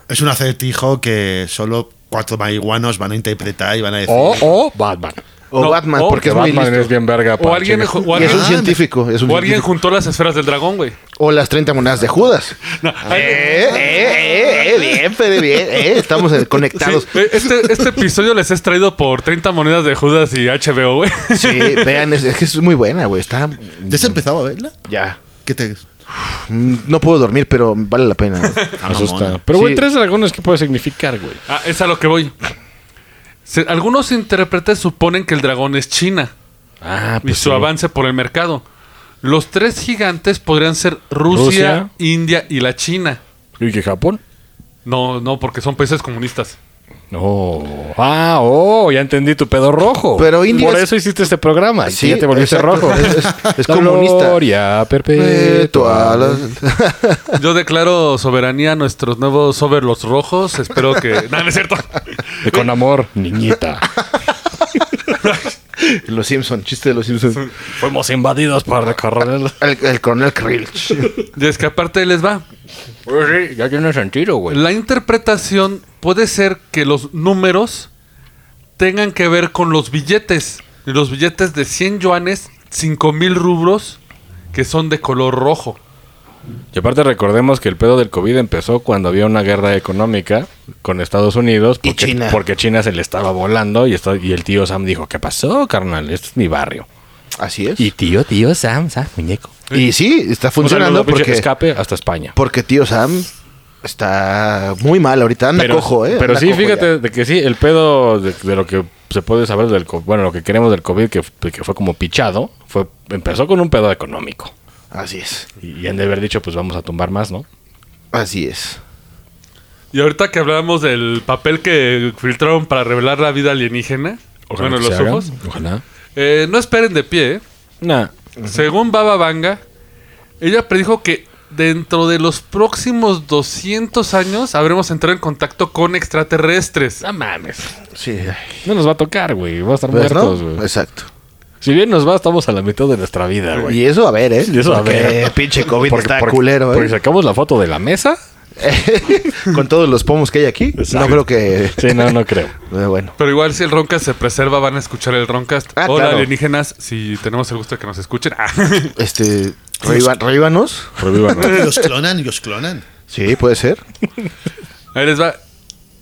[SPEAKER 5] Es un acertijo que solo cuatro marihuanos van a interpretar y van a decir.
[SPEAKER 3] Oh,
[SPEAKER 4] O, o Batman.
[SPEAKER 3] O
[SPEAKER 2] No,
[SPEAKER 3] Batman,
[SPEAKER 2] o
[SPEAKER 3] porque es muy
[SPEAKER 4] Batman
[SPEAKER 3] listo.
[SPEAKER 4] es bien verga.
[SPEAKER 2] O
[SPEAKER 4] para
[SPEAKER 2] alguien,
[SPEAKER 4] chingar.
[SPEAKER 2] o
[SPEAKER 3] Y es
[SPEAKER 2] alguien-
[SPEAKER 3] un científico. Es un
[SPEAKER 2] o alguien
[SPEAKER 3] científico.
[SPEAKER 2] juntó las esferas del dragón, güey.
[SPEAKER 3] O las 30 monedas de Judas. Eh, eh, eh, eh, bien, Fede, bien. Eh, estamos eh, conectados.
[SPEAKER 2] Sí, eh, este, este episodio les es traído por 30 monedas de Judas y HBO, güey.
[SPEAKER 3] Sí, vean, es, es que es muy buena, güey. Está. mm,
[SPEAKER 5] ¿Ya has empezado a verla?
[SPEAKER 3] Ya.
[SPEAKER 5] ¿Qué te.?
[SPEAKER 3] Mm, No puedo dormir, pero vale la pena. güey.
[SPEAKER 5] Ah,
[SPEAKER 4] Asusta.
[SPEAKER 5] mamona.
[SPEAKER 4] Pero, güey,
[SPEAKER 3] Sí.
[SPEAKER 4] tres dragones, ¿qué puede significar, güey?
[SPEAKER 2] Ah, es a lo que voy. Se- algunos intérpretes suponen que el dragón es China
[SPEAKER 4] Ah,
[SPEAKER 2] y Pues su
[SPEAKER 4] sí.
[SPEAKER 2] avance por el mercado. Los tres gigantes podrían ser Rusia,
[SPEAKER 4] Rusia.
[SPEAKER 2] India y la China.
[SPEAKER 4] ¿Y que Japón?
[SPEAKER 2] No, no, porque son países comunistas.
[SPEAKER 4] No. Ah, oh, ya entendí tu pedo rojo.
[SPEAKER 3] Pero India
[SPEAKER 4] Por
[SPEAKER 3] es-
[SPEAKER 4] eso hiciste este programa. Sí,
[SPEAKER 3] Sí,
[SPEAKER 4] ya te volviste
[SPEAKER 3] exacto.
[SPEAKER 4] rojo.
[SPEAKER 3] Es- es- es
[SPEAKER 4] La
[SPEAKER 3] comunista.
[SPEAKER 4] Gloria
[SPEAKER 3] Eh, tú
[SPEAKER 4] perpetua.
[SPEAKER 3] hablas-
[SPEAKER 2] Yo declaro soberanía a nuestros nuevos overlos rojos. Espero que. No, no es cierto.
[SPEAKER 4] Y Con amor, niñita.
[SPEAKER 3] Los Simpson, chiste de los Simpson.
[SPEAKER 4] Fuimos invadidos por recorrer.
[SPEAKER 3] El, el coronel Krilch.
[SPEAKER 2] Y es que aparte ahí les va.
[SPEAKER 4] Sí, ya tiene sentido, güey.
[SPEAKER 2] La interpretación puede ser que los números tengan que ver con los billetes. Y Los billetes de 100 yuanes, 5000 rubros, que son de color rojo.
[SPEAKER 4] Y aparte recordemos que el pedo del COVID empezó cuando había una guerra económica con Estados Unidos
[SPEAKER 3] Y
[SPEAKER 4] porque
[SPEAKER 3] China.
[SPEAKER 4] porque China se le estaba volando y, está- y el tío Sam dijo, ¿qué pasó, carnal? Este es mi barrio.
[SPEAKER 3] Así es.
[SPEAKER 4] Y
[SPEAKER 3] Y,
[SPEAKER 4] tío, tío Sam, Sam, muñeco.
[SPEAKER 3] sí, está
[SPEAKER 4] O sea,
[SPEAKER 3] funcionando
[SPEAKER 4] lo- lo pinche
[SPEAKER 3] porque,
[SPEAKER 4] escape hasta España.
[SPEAKER 3] porque tío Sam está muy mal ahorita. Anda cojo, ¿eh?
[SPEAKER 4] pero
[SPEAKER 3] Anda
[SPEAKER 4] sí,
[SPEAKER 3] cojo
[SPEAKER 4] fíjate
[SPEAKER 3] ya.
[SPEAKER 4] de que sí, el pedo de, de lo que se puede saber del co- bueno, lo que queremos del COVID que, f- que fue como pichado, fue empezó con un pedo económico.
[SPEAKER 3] Así es.
[SPEAKER 4] Y, y han de haber dicho, pues vamos a tumbar más, ¿no?
[SPEAKER 3] Así es.
[SPEAKER 2] Y ahorita que hablábamos del papel que filtraron para revelar la vida alienígena,
[SPEAKER 4] Ojalá
[SPEAKER 2] bueno,
[SPEAKER 4] que
[SPEAKER 2] los
[SPEAKER 4] se haga.
[SPEAKER 2] ojos,
[SPEAKER 4] Ojalá.
[SPEAKER 2] eh, no esperen de pie, ¿eh?
[SPEAKER 4] Nah.
[SPEAKER 2] Según Baba Vanga, ella predijo que dentro de los próximos 200 años habremos entrado en contacto con extraterrestres.
[SPEAKER 4] No mames.
[SPEAKER 3] Sí.
[SPEAKER 4] No nos va a tocar, güey. Vamos a estar
[SPEAKER 3] Pues,
[SPEAKER 4] muertos,
[SPEAKER 3] ¿no?
[SPEAKER 4] güey.
[SPEAKER 3] Exacto.
[SPEAKER 4] Si bien nos va, estamos a la mitad de nuestra vida, güey.
[SPEAKER 3] Y eso a ver, ¿eh?
[SPEAKER 4] Y eso a
[SPEAKER 3] Porque
[SPEAKER 4] ver.
[SPEAKER 3] pinche COVID está culero,
[SPEAKER 4] Porque
[SPEAKER 3] ¿eh?
[SPEAKER 4] sacamos la foto de la mesa.
[SPEAKER 3] Con todos los pomos que hay aquí. No creo que...
[SPEAKER 4] Sí, no, no creo.
[SPEAKER 3] Eh, Bueno.
[SPEAKER 2] Pero igual si el Roncast se preserva van a escuchar el Roncast.
[SPEAKER 3] Ah,
[SPEAKER 2] Hola
[SPEAKER 3] claro.
[SPEAKER 2] alienígenas, si tenemos el gusto de que nos escuchen. Ah.
[SPEAKER 3] Este... reíba- Reíbanos.
[SPEAKER 4] Revívanos.
[SPEAKER 5] Y Los clonan y los clonan.
[SPEAKER 3] Sí, puede ser.
[SPEAKER 2] Ahí les va.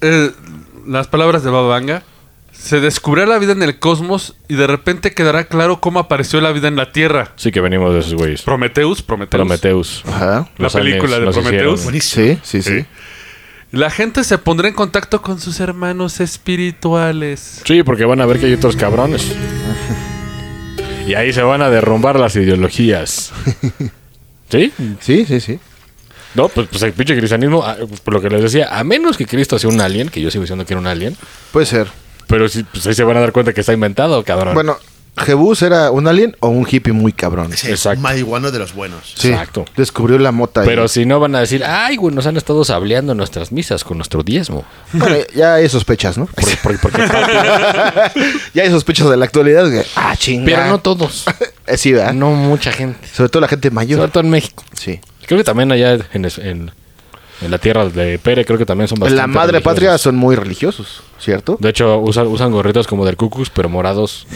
[SPEAKER 2] Eh, las palabras de Babanga. Se descubrirá la vida en el cosmos y de repente quedará claro cómo apareció la vida en la Tierra.
[SPEAKER 4] Sí que venimos de esos güeyes.
[SPEAKER 2] Prometeus, Prometeus.
[SPEAKER 4] Prometheus.
[SPEAKER 3] Ajá.
[SPEAKER 2] La
[SPEAKER 4] Los
[SPEAKER 2] película de
[SPEAKER 4] aliens nos
[SPEAKER 2] Prometheus.
[SPEAKER 4] hicieron.
[SPEAKER 5] Buenísimo.
[SPEAKER 3] Sí, sí, sí.
[SPEAKER 2] La gente se pondrá en contacto con sus hermanos espirituales.
[SPEAKER 4] Sí, porque van a ver que hay otros cabrones. Y ahí se van a derrumbar las ideologías. ¿Sí?
[SPEAKER 3] Sí, sí, sí.
[SPEAKER 4] No, pues, pues el pinche cristianismo, ah, por lo que les decía, a menos que Cristo sea un alien, que yo sigo diciendo que era un alien,
[SPEAKER 3] Puede ser.
[SPEAKER 4] pero sí, pues ahí se van a dar cuenta que está inventado, cabrón.
[SPEAKER 3] Bueno, Jebus era un alien o un hippie muy cabrón.
[SPEAKER 5] Ese es
[SPEAKER 4] Exacto.
[SPEAKER 5] un marihuano de los buenos.
[SPEAKER 3] Sí.
[SPEAKER 4] exacto.
[SPEAKER 3] Descubrió la mota. ahí.
[SPEAKER 4] Pero si no van a decir, ay, güey, nos han estado sableando nuestras misas con nuestro diezmo.
[SPEAKER 3] Bueno, ya hay sospechas, ¿no?
[SPEAKER 4] Por- por- porque-
[SPEAKER 3] ya hay sospechas de la actualidad. que, ah, chinga.
[SPEAKER 4] pero no todos.
[SPEAKER 3] Eh, sí, ¿verdad?
[SPEAKER 4] No mucha gente.
[SPEAKER 3] Sobre todo la gente mayor.
[SPEAKER 4] Sobre todo en México.
[SPEAKER 3] Sí.
[SPEAKER 4] Creo que también allá en, es- en- en la tierra de Pere, creo que también son
[SPEAKER 3] En
[SPEAKER 4] bastante.
[SPEAKER 3] la madre
[SPEAKER 4] religiosos.
[SPEAKER 3] patria son muy religiosos, ¿cierto?
[SPEAKER 4] De hecho, usan, usan gorritos como del cucus, pero morados.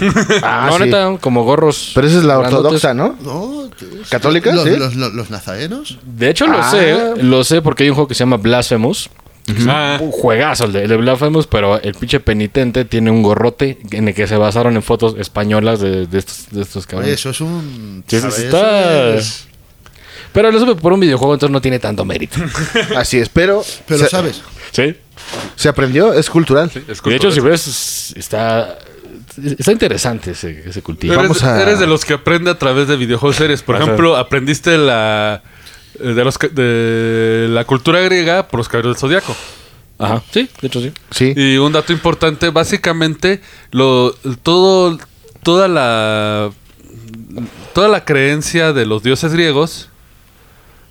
[SPEAKER 3] Ah,
[SPEAKER 4] no,
[SPEAKER 3] sí.
[SPEAKER 4] neta, como gorros.
[SPEAKER 3] Pero esa es la
[SPEAKER 4] grandotes.
[SPEAKER 3] ortodoxa, ¿no?
[SPEAKER 5] ¿No? ¿qué es?
[SPEAKER 3] ¿Católica?
[SPEAKER 5] Los,
[SPEAKER 3] Sí.
[SPEAKER 5] los, los- los nazarenos.
[SPEAKER 4] De hecho, lo
[SPEAKER 3] Ah.
[SPEAKER 4] sé. Lo sé porque hay un juego que se llama Blasphemous.
[SPEAKER 2] Ah,
[SPEAKER 4] Un juegazo el de, el de Blasphemous, pero el pinche penitente tiene un gorrote en el que se basaron en fotos españolas de, de estos, de estos
[SPEAKER 5] Oye,
[SPEAKER 4] cabrones.
[SPEAKER 5] eso es un.
[SPEAKER 4] Sí, sí,
[SPEAKER 5] ¿sabes?
[SPEAKER 4] está-
[SPEAKER 5] Eso es-
[SPEAKER 4] Pero lo supe por un videojuego, entonces no tiene tanto mérito.
[SPEAKER 3] Así es, pero,
[SPEAKER 5] Pero
[SPEAKER 3] se,
[SPEAKER 5] sabes,
[SPEAKER 4] sí.
[SPEAKER 3] se aprendió, es cultural.
[SPEAKER 2] es
[SPEAKER 4] De hecho, si
[SPEAKER 2] cultural.
[SPEAKER 4] ves, está, está interesante ese, ese cultivo.
[SPEAKER 2] Pero
[SPEAKER 3] vamos
[SPEAKER 2] eres,
[SPEAKER 3] a-
[SPEAKER 2] eres de los que aprende a través de videojuegos series. Por ejemplo, aprendiste la eh, de los que- de la cultura griega por los caballeros del zodiaco.
[SPEAKER 4] Ajá, sí, de hecho sí.
[SPEAKER 3] Sí.
[SPEAKER 2] Y un dato importante, básicamente, lo, todo, toda la toda la creencia de los dioses griegos,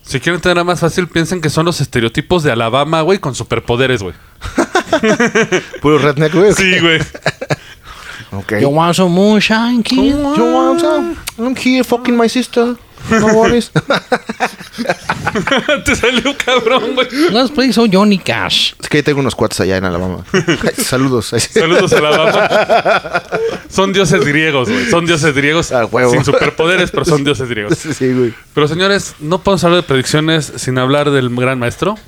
[SPEAKER 2] si quieren tenerla más fácil, piensen que son los estereotipos de Alabama, güey, con superpoderes, güey.
[SPEAKER 3] Puro redneck, güey.
[SPEAKER 2] Sí, güey.
[SPEAKER 3] Ok.
[SPEAKER 7] You want some moonshine, kid?
[SPEAKER 3] Yo, I'm, so- I'm here fucking my sister. No worries.
[SPEAKER 2] Te salió cabrón, güey.
[SPEAKER 7] Let's play some Johnny Cash.
[SPEAKER 3] es que ahí tengo unos cuates allá en Alabama. Ay, Saludos. Ay, sí.
[SPEAKER 2] Saludos a Alabama. Son dioses griegos, güey. Son dioses griegos.
[SPEAKER 3] Ah, huevo.
[SPEAKER 2] Sin superpoderes, pero son dioses griegos.
[SPEAKER 3] Sí, güey.
[SPEAKER 2] Pero señores, no podemos hablar de predicciones sin hablar del gran maestro.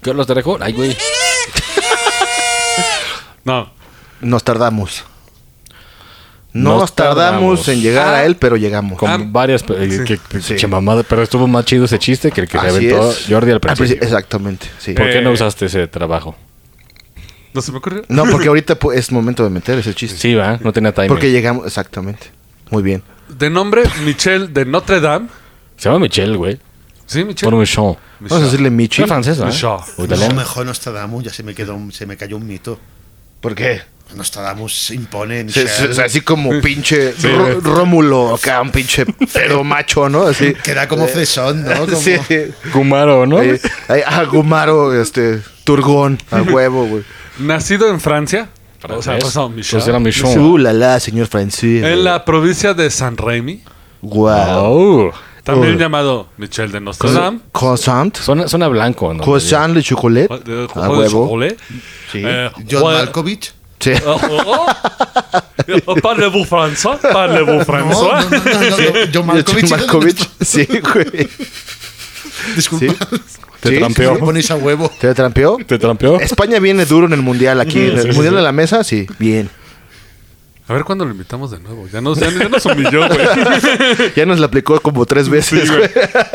[SPEAKER 4] Carlos Trejo, ay, güey.
[SPEAKER 2] No.
[SPEAKER 3] Nos tardamos. Nos,
[SPEAKER 4] Nos
[SPEAKER 3] tardamos,
[SPEAKER 4] tardamos.
[SPEAKER 3] en llegar a él, pero llegamos.
[SPEAKER 4] Con
[SPEAKER 2] Ah,
[SPEAKER 4] varias. eh, que- que-
[SPEAKER 3] Sí.
[SPEAKER 4] che, mamada, pero estuvo más chido ese chiste que el que se
[SPEAKER 3] Así
[SPEAKER 4] aventó
[SPEAKER 3] es.
[SPEAKER 4] Jordi al principio.
[SPEAKER 3] principio, Exactamente, sí.
[SPEAKER 4] ¿Por qué no
[SPEAKER 2] Eh.
[SPEAKER 4] usaste ese trabajo?
[SPEAKER 2] No se me ocurrió.
[SPEAKER 3] No, porque ahorita pues, es momento de meter ese chiste.
[SPEAKER 4] Sí, va, no tenía timing.
[SPEAKER 3] Porque llegamos, exactamente. Muy bien.
[SPEAKER 2] De nombre Michel de Notre Dame.
[SPEAKER 4] se llama Michelle, güey.
[SPEAKER 2] Sí, Michel.
[SPEAKER 4] Por un show.
[SPEAKER 3] Vamos a decirle Michi.
[SPEAKER 4] Era francesa. ¿eh?
[SPEAKER 2] Michelle.
[SPEAKER 4] O
[SPEAKER 5] no,
[SPEAKER 4] italiana.
[SPEAKER 5] mejor Nostradamus, ya se me, quedó, un- se me cayó un mito.
[SPEAKER 3] ¿Por qué?
[SPEAKER 5] Nostradamus se impone. en
[SPEAKER 3] Se- se-
[SPEAKER 5] Shell.
[SPEAKER 3] se- así como pinche Ro- Rómulo, acá un pinche pedo macho, ¿no? Así. Eh,
[SPEAKER 5] Queda como fresón, ¿no? Como-
[SPEAKER 3] Sí.
[SPEAKER 4] Kumaro, ¿no?
[SPEAKER 3] Ahí- ahí, ah, Gumaro, este, Turgón, a huevo, güey.
[SPEAKER 2] Nacido en Francia. O sea,
[SPEAKER 4] ¿Ves?
[SPEAKER 2] pues, no, Michel.
[SPEAKER 4] Pues era Michelle.
[SPEAKER 3] Uh, la la, señor Francis.
[SPEAKER 2] En la provincia de San Remy.
[SPEAKER 3] Wow.
[SPEAKER 4] Oh.
[SPEAKER 2] También
[SPEAKER 3] Oh.
[SPEAKER 2] llamado Michel de Notre Dame.
[SPEAKER 3] Croissant.
[SPEAKER 4] Suena, suena blanco, ¿no?
[SPEAKER 3] Croissant le chocolat.
[SPEAKER 2] De-
[SPEAKER 3] A
[SPEAKER 2] de
[SPEAKER 3] Ah, huevo.
[SPEAKER 2] chocolate.
[SPEAKER 3] Sí.
[SPEAKER 2] Eh,
[SPEAKER 5] John
[SPEAKER 2] Juan-
[SPEAKER 5] Malkovich.
[SPEAKER 3] Sí.
[SPEAKER 2] Oh, oh, oh. Parlez-vous François? Parlez-vous
[SPEAKER 5] No, no,
[SPEAKER 2] François?
[SPEAKER 5] no, no, no, no, John Malkovich.
[SPEAKER 3] Malkovich. Sí, güey.
[SPEAKER 5] Disculpa.
[SPEAKER 3] Sí.
[SPEAKER 4] Te
[SPEAKER 3] Sí,
[SPEAKER 4] trampeó.
[SPEAKER 5] Me ponéis a huevo.
[SPEAKER 3] ¿Te trampeó?
[SPEAKER 4] ¿Te trampeó?
[SPEAKER 3] España viene duro en el mundial aquí. En el
[SPEAKER 4] Sí, sí,
[SPEAKER 3] mundial
[SPEAKER 4] sí.
[SPEAKER 3] de la mesa, sí. Bien.
[SPEAKER 2] A ver cuándo lo invitamos de nuevo. Ya nos, ya, ya nos humilló, güey.
[SPEAKER 3] Ya nos la aplicó como tres veces, güey.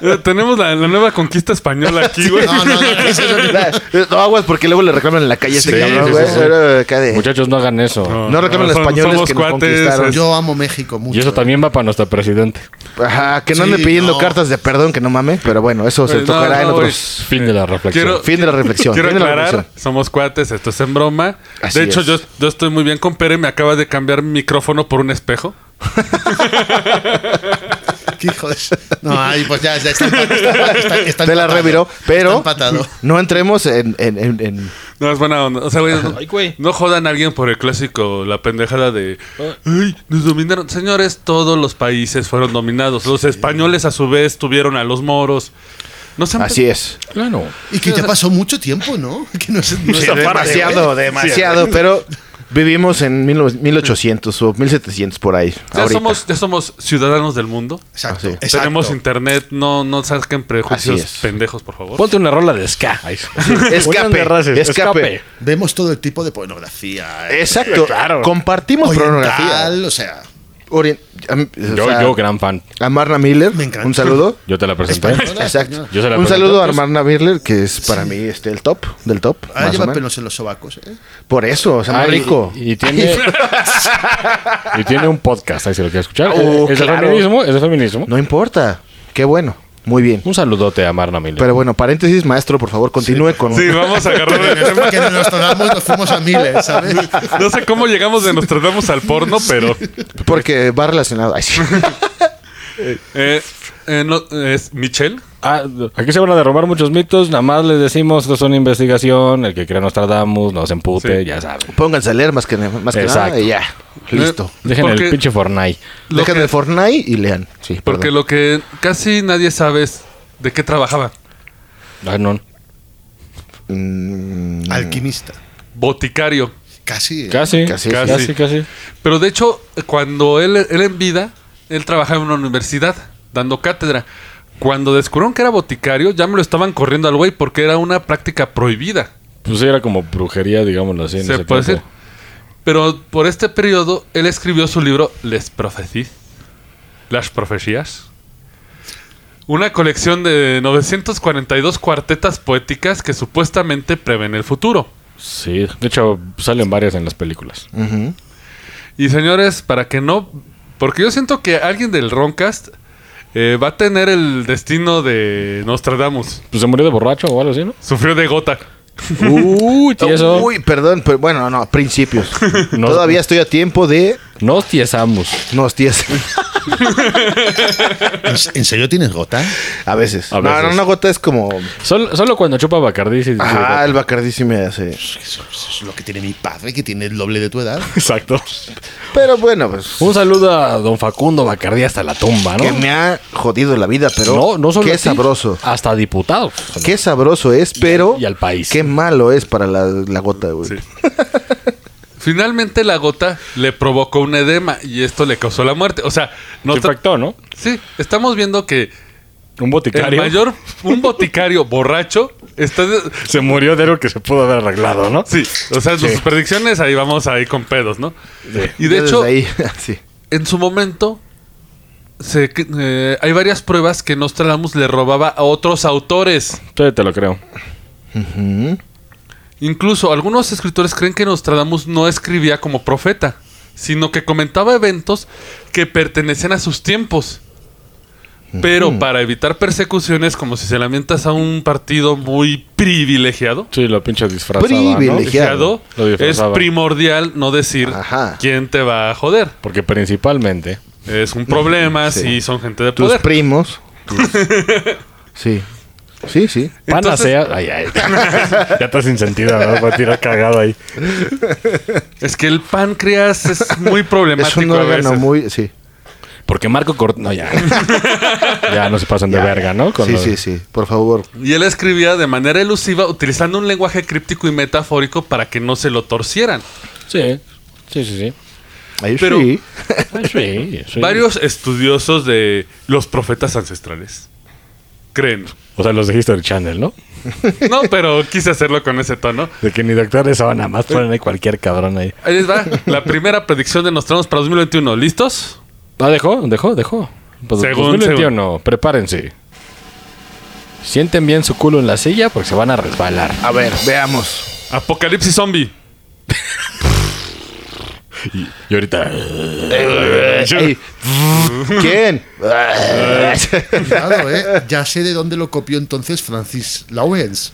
[SPEAKER 2] Eh, Tenemos la, la nueva conquista española aquí, güey.
[SPEAKER 5] No, no, no. eso no-
[SPEAKER 3] La- No aguas porque luego le reclaman en la calle a este
[SPEAKER 4] Sí,
[SPEAKER 3] cabrón,
[SPEAKER 4] sí,
[SPEAKER 3] güey.
[SPEAKER 4] sí, sí.
[SPEAKER 3] Era acá de-
[SPEAKER 4] Muchachos, no hagan eso.
[SPEAKER 3] No reclamen los
[SPEAKER 2] son-
[SPEAKER 3] españoles que nos conquistaron.
[SPEAKER 2] es-
[SPEAKER 5] Yo amo México mucho. ¿eh?
[SPEAKER 4] Y eso también va para nuestro presidente.
[SPEAKER 3] Ajá, que no
[SPEAKER 5] Sí,
[SPEAKER 3] ande pidiendo
[SPEAKER 5] no.
[SPEAKER 3] cartas de perdón, que no mame. Pero bueno, eso
[SPEAKER 4] Eh,
[SPEAKER 3] se
[SPEAKER 2] No,
[SPEAKER 3] tocará
[SPEAKER 2] Eh, no,
[SPEAKER 3] en
[SPEAKER 2] güey.
[SPEAKER 3] otros.
[SPEAKER 4] Fin de la reflexión.
[SPEAKER 2] Quiero-
[SPEAKER 3] Fin de la reflexión.
[SPEAKER 2] Quiero
[SPEAKER 3] fin de la
[SPEAKER 2] aclarar,
[SPEAKER 3] reflexión.
[SPEAKER 2] somos cuates, esto es en broma.
[SPEAKER 3] Así
[SPEAKER 2] de hecho,
[SPEAKER 3] es.
[SPEAKER 2] yo, yo estoy muy bien con Pere, me acaba de cambiar mi micrófono por un espejo.
[SPEAKER 5] ¿Qué hijo de- No, ay, pues ya, ya está, empa- está- está- está
[SPEAKER 3] Te la
[SPEAKER 5] empatado.
[SPEAKER 3] reviró,
[SPEAKER 5] Está
[SPEAKER 3] pero
[SPEAKER 5] empatado.
[SPEAKER 3] no entremos en, en, en- en-
[SPEAKER 2] No, es buena onda. O sea, güey, no,
[SPEAKER 7] Ay, güey.
[SPEAKER 2] no jodan a alguien por el clásico, la pendejada de...
[SPEAKER 7] Ah.
[SPEAKER 2] Ay, nos dominaron. Señores, todos los países fueron dominados. Los españoles, a su vez, tuvieron a los moros. No sean
[SPEAKER 3] Así es.
[SPEAKER 4] Claro.
[SPEAKER 5] Y que ya pasó mucho tiempo, ¿no? ¿eh? Que no, se- no se-
[SPEAKER 4] ¿eh?
[SPEAKER 3] demasiado, demasiado, pero Vivimos en 19- 1800 o 1700 por ahí.
[SPEAKER 2] Ya
[SPEAKER 3] ahorita.
[SPEAKER 2] somos, ya somos ciudadanos del mundo.
[SPEAKER 5] Exacto.
[SPEAKER 3] Ah, sí.
[SPEAKER 5] exacto.
[SPEAKER 2] Tenemos internet, no, no saquen
[SPEAKER 3] Así
[SPEAKER 2] prejuicios
[SPEAKER 3] es.
[SPEAKER 2] pendejos, por favor.
[SPEAKER 4] Ponte una rola de ska. Ahí. Unión de razas,
[SPEAKER 3] Escape, escape.
[SPEAKER 5] Vemos todo el tipo de pornografía. eh,
[SPEAKER 3] Exacto.
[SPEAKER 4] Claro.
[SPEAKER 3] Compartimos
[SPEAKER 5] oriental,
[SPEAKER 3] pornografía.
[SPEAKER 5] O sea,
[SPEAKER 3] Orien- a mí- o
[SPEAKER 4] Yo,
[SPEAKER 3] sea,
[SPEAKER 4] yo, gran fan.
[SPEAKER 3] a Marna Miller,
[SPEAKER 5] Me encanta.
[SPEAKER 3] un saludo.
[SPEAKER 4] Yo te la presenté.
[SPEAKER 5] Española.
[SPEAKER 3] Exacto.
[SPEAKER 4] Yo se la
[SPEAKER 3] un
[SPEAKER 4] pregunto.
[SPEAKER 3] saludo a Marna Miller, que es para mí este, el top del top.
[SPEAKER 5] ahora
[SPEAKER 3] más o
[SPEAKER 5] Ah, lleva
[SPEAKER 3] menos.
[SPEAKER 5] pelos en los sobacos. ¿eh?
[SPEAKER 3] Por eso, o sea, más
[SPEAKER 4] Ah, y-
[SPEAKER 3] rico.
[SPEAKER 4] Y, tiene. y tiene un podcast, ahí si lo quieres escuchar.
[SPEAKER 3] Oh,
[SPEAKER 4] es
[SPEAKER 3] claro.
[SPEAKER 4] de feminismo, es de feminismo.
[SPEAKER 3] No importa. Qué bueno. Muy bien.
[SPEAKER 4] Un saludote a Marna Miller.
[SPEAKER 3] Pero bueno, paréntesis, maestro, por favor, continúe con.
[SPEAKER 2] Sí, vamos a agarrar el tema.
[SPEAKER 5] que nos tomamos, nos fuimos a miles, ¿sabes?
[SPEAKER 3] Mm.
[SPEAKER 2] No sé cómo llegamos de Nostradamus al porno, pero
[SPEAKER 3] Porque va relacionado. Ay, sí.
[SPEAKER 2] eh, eh, no, es Michelle.
[SPEAKER 4] Ah, aquí se van a derrumbar muchos mitos, nada más les decimos, esto es una investigación, el que crea Nostradamus, nos empute,
[SPEAKER 2] Sí.
[SPEAKER 4] ya saben.
[SPEAKER 3] Pónganse a leer más que, más que nada
[SPEAKER 4] Exacto.
[SPEAKER 3] y ya. Listo.
[SPEAKER 4] Dejen
[SPEAKER 2] Porque-
[SPEAKER 4] el pinche Fortnite.
[SPEAKER 2] Lo
[SPEAKER 3] Dejen
[SPEAKER 2] que-
[SPEAKER 3] el Fortnite y lean. Sí,
[SPEAKER 2] Porque
[SPEAKER 3] perdón.
[SPEAKER 2] lo que casi nadie sabe es de qué trabajaba.
[SPEAKER 4] Ah, no.
[SPEAKER 3] Mm,
[SPEAKER 5] Alquimista.
[SPEAKER 2] Boticario.
[SPEAKER 5] Casi. ¿eh?
[SPEAKER 4] Casi,
[SPEAKER 3] Casi,
[SPEAKER 4] casi,
[SPEAKER 2] sí.
[SPEAKER 4] casi, casi.
[SPEAKER 2] Pero de hecho, cuando él, él en vida, él trabajaba en una universidad, dando cátedra. Cuando descubrieron que era boticario, ya me lo estaban corriendo al güey porque era una práctica prohibida.
[SPEAKER 4] Pues sí, era como brujería, digámoslo así. en
[SPEAKER 2] se
[SPEAKER 4] ese
[SPEAKER 2] puede decir.
[SPEAKER 4] tiempo.
[SPEAKER 2] Pero por este periodo, él escribió su libro Les Profecies. Las profecías. Una colección de 942 cuartetas poéticas que supuestamente prevén el futuro.
[SPEAKER 4] Sí, de hecho salen varias en las películas.
[SPEAKER 3] ujú.
[SPEAKER 2] Y señores, para que no... Porque yo siento que alguien del Roncast eh, va a tener el destino de Nostradamus.
[SPEAKER 4] Pues se murió de borracho o algo así, ¿no?
[SPEAKER 2] Sufrió de gota.
[SPEAKER 4] Uy, tieso.
[SPEAKER 3] Uy, perdón, pero bueno, no, principios.
[SPEAKER 4] No-
[SPEAKER 3] Todavía estoy a tiempo de.
[SPEAKER 4] Nos tiesamos.
[SPEAKER 3] Nos tías.
[SPEAKER 5] ¿En, en serio tienes gota?
[SPEAKER 3] A veces.
[SPEAKER 4] A
[SPEAKER 3] No,
[SPEAKER 4] veces.
[SPEAKER 3] no, una gota es como.
[SPEAKER 4] Solo, solo cuando chupa Bacardí. sí, sí,
[SPEAKER 3] Ah, el Bacardi sí me hace.
[SPEAKER 5] Eso, eso es lo que tiene mi padre, que tiene el doble de tu edad.
[SPEAKER 4] Exacto.
[SPEAKER 3] Pero bueno, pues.
[SPEAKER 4] Un saludo a don Facundo Bacardí hasta la tumba, ¿no?
[SPEAKER 3] Que me ha jodido la vida, pero.
[SPEAKER 4] no, no solo a
[SPEAKER 3] Qué
[SPEAKER 4] ti,
[SPEAKER 3] sabroso.
[SPEAKER 4] Hasta a diputados.
[SPEAKER 3] Qué sabroso es, pero.
[SPEAKER 4] y al país.
[SPEAKER 3] Qué malo es para la, la gota, güey.
[SPEAKER 2] Sí. Finalmente la gota le provocó un edema y esto le causó la muerte. O sea,
[SPEAKER 4] Se
[SPEAKER 2] Nostra-
[SPEAKER 4] infectó, ¿no?
[SPEAKER 2] Sí, estamos viendo que
[SPEAKER 4] Un boticario.
[SPEAKER 2] El mayor, un boticario borracho, está... de-
[SPEAKER 4] Se murió de algo que se pudo haber arreglado, ¿no?
[SPEAKER 2] Sí, o sea, sus predicciones ahí vamos ahí con pedos, ¿no? Y de
[SPEAKER 3] Yo Eh, desde
[SPEAKER 2] hecho,
[SPEAKER 3] ahí, sí.
[SPEAKER 2] en su momento, se- eh, hay varias pruebas que Nostradamus le robaba a otros autores.
[SPEAKER 4] Sí, te lo creo.
[SPEAKER 2] Incluso algunos escritores creen que Nostradamus no escribía como profeta, sino que comentaba eventos que pertenecían a sus tiempos. Pero para evitar persecuciones, como si se lamentas a un partido muy privilegiado,
[SPEAKER 4] Sí, lo pinche disfrazaba, ¿no?
[SPEAKER 3] Privilegiado.
[SPEAKER 2] privilegiado,
[SPEAKER 4] Lo
[SPEAKER 2] es
[SPEAKER 4] disfrazaba.
[SPEAKER 2] primordial no decir
[SPEAKER 3] Ajá.
[SPEAKER 2] quién te va a joder.
[SPEAKER 4] Porque principalmente...
[SPEAKER 2] Es un problema
[SPEAKER 3] Sí.
[SPEAKER 2] si son gente de
[SPEAKER 3] Tus
[SPEAKER 2] poder.
[SPEAKER 3] primos. tus- sí. Sí, sí.
[SPEAKER 2] Entonces-
[SPEAKER 4] Panacea... Ay, ay. ya estás sin sentido, ¿no? Para tirar cagado ahí.
[SPEAKER 2] Es que el páncreas es muy
[SPEAKER 3] Es
[SPEAKER 2] problemático
[SPEAKER 3] un
[SPEAKER 2] a
[SPEAKER 3] órgano
[SPEAKER 2] veces.
[SPEAKER 3] muy. Sí.
[SPEAKER 4] Porque Marco Cort... No, ya. ya no se pasan de verga, ¿no? Con
[SPEAKER 3] Sí,
[SPEAKER 4] lo-
[SPEAKER 3] sí, sí. Por favor.
[SPEAKER 2] Y él escribía de manera elusiva utilizando un lenguaje críptico y metafórico para que no se lo torcieran.
[SPEAKER 4] Sí. Sí, sí, sí.
[SPEAKER 3] Ahí
[SPEAKER 2] Pero-
[SPEAKER 3] sí.
[SPEAKER 4] Ay, sí, sí.
[SPEAKER 2] Varios estudiosos de los profetas ancestrales creen.
[SPEAKER 4] O sea, los de History Channel, ¿no?
[SPEAKER 2] No, pero quise hacerlo con ese tono.
[SPEAKER 4] De que ni doctores son, nada más ponen ahí cualquier cabrón ahí.
[SPEAKER 2] Ahí les va la primera predicción de Nostradamus para 2021. ¿Listos?
[SPEAKER 4] Ah, dejó, dejó, dejó. Pues,
[SPEAKER 2] Según,
[SPEAKER 4] 2021, prepárense. Sienten bien su culo en la silla porque se van a resbalar.
[SPEAKER 3] A ver, veamos.
[SPEAKER 2] Apocalipsis zombie.
[SPEAKER 4] Y ahorita.
[SPEAKER 3] Ey, ¿Quién?
[SPEAKER 5] Claro, ¿eh? Ya sé de dónde lo copió entonces Francis Lawrence.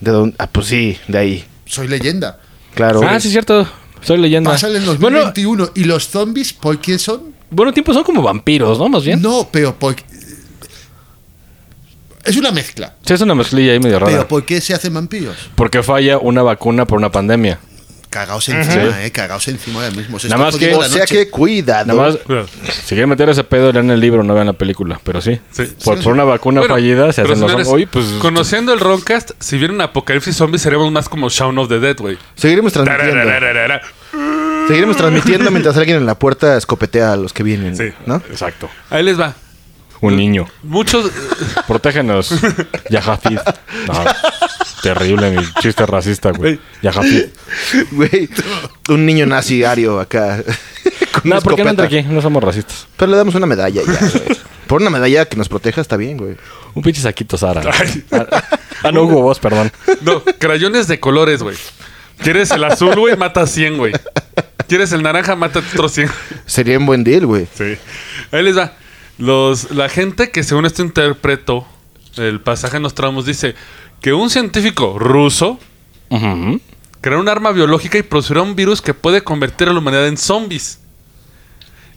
[SPEAKER 3] ¿De dónde? Ah, pues sí, de ahí.
[SPEAKER 5] Soy leyenda.
[SPEAKER 3] Claro.
[SPEAKER 4] Ah, sí, es cierto. Soy leyenda.
[SPEAKER 5] Pásale en
[SPEAKER 4] Bueno,
[SPEAKER 5] 2021. ¿Y los zombies por qué son?
[SPEAKER 4] bueno, tiempo son como vampiros, ¿no? Más bien.
[SPEAKER 5] No, pero por... Es una mezcla.
[SPEAKER 4] Sí, es una mezclilla ahí medio rara.
[SPEAKER 5] Pero ¿por qué se hacen vampiros?
[SPEAKER 4] Porque falla una vacuna por una pandemia.
[SPEAKER 5] Cagaos encima, ¿eh? Cagaos encima ahora mismo. Se
[SPEAKER 4] Nada más
[SPEAKER 5] está
[SPEAKER 4] que-
[SPEAKER 5] jodiendo
[SPEAKER 3] O
[SPEAKER 5] la
[SPEAKER 3] sea
[SPEAKER 5] noche.
[SPEAKER 3] que cuida,
[SPEAKER 4] Nada más, si quieren meter ese pedo, lean el libro, no vean la película. Pero sí.
[SPEAKER 2] Sí.
[SPEAKER 4] por, por una vacuna
[SPEAKER 2] Bueno,
[SPEAKER 4] fallida se
[SPEAKER 2] pero
[SPEAKER 4] hacen los
[SPEAKER 2] señores,
[SPEAKER 4] zombies. Oye, pues.
[SPEAKER 2] Conociendo el Roncast, si viene un apocalipsis zombie, seríamos más como Shaun of the Dead, güey.
[SPEAKER 3] Seguiremos transmitiendo.
[SPEAKER 2] Tararararara.
[SPEAKER 3] Seguiremos transmitiendo mientras alguien en la puerta escopetea a los que vienen,
[SPEAKER 2] Sí.
[SPEAKER 3] ¿no?
[SPEAKER 4] Exacto.
[SPEAKER 2] Ahí les va.
[SPEAKER 4] Un niño.
[SPEAKER 2] Muchos.
[SPEAKER 4] Protégenos, Yajafid. No, terrible mi chiste racista, güey. Yajafid.
[SPEAKER 3] Güey, un niño nazi ario acá. con
[SPEAKER 4] No,
[SPEAKER 3] una
[SPEAKER 4] ¿por qué
[SPEAKER 3] escopeta.
[SPEAKER 4] no entra aquí? No somos racistas.
[SPEAKER 3] Pero le damos una medalla ya, güey. Por una medalla que nos proteja está bien, güey.
[SPEAKER 4] Un pinche saquito Sara.
[SPEAKER 2] Ay.
[SPEAKER 4] Ah, ah, no hubo voz, perdón.
[SPEAKER 2] No, crayones de colores, güey. ¿Quieres el azul, güey? Mata 100, güey. ¿Quieres el naranja? Mata otros 100.
[SPEAKER 3] Sería un buen deal, güey.
[SPEAKER 2] Sí. Ahí les va. Los, la gente que según esto interpretó el pasaje en Nostradamus dice que un científico ruso
[SPEAKER 4] Ujú.
[SPEAKER 2] creó un arma biológica y producirá un virus que puede convertir a la humanidad en zombies.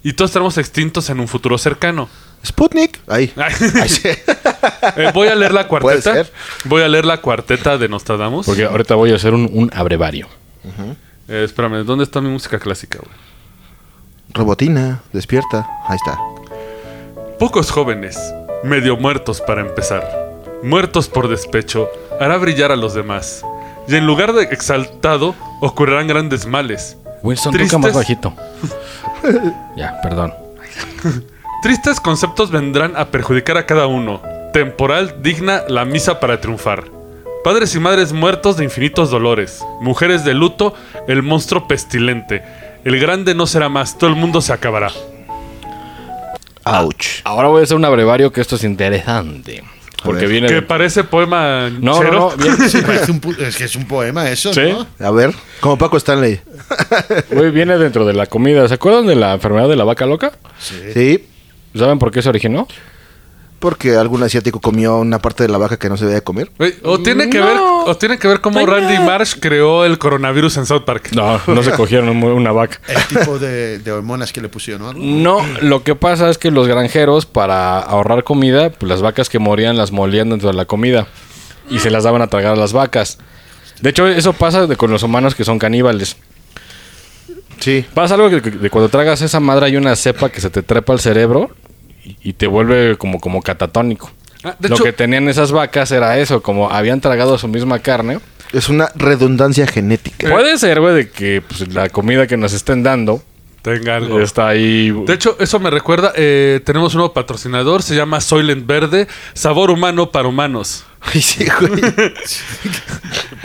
[SPEAKER 2] Y todos estaremos extintos en un futuro cercano.
[SPEAKER 3] Sputnik. Ahí.
[SPEAKER 2] Ay.
[SPEAKER 3] Ahí sí.
[SPEAKER 2] Eh, voy a leer la
[SPEAKER 3] Puede
[SPEAKER 2] cuarteta.
[SPEAKER 3] ser.
[SPEAKER 2] Voy a leer la cuarteta de Nostradamus.
[SPEAKER 4] Porque ahorita voy a hacer un, un abrevario.
[SPEAKER 2] Eh, espérame, ¿dónde está mi música clásica, güey?
[SPEAKER 3] Robotina, despierta. Ahí está.
[SPEAKER 2] Pocos jóvenes, medio muertos para empezar, muertos por despecho, hará brillar a los demás. Y en lugar de exaltado, ocurrirán grandes males.
[SPEAKER 4] Winston,
[SPEAKER 2] Tristes-
[SPEAKER 4] toca más bajito. ya, perdón.
[SPEAKER 2] Tristes conceptos vendrán a perjudicar a cada uno. Temporal, digna, la misa para triunfar. Padres y madres muertos de infinitos dolores. Mujeres de luto, el monstruo pestilente. El grande no será más, todo el mundo se acabará.
[SPEAKER 3] Ouch.
[SPEAKER 4] Ahora voy a hacer un abrevario que esto es interesante. Porque
[SPEAKER 3] ver.
[SPEAKER 4] viene...
[SPEAKER 2] Que parece poema
[SPEAKER 4] No, no,
[SPEAKER 2] chero.
[SPEAKER 4] no, viene-
[SPEAKER 5] Sí, parece un pu- es que es un poema eso,
[SPEAKER 4] Sí.
[SPEAKER 5] ¿no?
[SPEAKER 3] A ver, como Paco Stanley.
[SPEAKER 4] Güey, viene dentro de la comida. ¿Se acuerdan de la enfermedad de la vaca loca?
[SPEAKER 3] Sí,
[SPEAKER 4] ¿Saben por qué se originó?
[SPEAKER 3] porque algún asiático comió una parte de la vaca que no se debía comer.
[SPEAKER 2] Güey, O tiene que
[SPEAKER 4] No.
[SPEAKER 2] ver, o tiene que ver cómo Randy Marsh creó el coronavirus en South Park.
[SPEAKER 4] No, no se cogieron un- una vaca.
[SPEAKER 5] El tipo de, de hormonas que le pusieron, ¿no?
[SPEAKER 4] No, lo que pasa es que los granjeros, para ahorrar comida, pues las vacas que morían las molían dentro de la comida y se las daban a tragar a las vacas. De hecho, eso pasa de- con los humanos que son caníbales.
[SPEAKER 3] Sí.
[SPEAKER 4] Pasa algo que, que- de cuando tragas esa madre hay una cepa que se te trepa al cerebro y, y te vuelve como, como catatónico.
[SPEAKER 2] Ah, de
[SPEAKER 4] lo
[SPEAKER 2] hecho-
[SPEAKER 4] que tenían esas vacas era eso, como habían tragado su misma carne.
[SPEAKER 3] Es una redundancia genética.
[SPEAKER 2] ¿Eh?
[SPEAKER 4] Puede ser, güey, de que pues, la comida que nos estén dando
[SPEAKER 2] Tenga algo.
[SPEAKER 4] está ahí.
[SPEAKER 2] De hecho, eso me recuerda, eh, tenemos un nuevo patrocinador, se llama Soylent Verde, sabor humano para humanos.
[SPEAKER 3] Ay, sí, güey.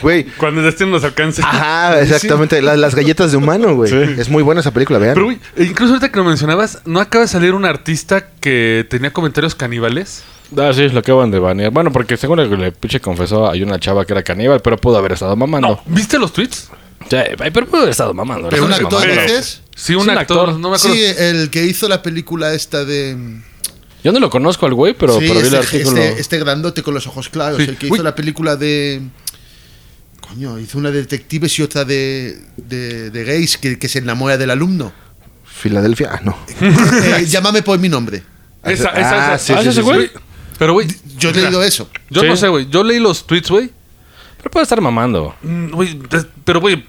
[SPEAKER 3] Güey.
[SPEAKER 2] Cuando el destino nos alcance.
[SPEAKER 3] Ajá, exactamente. Las, las galletas de humano, güey. Es muy buena esa película, vean.
[SPEAKER 2] Pero güey, e incluso ahorita que lo mencionabas, ¿no acaba de salir un artista que tenía comentarios caníbales?
[SPEAKER 4] Ah, sí, lo acaban de banear. Bueno, porque según el, el pinche confesó, hay una chava que era caníbal, pero pudo haber estado mamando.
[SPEAKER 2] ¿Viste los tweets?
[SPEAKER 4] Sí, ay, pero pudo haber estado mamando.
[SPEAKER 5] Pero
[SPEAKER 4] no
[SPEAKER 5] un
[SPEAKER 4] estás
[SPEAKER 5] actor,
[SPEAKER 4] mamando.
[SPEAKER 5] dices.
[SPEAKER 2] Sí, un,
[SPEAKER 4] Sí, un
[SPEAKER 2] actor,
[SPEAKER 4] actor.
[SPEAKER 2] no me acuerdo.
[SPEAKER 5] Sí, eh, el que hizo la película esta de.
[SPEAKER 4] Yo no lo conozco al güey, pero,
[SPEAKER 5] sí,
[SPEAKER 4] pero vi el
[SPEAKER 5] este,
[SPEAKER 4] artículo.
[SPEAKER 5] este- este grandote con los ojos claros,
[SPEAKER 2] Sí.
[SPEAKER 5] el que hizo
[SPEAKER 2] Uy.
[SPEAKER 5] la película de. Coño, hizo una de detectives y otra de, de, de gays que, que se enamora del alumno.
[SPEAKER 3] Filadelfia. Ah, no.
[SPEAKER 5] Eh, llámame por mi nombre.
[SPEAKER 2] Esa,
[SPEAKER 3] Ah,
[SPEAKER 2] esa, esa.
[SPEAKER 3] sí,
[SPEAKER 4] sí, sí,
[SPEAKER 2] güey.
[SPEAKER 4] sí.
[SPEAKER 2] Pero güey,
[SPEAKER 5] Yo le digo eso.
[SPEAKER 2] yo
[SPEAKER 4] Sí.
[SPEAKER 2] no sé, güey. Yo leí los tweets, güey.
[SPEAKER 4] Pero puede estar mamando.
[SPEAKER 2] Mm, güey, des- pero güey,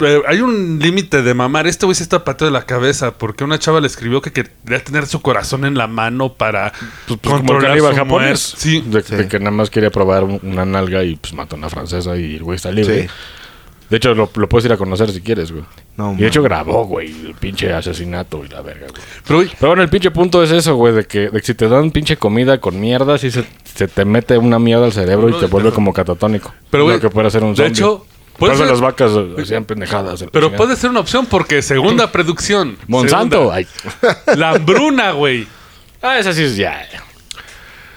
[SPEAKER 2] eh, hay un límite de mamar. Este güey se está pateando de la cabeza porque una chava le escribió que quería tener su corazón en la mano para
[SPEAKER 4] Pues, pues, como el
[SPEAKER 2] controlar
[SPEAKER 4] caníbal
[SPEAKER 2] su
[SPEAKER 4] japonés.
[SPEAKER 2] muerte. Sí.
[SPEAKER 4] De,
[SPEAKER 3] Sí.
[SPEAKER 4] de que nada más quería probar un- una nalga y pues mató a una francesa y el güey está libre.
[SPEAKER 3] Sí.
[SPEAKER 4] De hecho, lo, lo puedes ir a conocer si quieres, güey.
[SPEAKER 3] No,
[SPEAKER 4] y de hecho
[SPEAKER 3] man.
[SPEAKER 4] grabó, güey, el pinche asesinato y la verga, güey.
[SPEAKER 2] Pero güey,
[SPEAKER 4] Pero bueno, el pinche punto es eso, güey, de que, de que si te dan pinche comida con mierda, si se, se te mete una mierda al cerebro y te vuelve como catatónico.
[SPEAKER 2] Pero, güey,
[SPEAKER 4] Lo que puede hacer un
[SPEAKER 2] de
[SPEAKER 4] zombie.
[SPEAKER 2] hecho,
[SPEAKER 4] Por
[SPEAKER 2] puede
[SPEAKER 4] eso
[SPEAKER 2] ser-
[SPEAKER 4] las vacas eh, hacían pendejadas. de la
[SPEAKER 2] pero
[SPEAKER 4] chingada.
[SPEAKER 2] puede ser una opción porque segunda producción.
[SPEAKER 4] Monsanto.
[SPEAKER 2] segunda.
[SPEAKER 4] Ay.
[SPEAKER 2] La hambruna, güey.
[SPEAKER 4] Ah, esa sí es ya.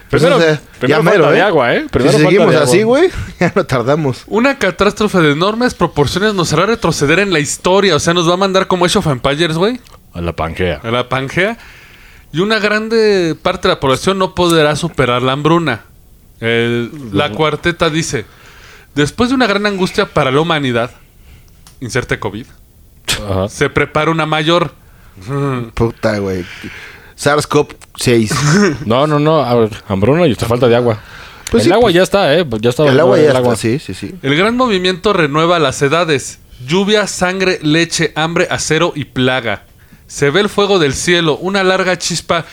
[SPEAKER 3] Pues, o
[SPEAKER 4] Primero,
[SPEAKER 3] sea,
[SPEAKER 4] primero
[SPEAKER 3] ya
[SPEAKER 4] falta
[SPEAKER 3] mero,
[SPEAKER 4] de agua, ¿eh? Primero
[SPEAKER 3] si
[SPEAKER 4] falta
[SPEAKER 3] seguimos
[SPEAKER 4] de agua.
[SPEAKER 3] así, güey, ya no tardamos.
[SPEAKER 2] Una catástrofe de enormes proporciones nos hará retroceder en la historia. O sea, nos va a mandar como Age of Empires, güey,
[SPEAKER 4] A la panjea.
[SPEAKER 2] a la Pangea. Y una grande parte de la población no podrá superar la hambruna. El- la cuarteta dice: Después de una gran angustia para la humanidad, inserte COVID,
[SPEAKER 4] Ajá.
[SPEAKER 2] se prepara una mayor.
[SPEAKER 3] Puta, güey. SARS-CoV-6.
[SPEAKER 4] No, no, no. A ver, hambruna y te falta de agua.
[SPEAKER 3] este. Pues
[SPEAKER 4] el
[SPEAKER 3] sí,
[SPEAKER 4] agua
[SPEAKER 3] pues-
[SPEAKER 4] ya está, ¿eh? Ya está.
[SPEAKER 3] El agua
[SPEAKER 4] el
[SPEAKER 3] ya está. Sí, sí, sí.
[SPEAKER 2] El gran movimiento renueva las edades. Lluvia, sangre, leche, hambre, acero y plaga. Se ve el fuego del cielo, una larga chispa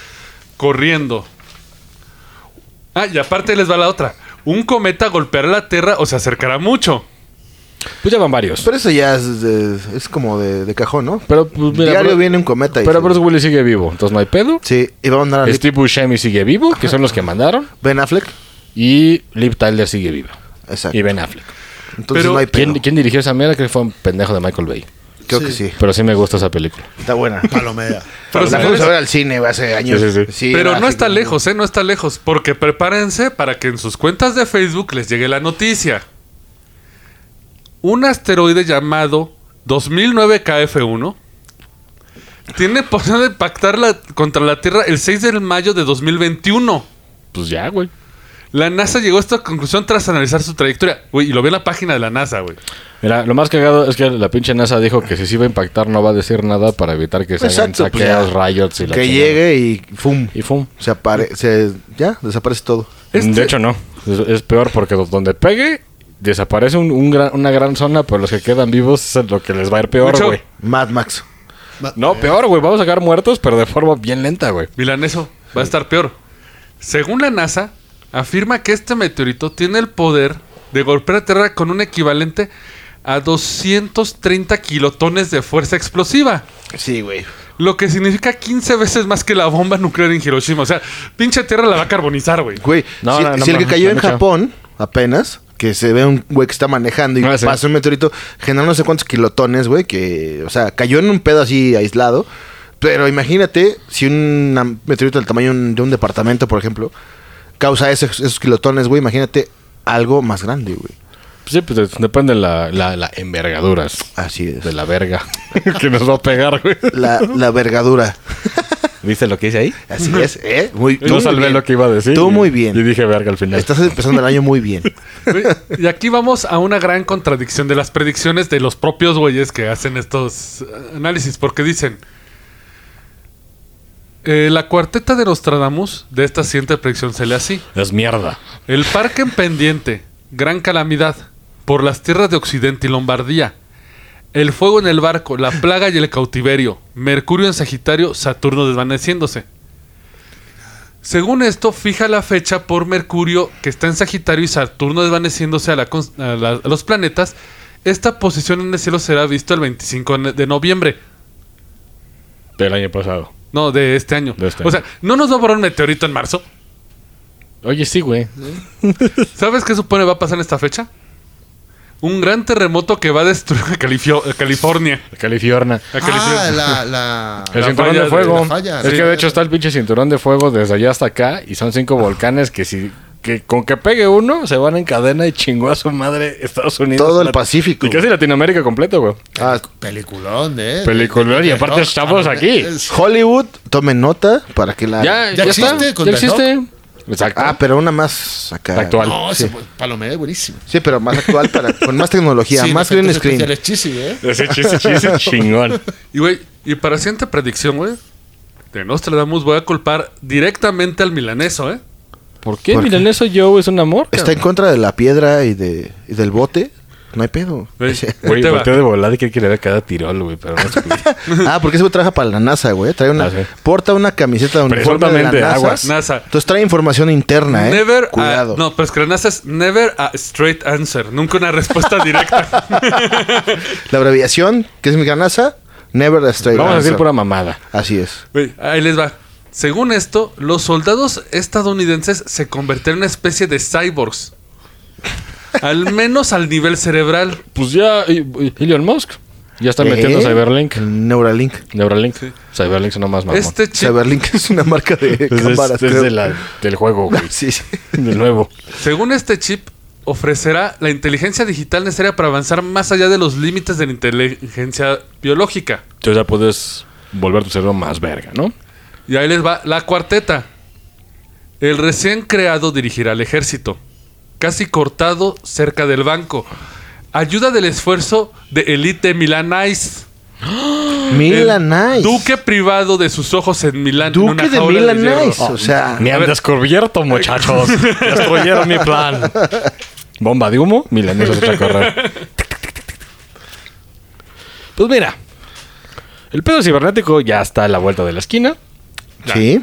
[SPEAKER 2] corriendo. Ah, y aparte les va la otra. Un cometa golpeará la Tierra o se acercará mucho.
[SPEAKER 4] Pues ya van varios.
[SPEAKER 3] Pero eso ya es, de- es como de, de cajón, ¿no?
[SPEAKER 4] Pero, pues, mira,
[SPEAKER 3] Diario
[SPEAKER 4] Bru-
[SPEAKER 3] viene un cometa. Y
[SPEAKER 4] Pero
[SPEAKER 3] se-
[SPEAKER 4] Bruce Willis sigue vivo, entonces no hay pedo.
[SPEAKER 3] Sí, y va a mandar a Lip-
[SPEAKER 4] Steve Buscemi sigue vivo, que son los que mandaron.
[SPEAKER 3] Ben Affleck.
[SPEAKER 4] Y Liv Tyler sigue viva.
[SPEAKER 3] Exacto.
[SPEAKER 4] Y Ben Affleck.
[SPEAKER 3] Entonces
[SPEAKER 2] Pero-
[SPEAKER 3] no hay pedo.
[SPEAKER 4] ¿Quién, quién dirigió esa mierda? Creo que fue un pendejo de Michael Bay.
[SPEAKER 3] Creo que
[SPEAKER 5] Sí.
[SPEAKER 3] sí.
[SPEAKER 4] Pero sí me gusta esa película.
[SPEAKER 3] Está buena.
[SPEAKER 5] Palomera.
[SPEAKER 2] Pero,
[SPEAKER 3] Pero la
[SPEAKER 2] señores,
[SPEAKER 3] fuimos a ver al cine güey, hace años.
[SPEAKER 4] Sí, sí, sí.
[SPEAKER 2] pero
[SPEAKER 3] era
[SPEAKER 2] no
[SPEAKER 3] así
[SPEAKER 2] está
[SPEAKER 3] como-
[SPEAKER 2] lejos, ¿eh? No está lejos. Porque prepárense para que en sus cuentas de Facebook les llegue la noticia. Un asteroide llamado 2009 KF1 tiene posibilidad de impactar la- contra la Tierra el 6 de mayo de 2021.
[SPEAKER 4] Pues ya, güey.
[SPEAKER 2] La NASA llegó a esta conclusión tras analizar su trayectoria. Güey, y lo vi en la página de la NASA, güey.
[SPEAKER 4] Mira, lo más cagado es que la pinche NASA dijo que si se iba a impactar no va a decir nada para evitar que se hagan
[SPEAKER 3] Exacto, pues,
[SPEAKER 4] saqueos,
[SPEAKER 3] ya.
[SPEAKER 4] riots y la
[SPEAKER 3] Que
[SPEAKER 4] chingada.
[SPEAKER 3] llegue y fum.
[SPEAKER 4] Y fum.
[SPEAKER 3] Se aparece. Ya, desaparece todo.
[SPEAKER 2] Este-
[SPEAKER 4] De hecho, no. Es, es peor porque do- donde pegue, desaparece un, un gran- una gran zona, pero los que quedan vivos es lo que les va a ir peor,
[SPEAKER 2] Mucho.
[SPEAKER 4] güey.
[SPEAKER 3] Mad Max.
[SPEAKER 4] No, peor, güey. Vamos a quedar muertos, pero de forma bien lenta, güey.
[SPEAKER 2] Milaneso, va a estar peor. Según la NASA, afirma que este meteorito tiene el poder de golpear a Tierra con un equivalente a 230 kilotones de fuerza explosiva.
[SPEAKER 3] Sí, güey.
[SPEAKER 2] Lo que significa 15 veces más que la bomba nuclear en Hiroshima. O sea, pinche Tierra la va a carbonizar, güey.
[SPEAKER 3] Güey,
[SPEAKER 4] No,
[SPEAKER 3] si,
[SPEAKER 4] no, no
[SPEAKER 3] si el que
[SPEAKER 4] mames,
[SPEAKER 3] cayó
[SPEAKER 4] está
[SPEAKER 3] en
[SPEAKER 4] mucho.
[SPEAKER 3] Japón, apenas, que se ve un güey que está manejando y
[SPEAKER 4] Ah, sí.
[SPEAKER 3] pasa un meteorito, genera no sé cuántos kilotones, güey, que, o sea, cayó en un pedo así aislado. Pero imagínate si un meteorito del tamaño de un- de un departamento, por ejemplo, causa esos, esos kilotones, güey, imagínate algo más grande, güey.
[SPEAKER 4] Pues sí, pues de- depende la, la, la envergaduras
[SPEAKER 3] Así
[SPEAKER 4] de
[SPEAKER 3] es.
[SPEAKER 4] la verga que nos va a pegar, güey.
[SPEAKER 3] La, la vergadura.
[SPEAKER 4] ¿Viste lo que hice ahí?
[SPEAKER 3] Así es, ¿eh? Muy, tú
[SPEAKER 4] No
[SPEAKER 3] muy
[SPEAKER 4] salvé
[SPEAKER 3] bien.
[SPEAKER 4] lo que iba a decir.
[SPEAKER 3] Tú
[SPEAKER 4] y-
[SPEAKER 3] muy bien.
[SPEAKER 4] Y dije verga al final.
[SPEAKER 3] Estás empezando el año muy bien.
[SPEAKER 2] Güey, Y aquí vamos a una gran contradicción de las predicciones de los propios güeyes que hacen estos eh, análisis, porque dicen, eh, la cuarteta de Nostradamus de esta siguiente predicción se lee así.
[SPEAKER 4] Es mierda.
[SPEAKER 2] El parque en pendiente, gran calamidad, por las tierras de Occidente y Lombardía. El fuego en el barco, la plaga y el cautiverio. Mercurio en Sagitario, Saturno desvaneciéndose. Según esto, fija la fecha por Mercurio, que está en Sagitario y Saturno desvaneciéndose a, la cons- a la- a los planetas. Esta posición en el cielo será vista el 25 ne- de noviembre.
[SPEAKER 4] Del año pasado.
[SPEAKER 2] No, de este año.
[SPEAKER 4] De este
[SPEAKER 2] o sea, ¿no nos va a borrar un meteorito en marzo?
[SPEAKER 4] Oye, sí, güey.
[SPEAKER 2] ¿Sabes qué supone va a pasar en esta fecha? Un gran terremoto que va a destruir a, Califio- a California.
[SPEAKER 4] Califiorna.
[SPEAKER 2] A
[SPEAKER 5] Ah,
[SPEAKER 2] California.
[SPEAKER 5] la, la...
[SPEAKER 4] El
[SPEAKER 2] La
[SPEAKER 4] cinturón
[SPEAKER 2] falla
[SPEAKER 4] de
[SPEAKER 2] de-
[SPEAKER 4] fuego.
[SPEAKER 5] la falla,
[SPEAKER 4] es
[SPEAKER 5] sí.
[SPEAKER 4] que de hecho está el pinche cinturón de fuego desde allá hasta acá y son cinco volcanes que si que con que pegue uno se van en cadena y chingó a su madre Estados Unidos.
[SPEAKER 3] Todo el
[SPEAKER 4] Lat-
[SPEAKER 3] Pacífico.
[SPEAKER 4] Y casi Latinoamérica completo, güey.
[SPEAKER 3] Ah,
[SPEAKER 5] Peliculón, ¿eh?
[SPEAKER 4] Peliculón, y aparte estamos aquí.
[SPEAKER 3] Hollywood, tome nota para que la...
[SPEAKER 4] Ya, ya,
[SPEAKER 5] Ya
[SPEAKER 4] está.
[SPEAKER 5] existe, con
[SPEAKER 4] Ya
[SPEAKER 5] The
[SPEAKER 4] existe. Exacto.
[SPEAKER 3] Ah, pero una más acá.
[SPEAKER 4] Actual.
[SPEAKER 5] No, ese Palomera es buenísimo.
[SPEAKER 3] Sí, pero más actual, para, con más tecnología, más green screen.
[SPEAKER 5] Es chisi, ¿eh?
[SPEAKER 4] Ese chiste, chiste chingón.
[SPEAKER 2] Y, güey, y para siguiente predicción, güey, de Nostradamus voy a culpar directamente al milaneso, ¿eh?
[SPEAKER 4] ¿Por qué?
[SPEAKER 3] ¿Por qué?
[SPEAKER 4] Miren, eso yo es un amor.
[SPEAKER 3] Está en contra de la piedra y, de, y del bote. No hay pedo.
[SPEAKER 2] Güey, ahí
[SPEAKER 4] Güey,
[SPEAKER 2] te va.
[SPEAKER 4] volteo de volada y que le da cada tirol, güey. Pero no se puede.
[SPEAKER 3] Ah, porque ese güey trabaja para la NASA, güey. Trae una,
[SPEAKER 4] Ah, sí.
[SPEAKER 3] Porta una camiseta de uniforme de la
[SPEAKER 4] Presuntamente,
[SPEAKER 3] NASA.
[SPEAKER 4] aguas.
[SPEAKER 2] NASA.
[SPEAKER 3] Entonces trae información interna, ¿eh?
[SPEAKER 2] Never a-
[SPEAKER 3] Cuidado.
[SPEAKER 2] no, pero es que la NASA es never a straight answer. Nunca una respuesta directa.
[SPEAKER 3] La abreviación, que es mi NASA, Never a Straight
[SPEAKER 4] Vamos a decir
[SPEAKER 3] answer.
[SPEAKER 4] pura mamada.
[SPEAKER 3] Así es.
[SPEAKER 2] Güey, ahí les va. Según esto, los soldados estadounidenses se convertirán en una especie de cyborgs. Al menos al nivel cerebral.
[SPEAKER 4] Pues ya, y- y- Elon Musk. Ya está metiendo
[SPEAKER 3] ¿Eh?
[SPEAKER 4] Cyberlink.
[SPEAKER 3] Neuralink.
[SPEAKER 4] Neuralink. Cyberlink son nomás mamón.
[SPEAKER 2] Este chip
[SPEAKER 3] Cyberlink es una marca de
[SPEAKER 4] Es- es-
[SPEAKER 3] cámaras.
[SPEAKER 4] es
[SPEAKER 3] creo.
[SPEAKER 4] de la- del juego, güey.
[SPEAKER 3] Sí, sí.
[SPEAKER 4] De nuevo.
[SPEAKER 2] Según este chip, ofrecerá la inteligencia digital necesaria para avanzar más allá de los límites de la inteligencia biológica.
[SPEAKER 4] Entonces ya puedes volver tu cerebro más verga, ¿no?
[SPEAKER 2] Y ahí les va la cuarteta. El recién creado dirigirá al ejército, casi cortado cerca del banco. Ayuda del esfuerzo de Elite Milanais.
[SPEAKER 3] Milan
[SPEAKER 2] El
[SPEAKER 3] Nice.
[SPEAKER 2] Duque privado de sus ojos en Milán. en una
[SPEAKER 3] Duque de
[SPEAKER 2] jaula
[SPEAKER 3] Milan
[SPEAKER 2] hierro.
[SPEAKER 3] Nice. O sea,
[SPEAKER 4] Me han descubierto, muchachos. Destruyeron mi plan. Bomba de humo, milaneso se echa a correr. Pues mira, el pedo cibernético ya está a la vuelta de la esquina
[SPEAKER 3] sí.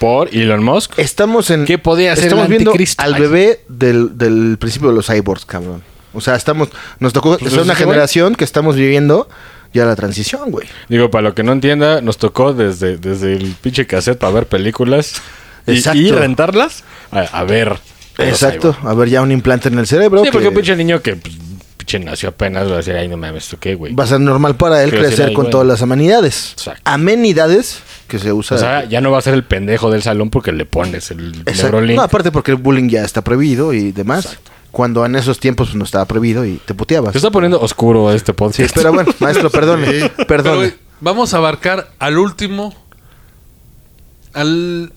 [SPEAKER 4] por Elon Musk.
[SPEAKER 3] Estamos en.
[SPEAKER 7] ¿Qué podía hacer
[SPEAKER 3] Estamos
[SPEAKER 7] el
[SPEAKER 3] viendo
[SPEAKER 7] anticristo?
[SPEAKER 3] al
[SPEAKER 7] Ay,
[SPEAKER 3] bebé del, del principio de los cyborgs, cabrón. O sea, estamos, nos tocó,
[SPEAKER 4] Pues,
[SPEAKER 3] es una
[SPEAKER 4] sí, güey.
[SPEAKER 3] generación que estamos viviendo ya la transición, güey.
[SPEAKER 4] Digo, para lo que no entienda, nos tocó desde, desde el pinche cassette para ver películas y,
[SPEAKER 3] Exacto.
[SPEAKER 4] y rentarlas a, a ver. Pero, o
[SPEAKER 3] Exacto.
[SPEAKER 4] sea,
[SPEAKER 3] A ver, ya un implante en el cerebro.
[SPEAKER 4] güey. Sí, porque
[SPEAKER 3] que
[SPEAKER 4] un pinche niño que pues, pinche nació apenas va a decir, ay, no mames, ¿tú qué, güey?
[SPEAKER 3] va a ser normal para él
[SPEAKER 4] Quiero decir,
[SPEAKER 3] crecer
[SPEAKER 4] ahí,
[SPEAKER 3] con
[SPEAKER 4] güey.
[SPEAKER 3] todas las amenidades.
[SPEAKER 4] Exacto.
[SPEAKER 3] Amenidades que se usa.
[SPEAKER 4] O sea, ya no va a ser el pendejo del salón porque le pones el
[SPEAKER 3] Exacto.
[SPEAKER 4] Neurolink.
[SPEAKER 3] No, aparte porque el bullying ya está prohibido y demás. Cuando en esos tiempos pues, no estaba prohibido y te puteabas.
[SPEAKER 4] Se está poniendo oscuro este
[SPEAKER 3] Sí,
[SPEAKER 4] podcast.
[SPEAKER 3] pero bueno, maestro, perdone.
[SPEAKER 5] Sí.
[SPEAKER 2] Pero,
[SPEAKER 3] Perdone.
[SPEAKER 2] güey, vamos a abarcar al último. Al.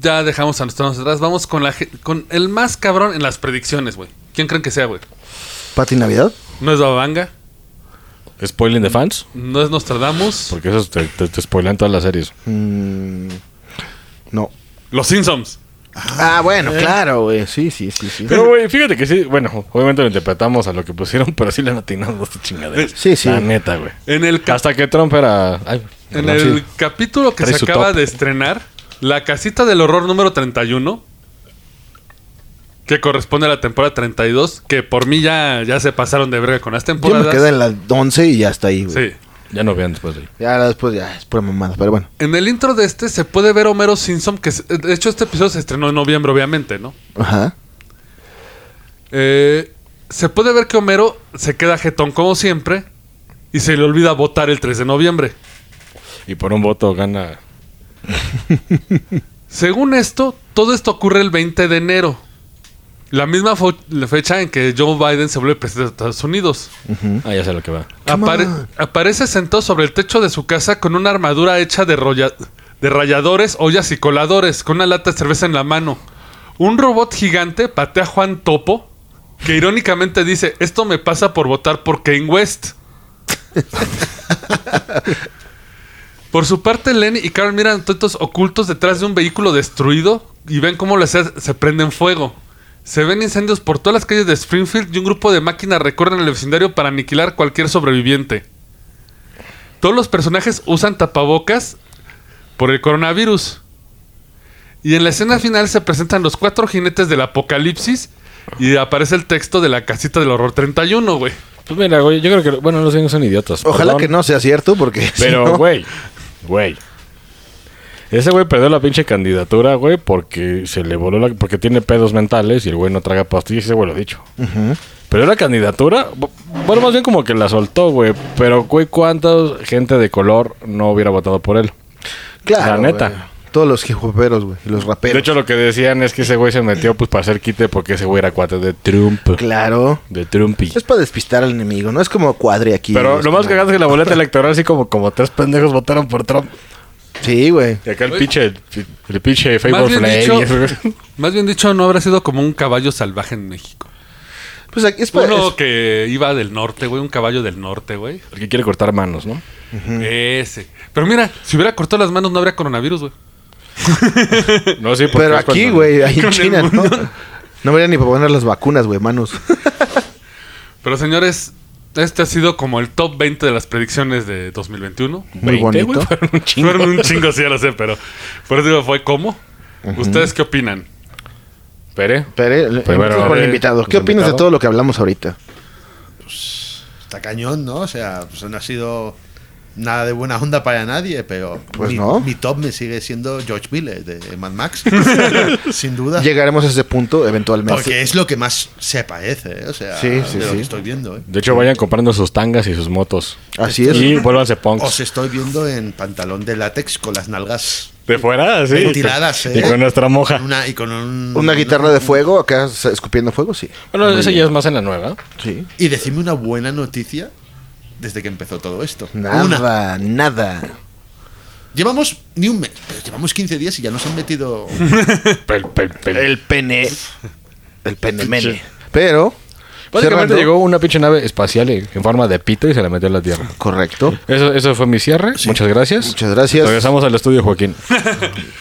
[SPEAKER 2] Ya dejamos a nosotros atrás. Vamos con la ge- con el más cabrón en las predicciones, güey. ¿Quién creen que sea, güey?
[SPEAKER 3] ¿Pati Navidad?
[SPEAKER 2] No es Babanga,
[SPEAKER 4] Spoiling de fans.
[SPEAKER 2] no es Nostradamus.
[SPEAKER 4] Porque eso te, te, te spoilean todas las series.
[SPEAKER 3] Mm, no.
[SPEAKER 2] Los Simpsons.
[SPEAKER 3] Ah, bueno, claro, güey. Sí, sí, sí, sí.
[SPEAKER 4] Eh. Pero, güey, fíjate que sí. Bueno, obviamente lo interpretamos a lo que pusieron, pero sí le han atinado esta chingadera.
[SPEAKER 3] Sí, sí.
[SPEAKER 4] La neta, güey.
[SPEAKER 2] En el, ca-
[SPEAKER 4] Hasta que Trump era. Ay,
[SPEAKER 2] en
[SPEAKER 4] perdón,
[SPEAKER 2] el
[SPEAKER 4] sí.
[SPEAKER 2] capítulo que
[SPEAKER 4] Trae
[SPEAKER 2] se
[SPEAKER 4] su
[SPEAKER 2] acaba
[SPEAKER 4] top.
[SPEAKER 2] de estrenar, La Casita del Horror número 31, que corresponde a la temporada 32, que por mí ya, ya se pasaron de verga con las
[SPEAKER 3] Yo me
[SPEAKER 2] temporadas.
[SPEAKER 3] quedé en la 11 y ya está ahí, güey.
[SPEAKER 2] Sí.
[SPEAKER 4] Ya no vean después de ahí.
[SPEAKER 3] Ya después, ya es pura mamada, pero bueno.
[SPEAKER 2] En el intro de este se puede ver a Homero Simpson, que se- de hecho este episodio se estrenó en noviembre, obviamente, ¿no?
[SPEAKER 3] Ajá.
[SPEAKER 2] Eh, se puede ver que Homero se queda jetón como siempre y se le olvida votar el 3 de noviembre.
[SPEAKER 4] Y por un voto gana.
[SPEAKER 2] Según esto, todo esto ocurre el 20 de enero, la misma fo- la fecha en que Joe Biden se vuelve presidente de Estados Unidos.
[SPEAKER 4] Ah, ya sé lo que va.
[SPEAKER 2] Apare-
[SPEAKER 3] on.
[SPEAKER 2] aparece sentado sobre el techo de su casa con una armadura hecha de, rolla- de rayadores, ollas y coladores, con una lata de cerveza en la mano. Un robot gigante patea a Juan Topo, que irónicamente dice, esto me pasa por votar por Kane West. Por su parte, Lenny y Carl miran tontos ocultos detrás de un vehículo destruido y ven cómo las se, se prenden fuego. Se ven incendios por todas las calles de Springfield y un grupo de máquinas recorren el vecindario para aniquilar cualquier sobreviviente. Todos los personajes usan tapabocas por el coronavirus. Y en la escena final se presentan los cuatro jinetes del apocalipsis y aparece el texto de la casita del horror 31, güey.
[SPEAKER 4] Pues mira, güey, yo creo que. Bueno, los niños son idiotas.
[SPEAKER 3] Ojalá
[SPEAKER 4] perdón.
[SPEAKER 3] que no sea cierto, porque. si
[SPEAKER 4] Pero,
[SPEAKER 3] no-
[SPEAKER 4] güey, güey. Ese güey perdió la pinche candidatura, güey, porque se le voló la... Porque tiene pedos mentales y el güey no traga pastillas, ese güey lo ha dicho. Pero la candidatura, bu- bueno, más bien como que la soltó, güey. Pero, güey, ¿cuánta gente de color no hubiera votado por él?
[SPEAKER 3] Claro.
[SPEAKER 4] La neta.
[SPEAKER 3] güey. Todos los hijoperos, güey. y Los raperos.
[SPEAKER 4] De hecho, lo que decían es que ese güey se metió pues para hacer quite porque ese güey era cuate de Trump.
[SPEAKER 3] Claro.
[SPEAKER 4] De Trumpy.
[SPEAKER 3] Es para despistar al enemigo, no es como cuadre aquí.
[SPEAKER 4] Pero
[SPEAKER 3] es
[SPEAKER 4] lo más
[SPEAKER 3] como-
[SPEAKER 4] cagado es que la boleta electoral, así como, como tres pendejos votaron por Trump.
[SPEAKER 3] Sí, güey.
[SPEAKER 4] Y acá el pinche, el, el pinche
[SPEAKER 2] Más
[SPEAKER 4] Favor
[SPEAKER 2] bien,
[SPEAKER 4] Flay.
[SPEAKER 2] dicho,
[SPEAKER 4] y eso, güey.
[SPEAKER 2] más bien dicho, no habrá sido como un caballo salvaje en México.
[SPEAKER 3] Pues aquí es para.
[SPEAKER 2] Uno
[SPEAKER 3] es-
[SPEAKER 2] que iba del norte, güey, un caballo del norte, güey.
[SPEAKER 4] El que quiere cortar manos, ¿no?
[SPEAKER 2] Ese. Pero mira, si hubiera cortado las manos no habría coronavirus, güey.
[SPEAKER 4] No, sí, porque
[SPEAKER 3] Pero
[SPEAKER 4] es
[SPEAKER 3] aquí,
[SPEAKER 4] cuando-
[SPEAKER 3] güey, ahí en
[SPEAKER 2] Con el
[SPEAKER 3] China, ¿no?
[SPEAKER 2] mundo.
[SPEAKER 3] No deberían ni para poner las vacunas, güey, manos.
[SPEAKER 2] Pero señores, este ha sido como el top 20 de las predicciones de 2021.
[SPEAKER 3] Muy
[SPEAKER 4] 20, güey,
[SPEAKER 3] bonito.
[SPEAKER 4] fueron un chingo.
[SPEAKER 2] Fueron un chingo, sí, ya lo sé, pero por eso digo, fue como. ¿Ustedes qué opinan?
[SPEAKER 4] Espere.
[SPEAKER 3] Pero, eh,
[SPEAKER 4] Primero,
[SPEAKER 3] empezamos con el
[SPEAKER 4] eh,
[SPEAKER 3] invitado.
[SPEAKER 4] los
[SPEAKER 3] ¿Qué opinas de
[SPEAKER 4] invitados.
[SPEAKER 3] todo lo que hablamos ahorita?
[SPEAKER 5] Está cañón, ¿no? O sea, pues no ha sido nada de buena onda para nadie, pero
[SPEAKER 3] Pues
[SPEAKER 5] mi,
[SPEAKER 3] no.
[SPEAKER 5] mi top me sigue siendo George Miller de Mad Max, sin duda.
[SPEAKER 3] Llegaremos a ese punto eventualmente.
[SPEAKER 5] Porque es lo que más se parece, ¿eh? o sea,
[SPEAKER 3] Sí, sí,
[SPEAKER 5] de lo
[SPEAKER 3] sí.
[SPEAKER 5] que estoy viendo. ¿eh?
[SPEAKER 4] De hecho, vayan comprando sus tangas y sus motos.
[SPEAKER 3] Así es.
[SPEAKER 4] Y vuélvanse
[SPEAKER 5] Os
[SPEAKER 2] Oh,
[SPEAKER 4] punks.
[SPEAKER 5] estoy viendo en pantalón de látex con las nalgas
[SPEAKER 4] De fuera, sí.
[SPEAKER 5] tiradas, ¿eh?
[SPEAKER 4] Y con nuestra moja.
[SPEAKER 5] una, y con un-
[SPEAKER 3] Una guitarra de fuego, acá s- escupiendo fuego, sí.
[SPEAKER 4] Bueno, ese ya es más en la nueva.
[SPEAKER 3] Sí.
[SPEAKER 5] Y decirme una buena noticia desde que empezó todo esto. Una.
[SPEAKER 3] Nada, nada.
[SPEAKER 5] Llevamos ni un mes, pero llevamos 15 días y ya nos han metido
[SPEAKER 4] Pel, pel, pel.
[SPEAKER 3] El pene. El pene mene. Pero.
[SPEAKER 4] Básicamente
[SPEAKER 3] cerrando-
[SPEAKER 4] llegó una pinche nave espacial y- en forma de pito y se la metió en la Tierra.
[SPEAKER 3] Correcto.
[SPEAKER 4] Eso, eso fue mi cierre. Muchas gracias.
[SPEAKER 3] Muchas gracias.
[SPEAKER 4] Regresamos al estudio, Joaquín.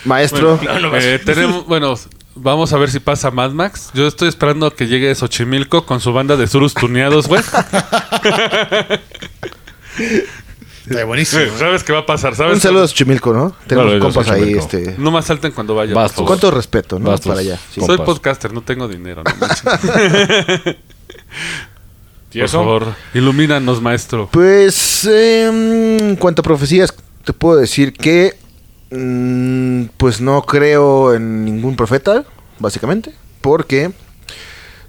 [SPEAKER 3] Maestro.
[SPEAKER 2] Eh, tenemos, bueno, vamos a ver si pasa Mad Max. Yo estoy esperando a que llegue Xochimilco con su banda de surus tuneados, güey.
[SPEAKER 5] de buenísimo.
[SPEAKER 2] Eh, Sabes qué va a pasar, ¿sabes?
[SPEAKER 3] Un saludo a Xochimilco, ¿no? Tenemos
[SPEAKER 4] Claro, de
[SPEAKER 3] compas ahí,
[SPEAKER 4] Xochimilco.
[SPEAKER 3] este.
[SPEAKER 2] No más salten cuando vayan. por
[SPEAKER 4] Bastos.
[SPEAKER 2] favor.
[SPEAKER 3] Cuánto respeto, ¿no?
[SPEAKER 4] Bastos.
[SPEAKER 3] Para allá. sí.
[SPEAKER 4] Con-
[SPEAKER 2] Soy
[SPEAKER 4] compas.
[SPEAKER 2] podcaster, no tengo dinero. no manches.
[SPEAKER 4] ¿Y
[SPEAKER 2] Por
[SPEAKER 4] eso?
[SPEAKER 2] favor, ilumínanos, maestro.
[SPEAKER 3] Pues, eh, en cuanto a profecías, te puedo decir que, mm, pues no creo en ningún profeta, básicamente, porque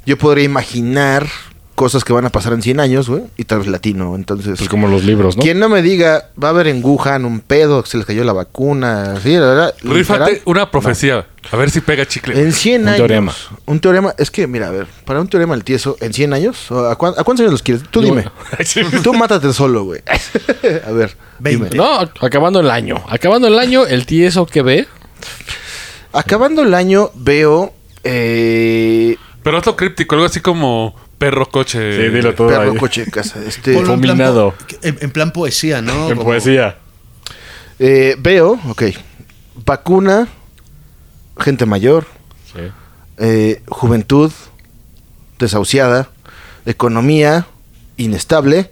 [SPEAKER 3] yo podría imaginar cosas que van a pasar en 100 años, güey, y tal vez latino, entonces...
[SPEAKER 4] Pues como los libros, ¿no?
[SPEAKER 3] Quien no me diga, va a haber en Wuhan un pedo, que se les cayó la vacuna, sí, la verdad.
[SPEAKER 2] Rífate
[SPEAKER 3] literal,
[SPEAKER 2] una profecía. A ver si pega chicle.
[SPEAKER 3] En 100
[SPEAKER 4] Un
[SPEAKER 3] años.
[SPEAKER 4] teorema.
[SPEAKER 3] Un teorema. Es que, mira, a ver, para un teorema el tieso, ¿en 100 años? ¿O ¿A, cuán- a cuántos años los quieres? Tú
[SPEAKER 4] Yo-
[SPEAKER 3] dime. Tú mátate solo, güey. a ver. dime.
[SPEAKER 5] 20.
[SPEAKER 4] No, acabando el año. Acabando el año, el tieso que ve.
[SPEAKER 3] Acabando el año, veo. Eh,
[SPEAKER 2] Pero hazlo críptico, algo así como perro coche.
[SPEAKER 4] todo
[SPEAKER 3] perro, coche, casa. Este,
[SPEAKER 5] Ponlo en plan
[SPEAKER 4] Fulminado.
[SPEAKER 5] po- En, en plan poesía, ¿no?
[SPEAKER 4] En
[SPEAKER 5] Como-
[SPEAKER 4] poesía.
[SPEAKER 3] eh, veo, ok. Vacuna, gente mayor,
[SPEAKER 4] Sí.
[SPEAKER 3] eh, juventud, desahuciada, economía inestable,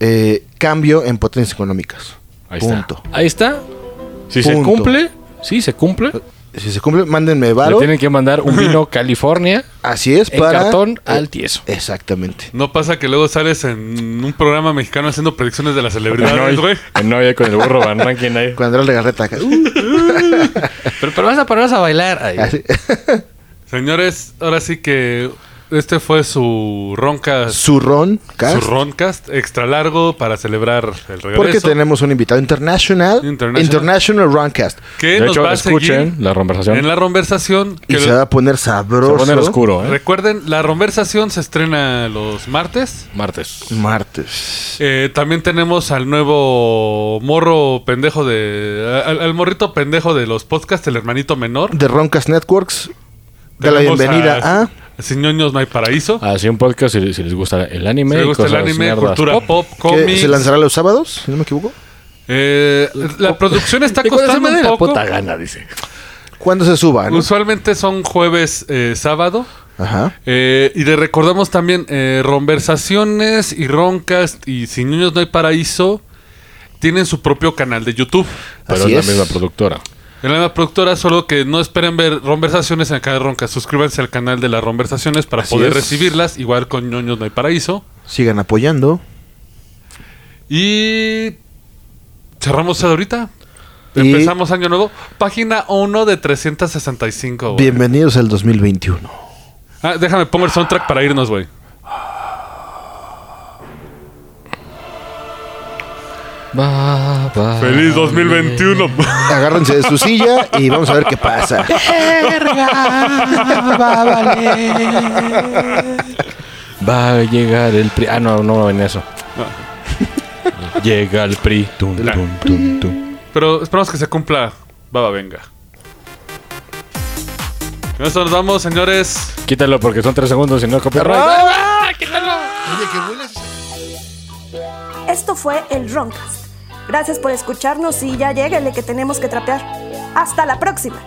[SPEAKER 3] eh, cambio en potencias económicas.
[SPEAKER 4] Ahí
[SPEAKER 3] Punto.
[SPEAKER 4] está. Ahí está. Si se
[SPEAKER 3] Punto.
[SPEAKER 4] cumple, sí, se cumple.
[SPEAKER 3] Si se cumple, mándenme
[SPEAKER 4] Le
[SPEAKER 3] varo.
[SPEAKER 4] tienen que mandar un vino California
[SPEAKER 3] Así es,
[SPEAKER 4] en
[SPEAKER 3] para.
[SPEAKER 4] cartón al tieso.
[SPEAKER 3] Exactamente.
[SPEAKER 2] No pasa que luego sales en un programa mexicano haciendo predicciones de las
[SPEAKER 4] En
[SPEAKER 2] celebridades,
[SPEAKER 4] hoy-
[SPEAKER 2] güey.
[SPEAKER 4] en hoy, con el burro Van Rankin ahí.
[SPEAKER 3] Cuando era la garreta acá. uh,
[SPEAKER 4] Pero, pero vas a parar a bailar. Ahí.
[SPEAKER 3] así.
[SPEAKER 2] Señores, ahora sí que este fue su ronca. Su,
[SPEAKER 3] Zurrón, cast.
[SPEAKER 2] roncast extra largo para celebrar el regreso.
[SPEAKER 3] Porque tenemos un invitado internacional.
[SPEAKER 2] International.
[SPEAKER 3] International Roundcast.
[SPEAKER 2] que
[SPEAKER 4] De
[SPEAKER 2] nos
[SPEAKER 4] hecho,
[SPEAKER 2] va a
[SPEAKER 4] escuchen
[SPEAKER 2] seguir
[SPEAKER 4] la conversación.
[SPEAKER 2] en la conversación.
[SPEAKER 3] Y
[SPEAKER 2] que-
[SPEAKER 3] se va a poner sabroso.
[SPEAKER 4] Se pone oscuro, ¿eh?
[SPEAKER 2] Recuerden, la conversación se estrena los martes.
[SPEAKER 4] Martes.
[SPEAKER 3] Martes.
[SPEAKER 2] Eh, también tenemos al nuevo morro pendejo de. Al, al morrito pendejo de los podcasts, el hermanito menor.
[SPEAKER 3] De Roncast Networks. Da la
[SPEAKER 2] Tenemos
[SPEAKER 3] bienvenida a,
[SPEAKER 2] Señoños No hay Paraíso.
[SPEAKER 4] Así un podcast si, si les gusta el anime.
[SPEAKER 2] Si les
[SPEAKER 4] y
[SPEAKER 2] gusta el
[SPEAKER 4] Ah, cosas
[SPEAKER 2] anime,
[SPEAKER 4] nerdas
[SPEAKER 2] cultura
[SPEAKER 4] pop.
[SPEAKER 2] pop,
[SPEAKER 3] que
[SPEAKER 2] cómics.
[SPEAKER 3] se lanzará los sábados, si no me equivoco.
[SPEAKER 2] Eh, la producción está
[SPEAKER 4] Y cuando se
[SPEAKER 2] costando
[SPEAKER 4] me dé
[SPEAKER 2] un
[SPEAKER 4] la
[SPEAKER 2] poco.
[SPEAKER 4] puta gana, dice.
[SPEAKER 3] Cuando se suba, ¿no?
[SPEAKER 2] Usualmente son jueves, eh, sábado.
[SPEAKER 3] Ajá.
[SPEAKER 2] Eh, y le recordamos también eh, Ronversaciones y Roncast y Sin Niños No Hay Paraíso tienen su propio canal de YouTube.
[SPEAKER 4] Pero
[SPEAKER 3] Así
[SPEAKER 4] es,
[SPEAKER 3] es.
[SPEAKER 4] la misma productora.
[SPEAKER 2] En la misma productora, solo que no esperen ver Ronversaciones en el canal de Roncast. Suscríbanse al canal de las Ronversaciones para
[SPEAKER 3] Así
[SPEAKER 2] poder
[SPEAKER 3] es.
[SPEAKER 2] recibirlas, igual con Ñoños No Hay Paraíso.
[SPEAKER 3] Sigan apoyando.
[SPEAKER 2] Y cerramos ahorita.
[SPEAKER 3] Y-
[SPEAKER 2] Empezamos año nuevo. Página 1 de 365. güey.
[SPEAKER 3] Bienvenidos al 2021.
[SPEAKER 2] Ah, déjame, pongo el soundtrack para irnos, güey.
[SPEAKER 7] Va, va.
[SPEAKER 3] Ah,
[SPEAKER 2] Feliz 2021.
[SPEAKER 3] Agárrense de su silla y vamos a ver qué pasa.
[SPEAKER 7] va a
[SPEAKER 4] Va a llegar el PRI. Ah, no, no va a venir eso. Llega el PRI. Tum, tum, tum, tum.
[SPEAKER 2] Pero esperamos que se cumpla. Baba, venga. Con esto nos vamos, señores.
[SPEAKER 4] Quítalo porque son tres segundos y no copyright.
[SPEAKER 5] Oye, que hueles.
[SPEAKER 1] Esto fue el Roncast. Gracias por escucharnos y ya lléguenle que tenemos que trapear. ¡Hasta la próxima!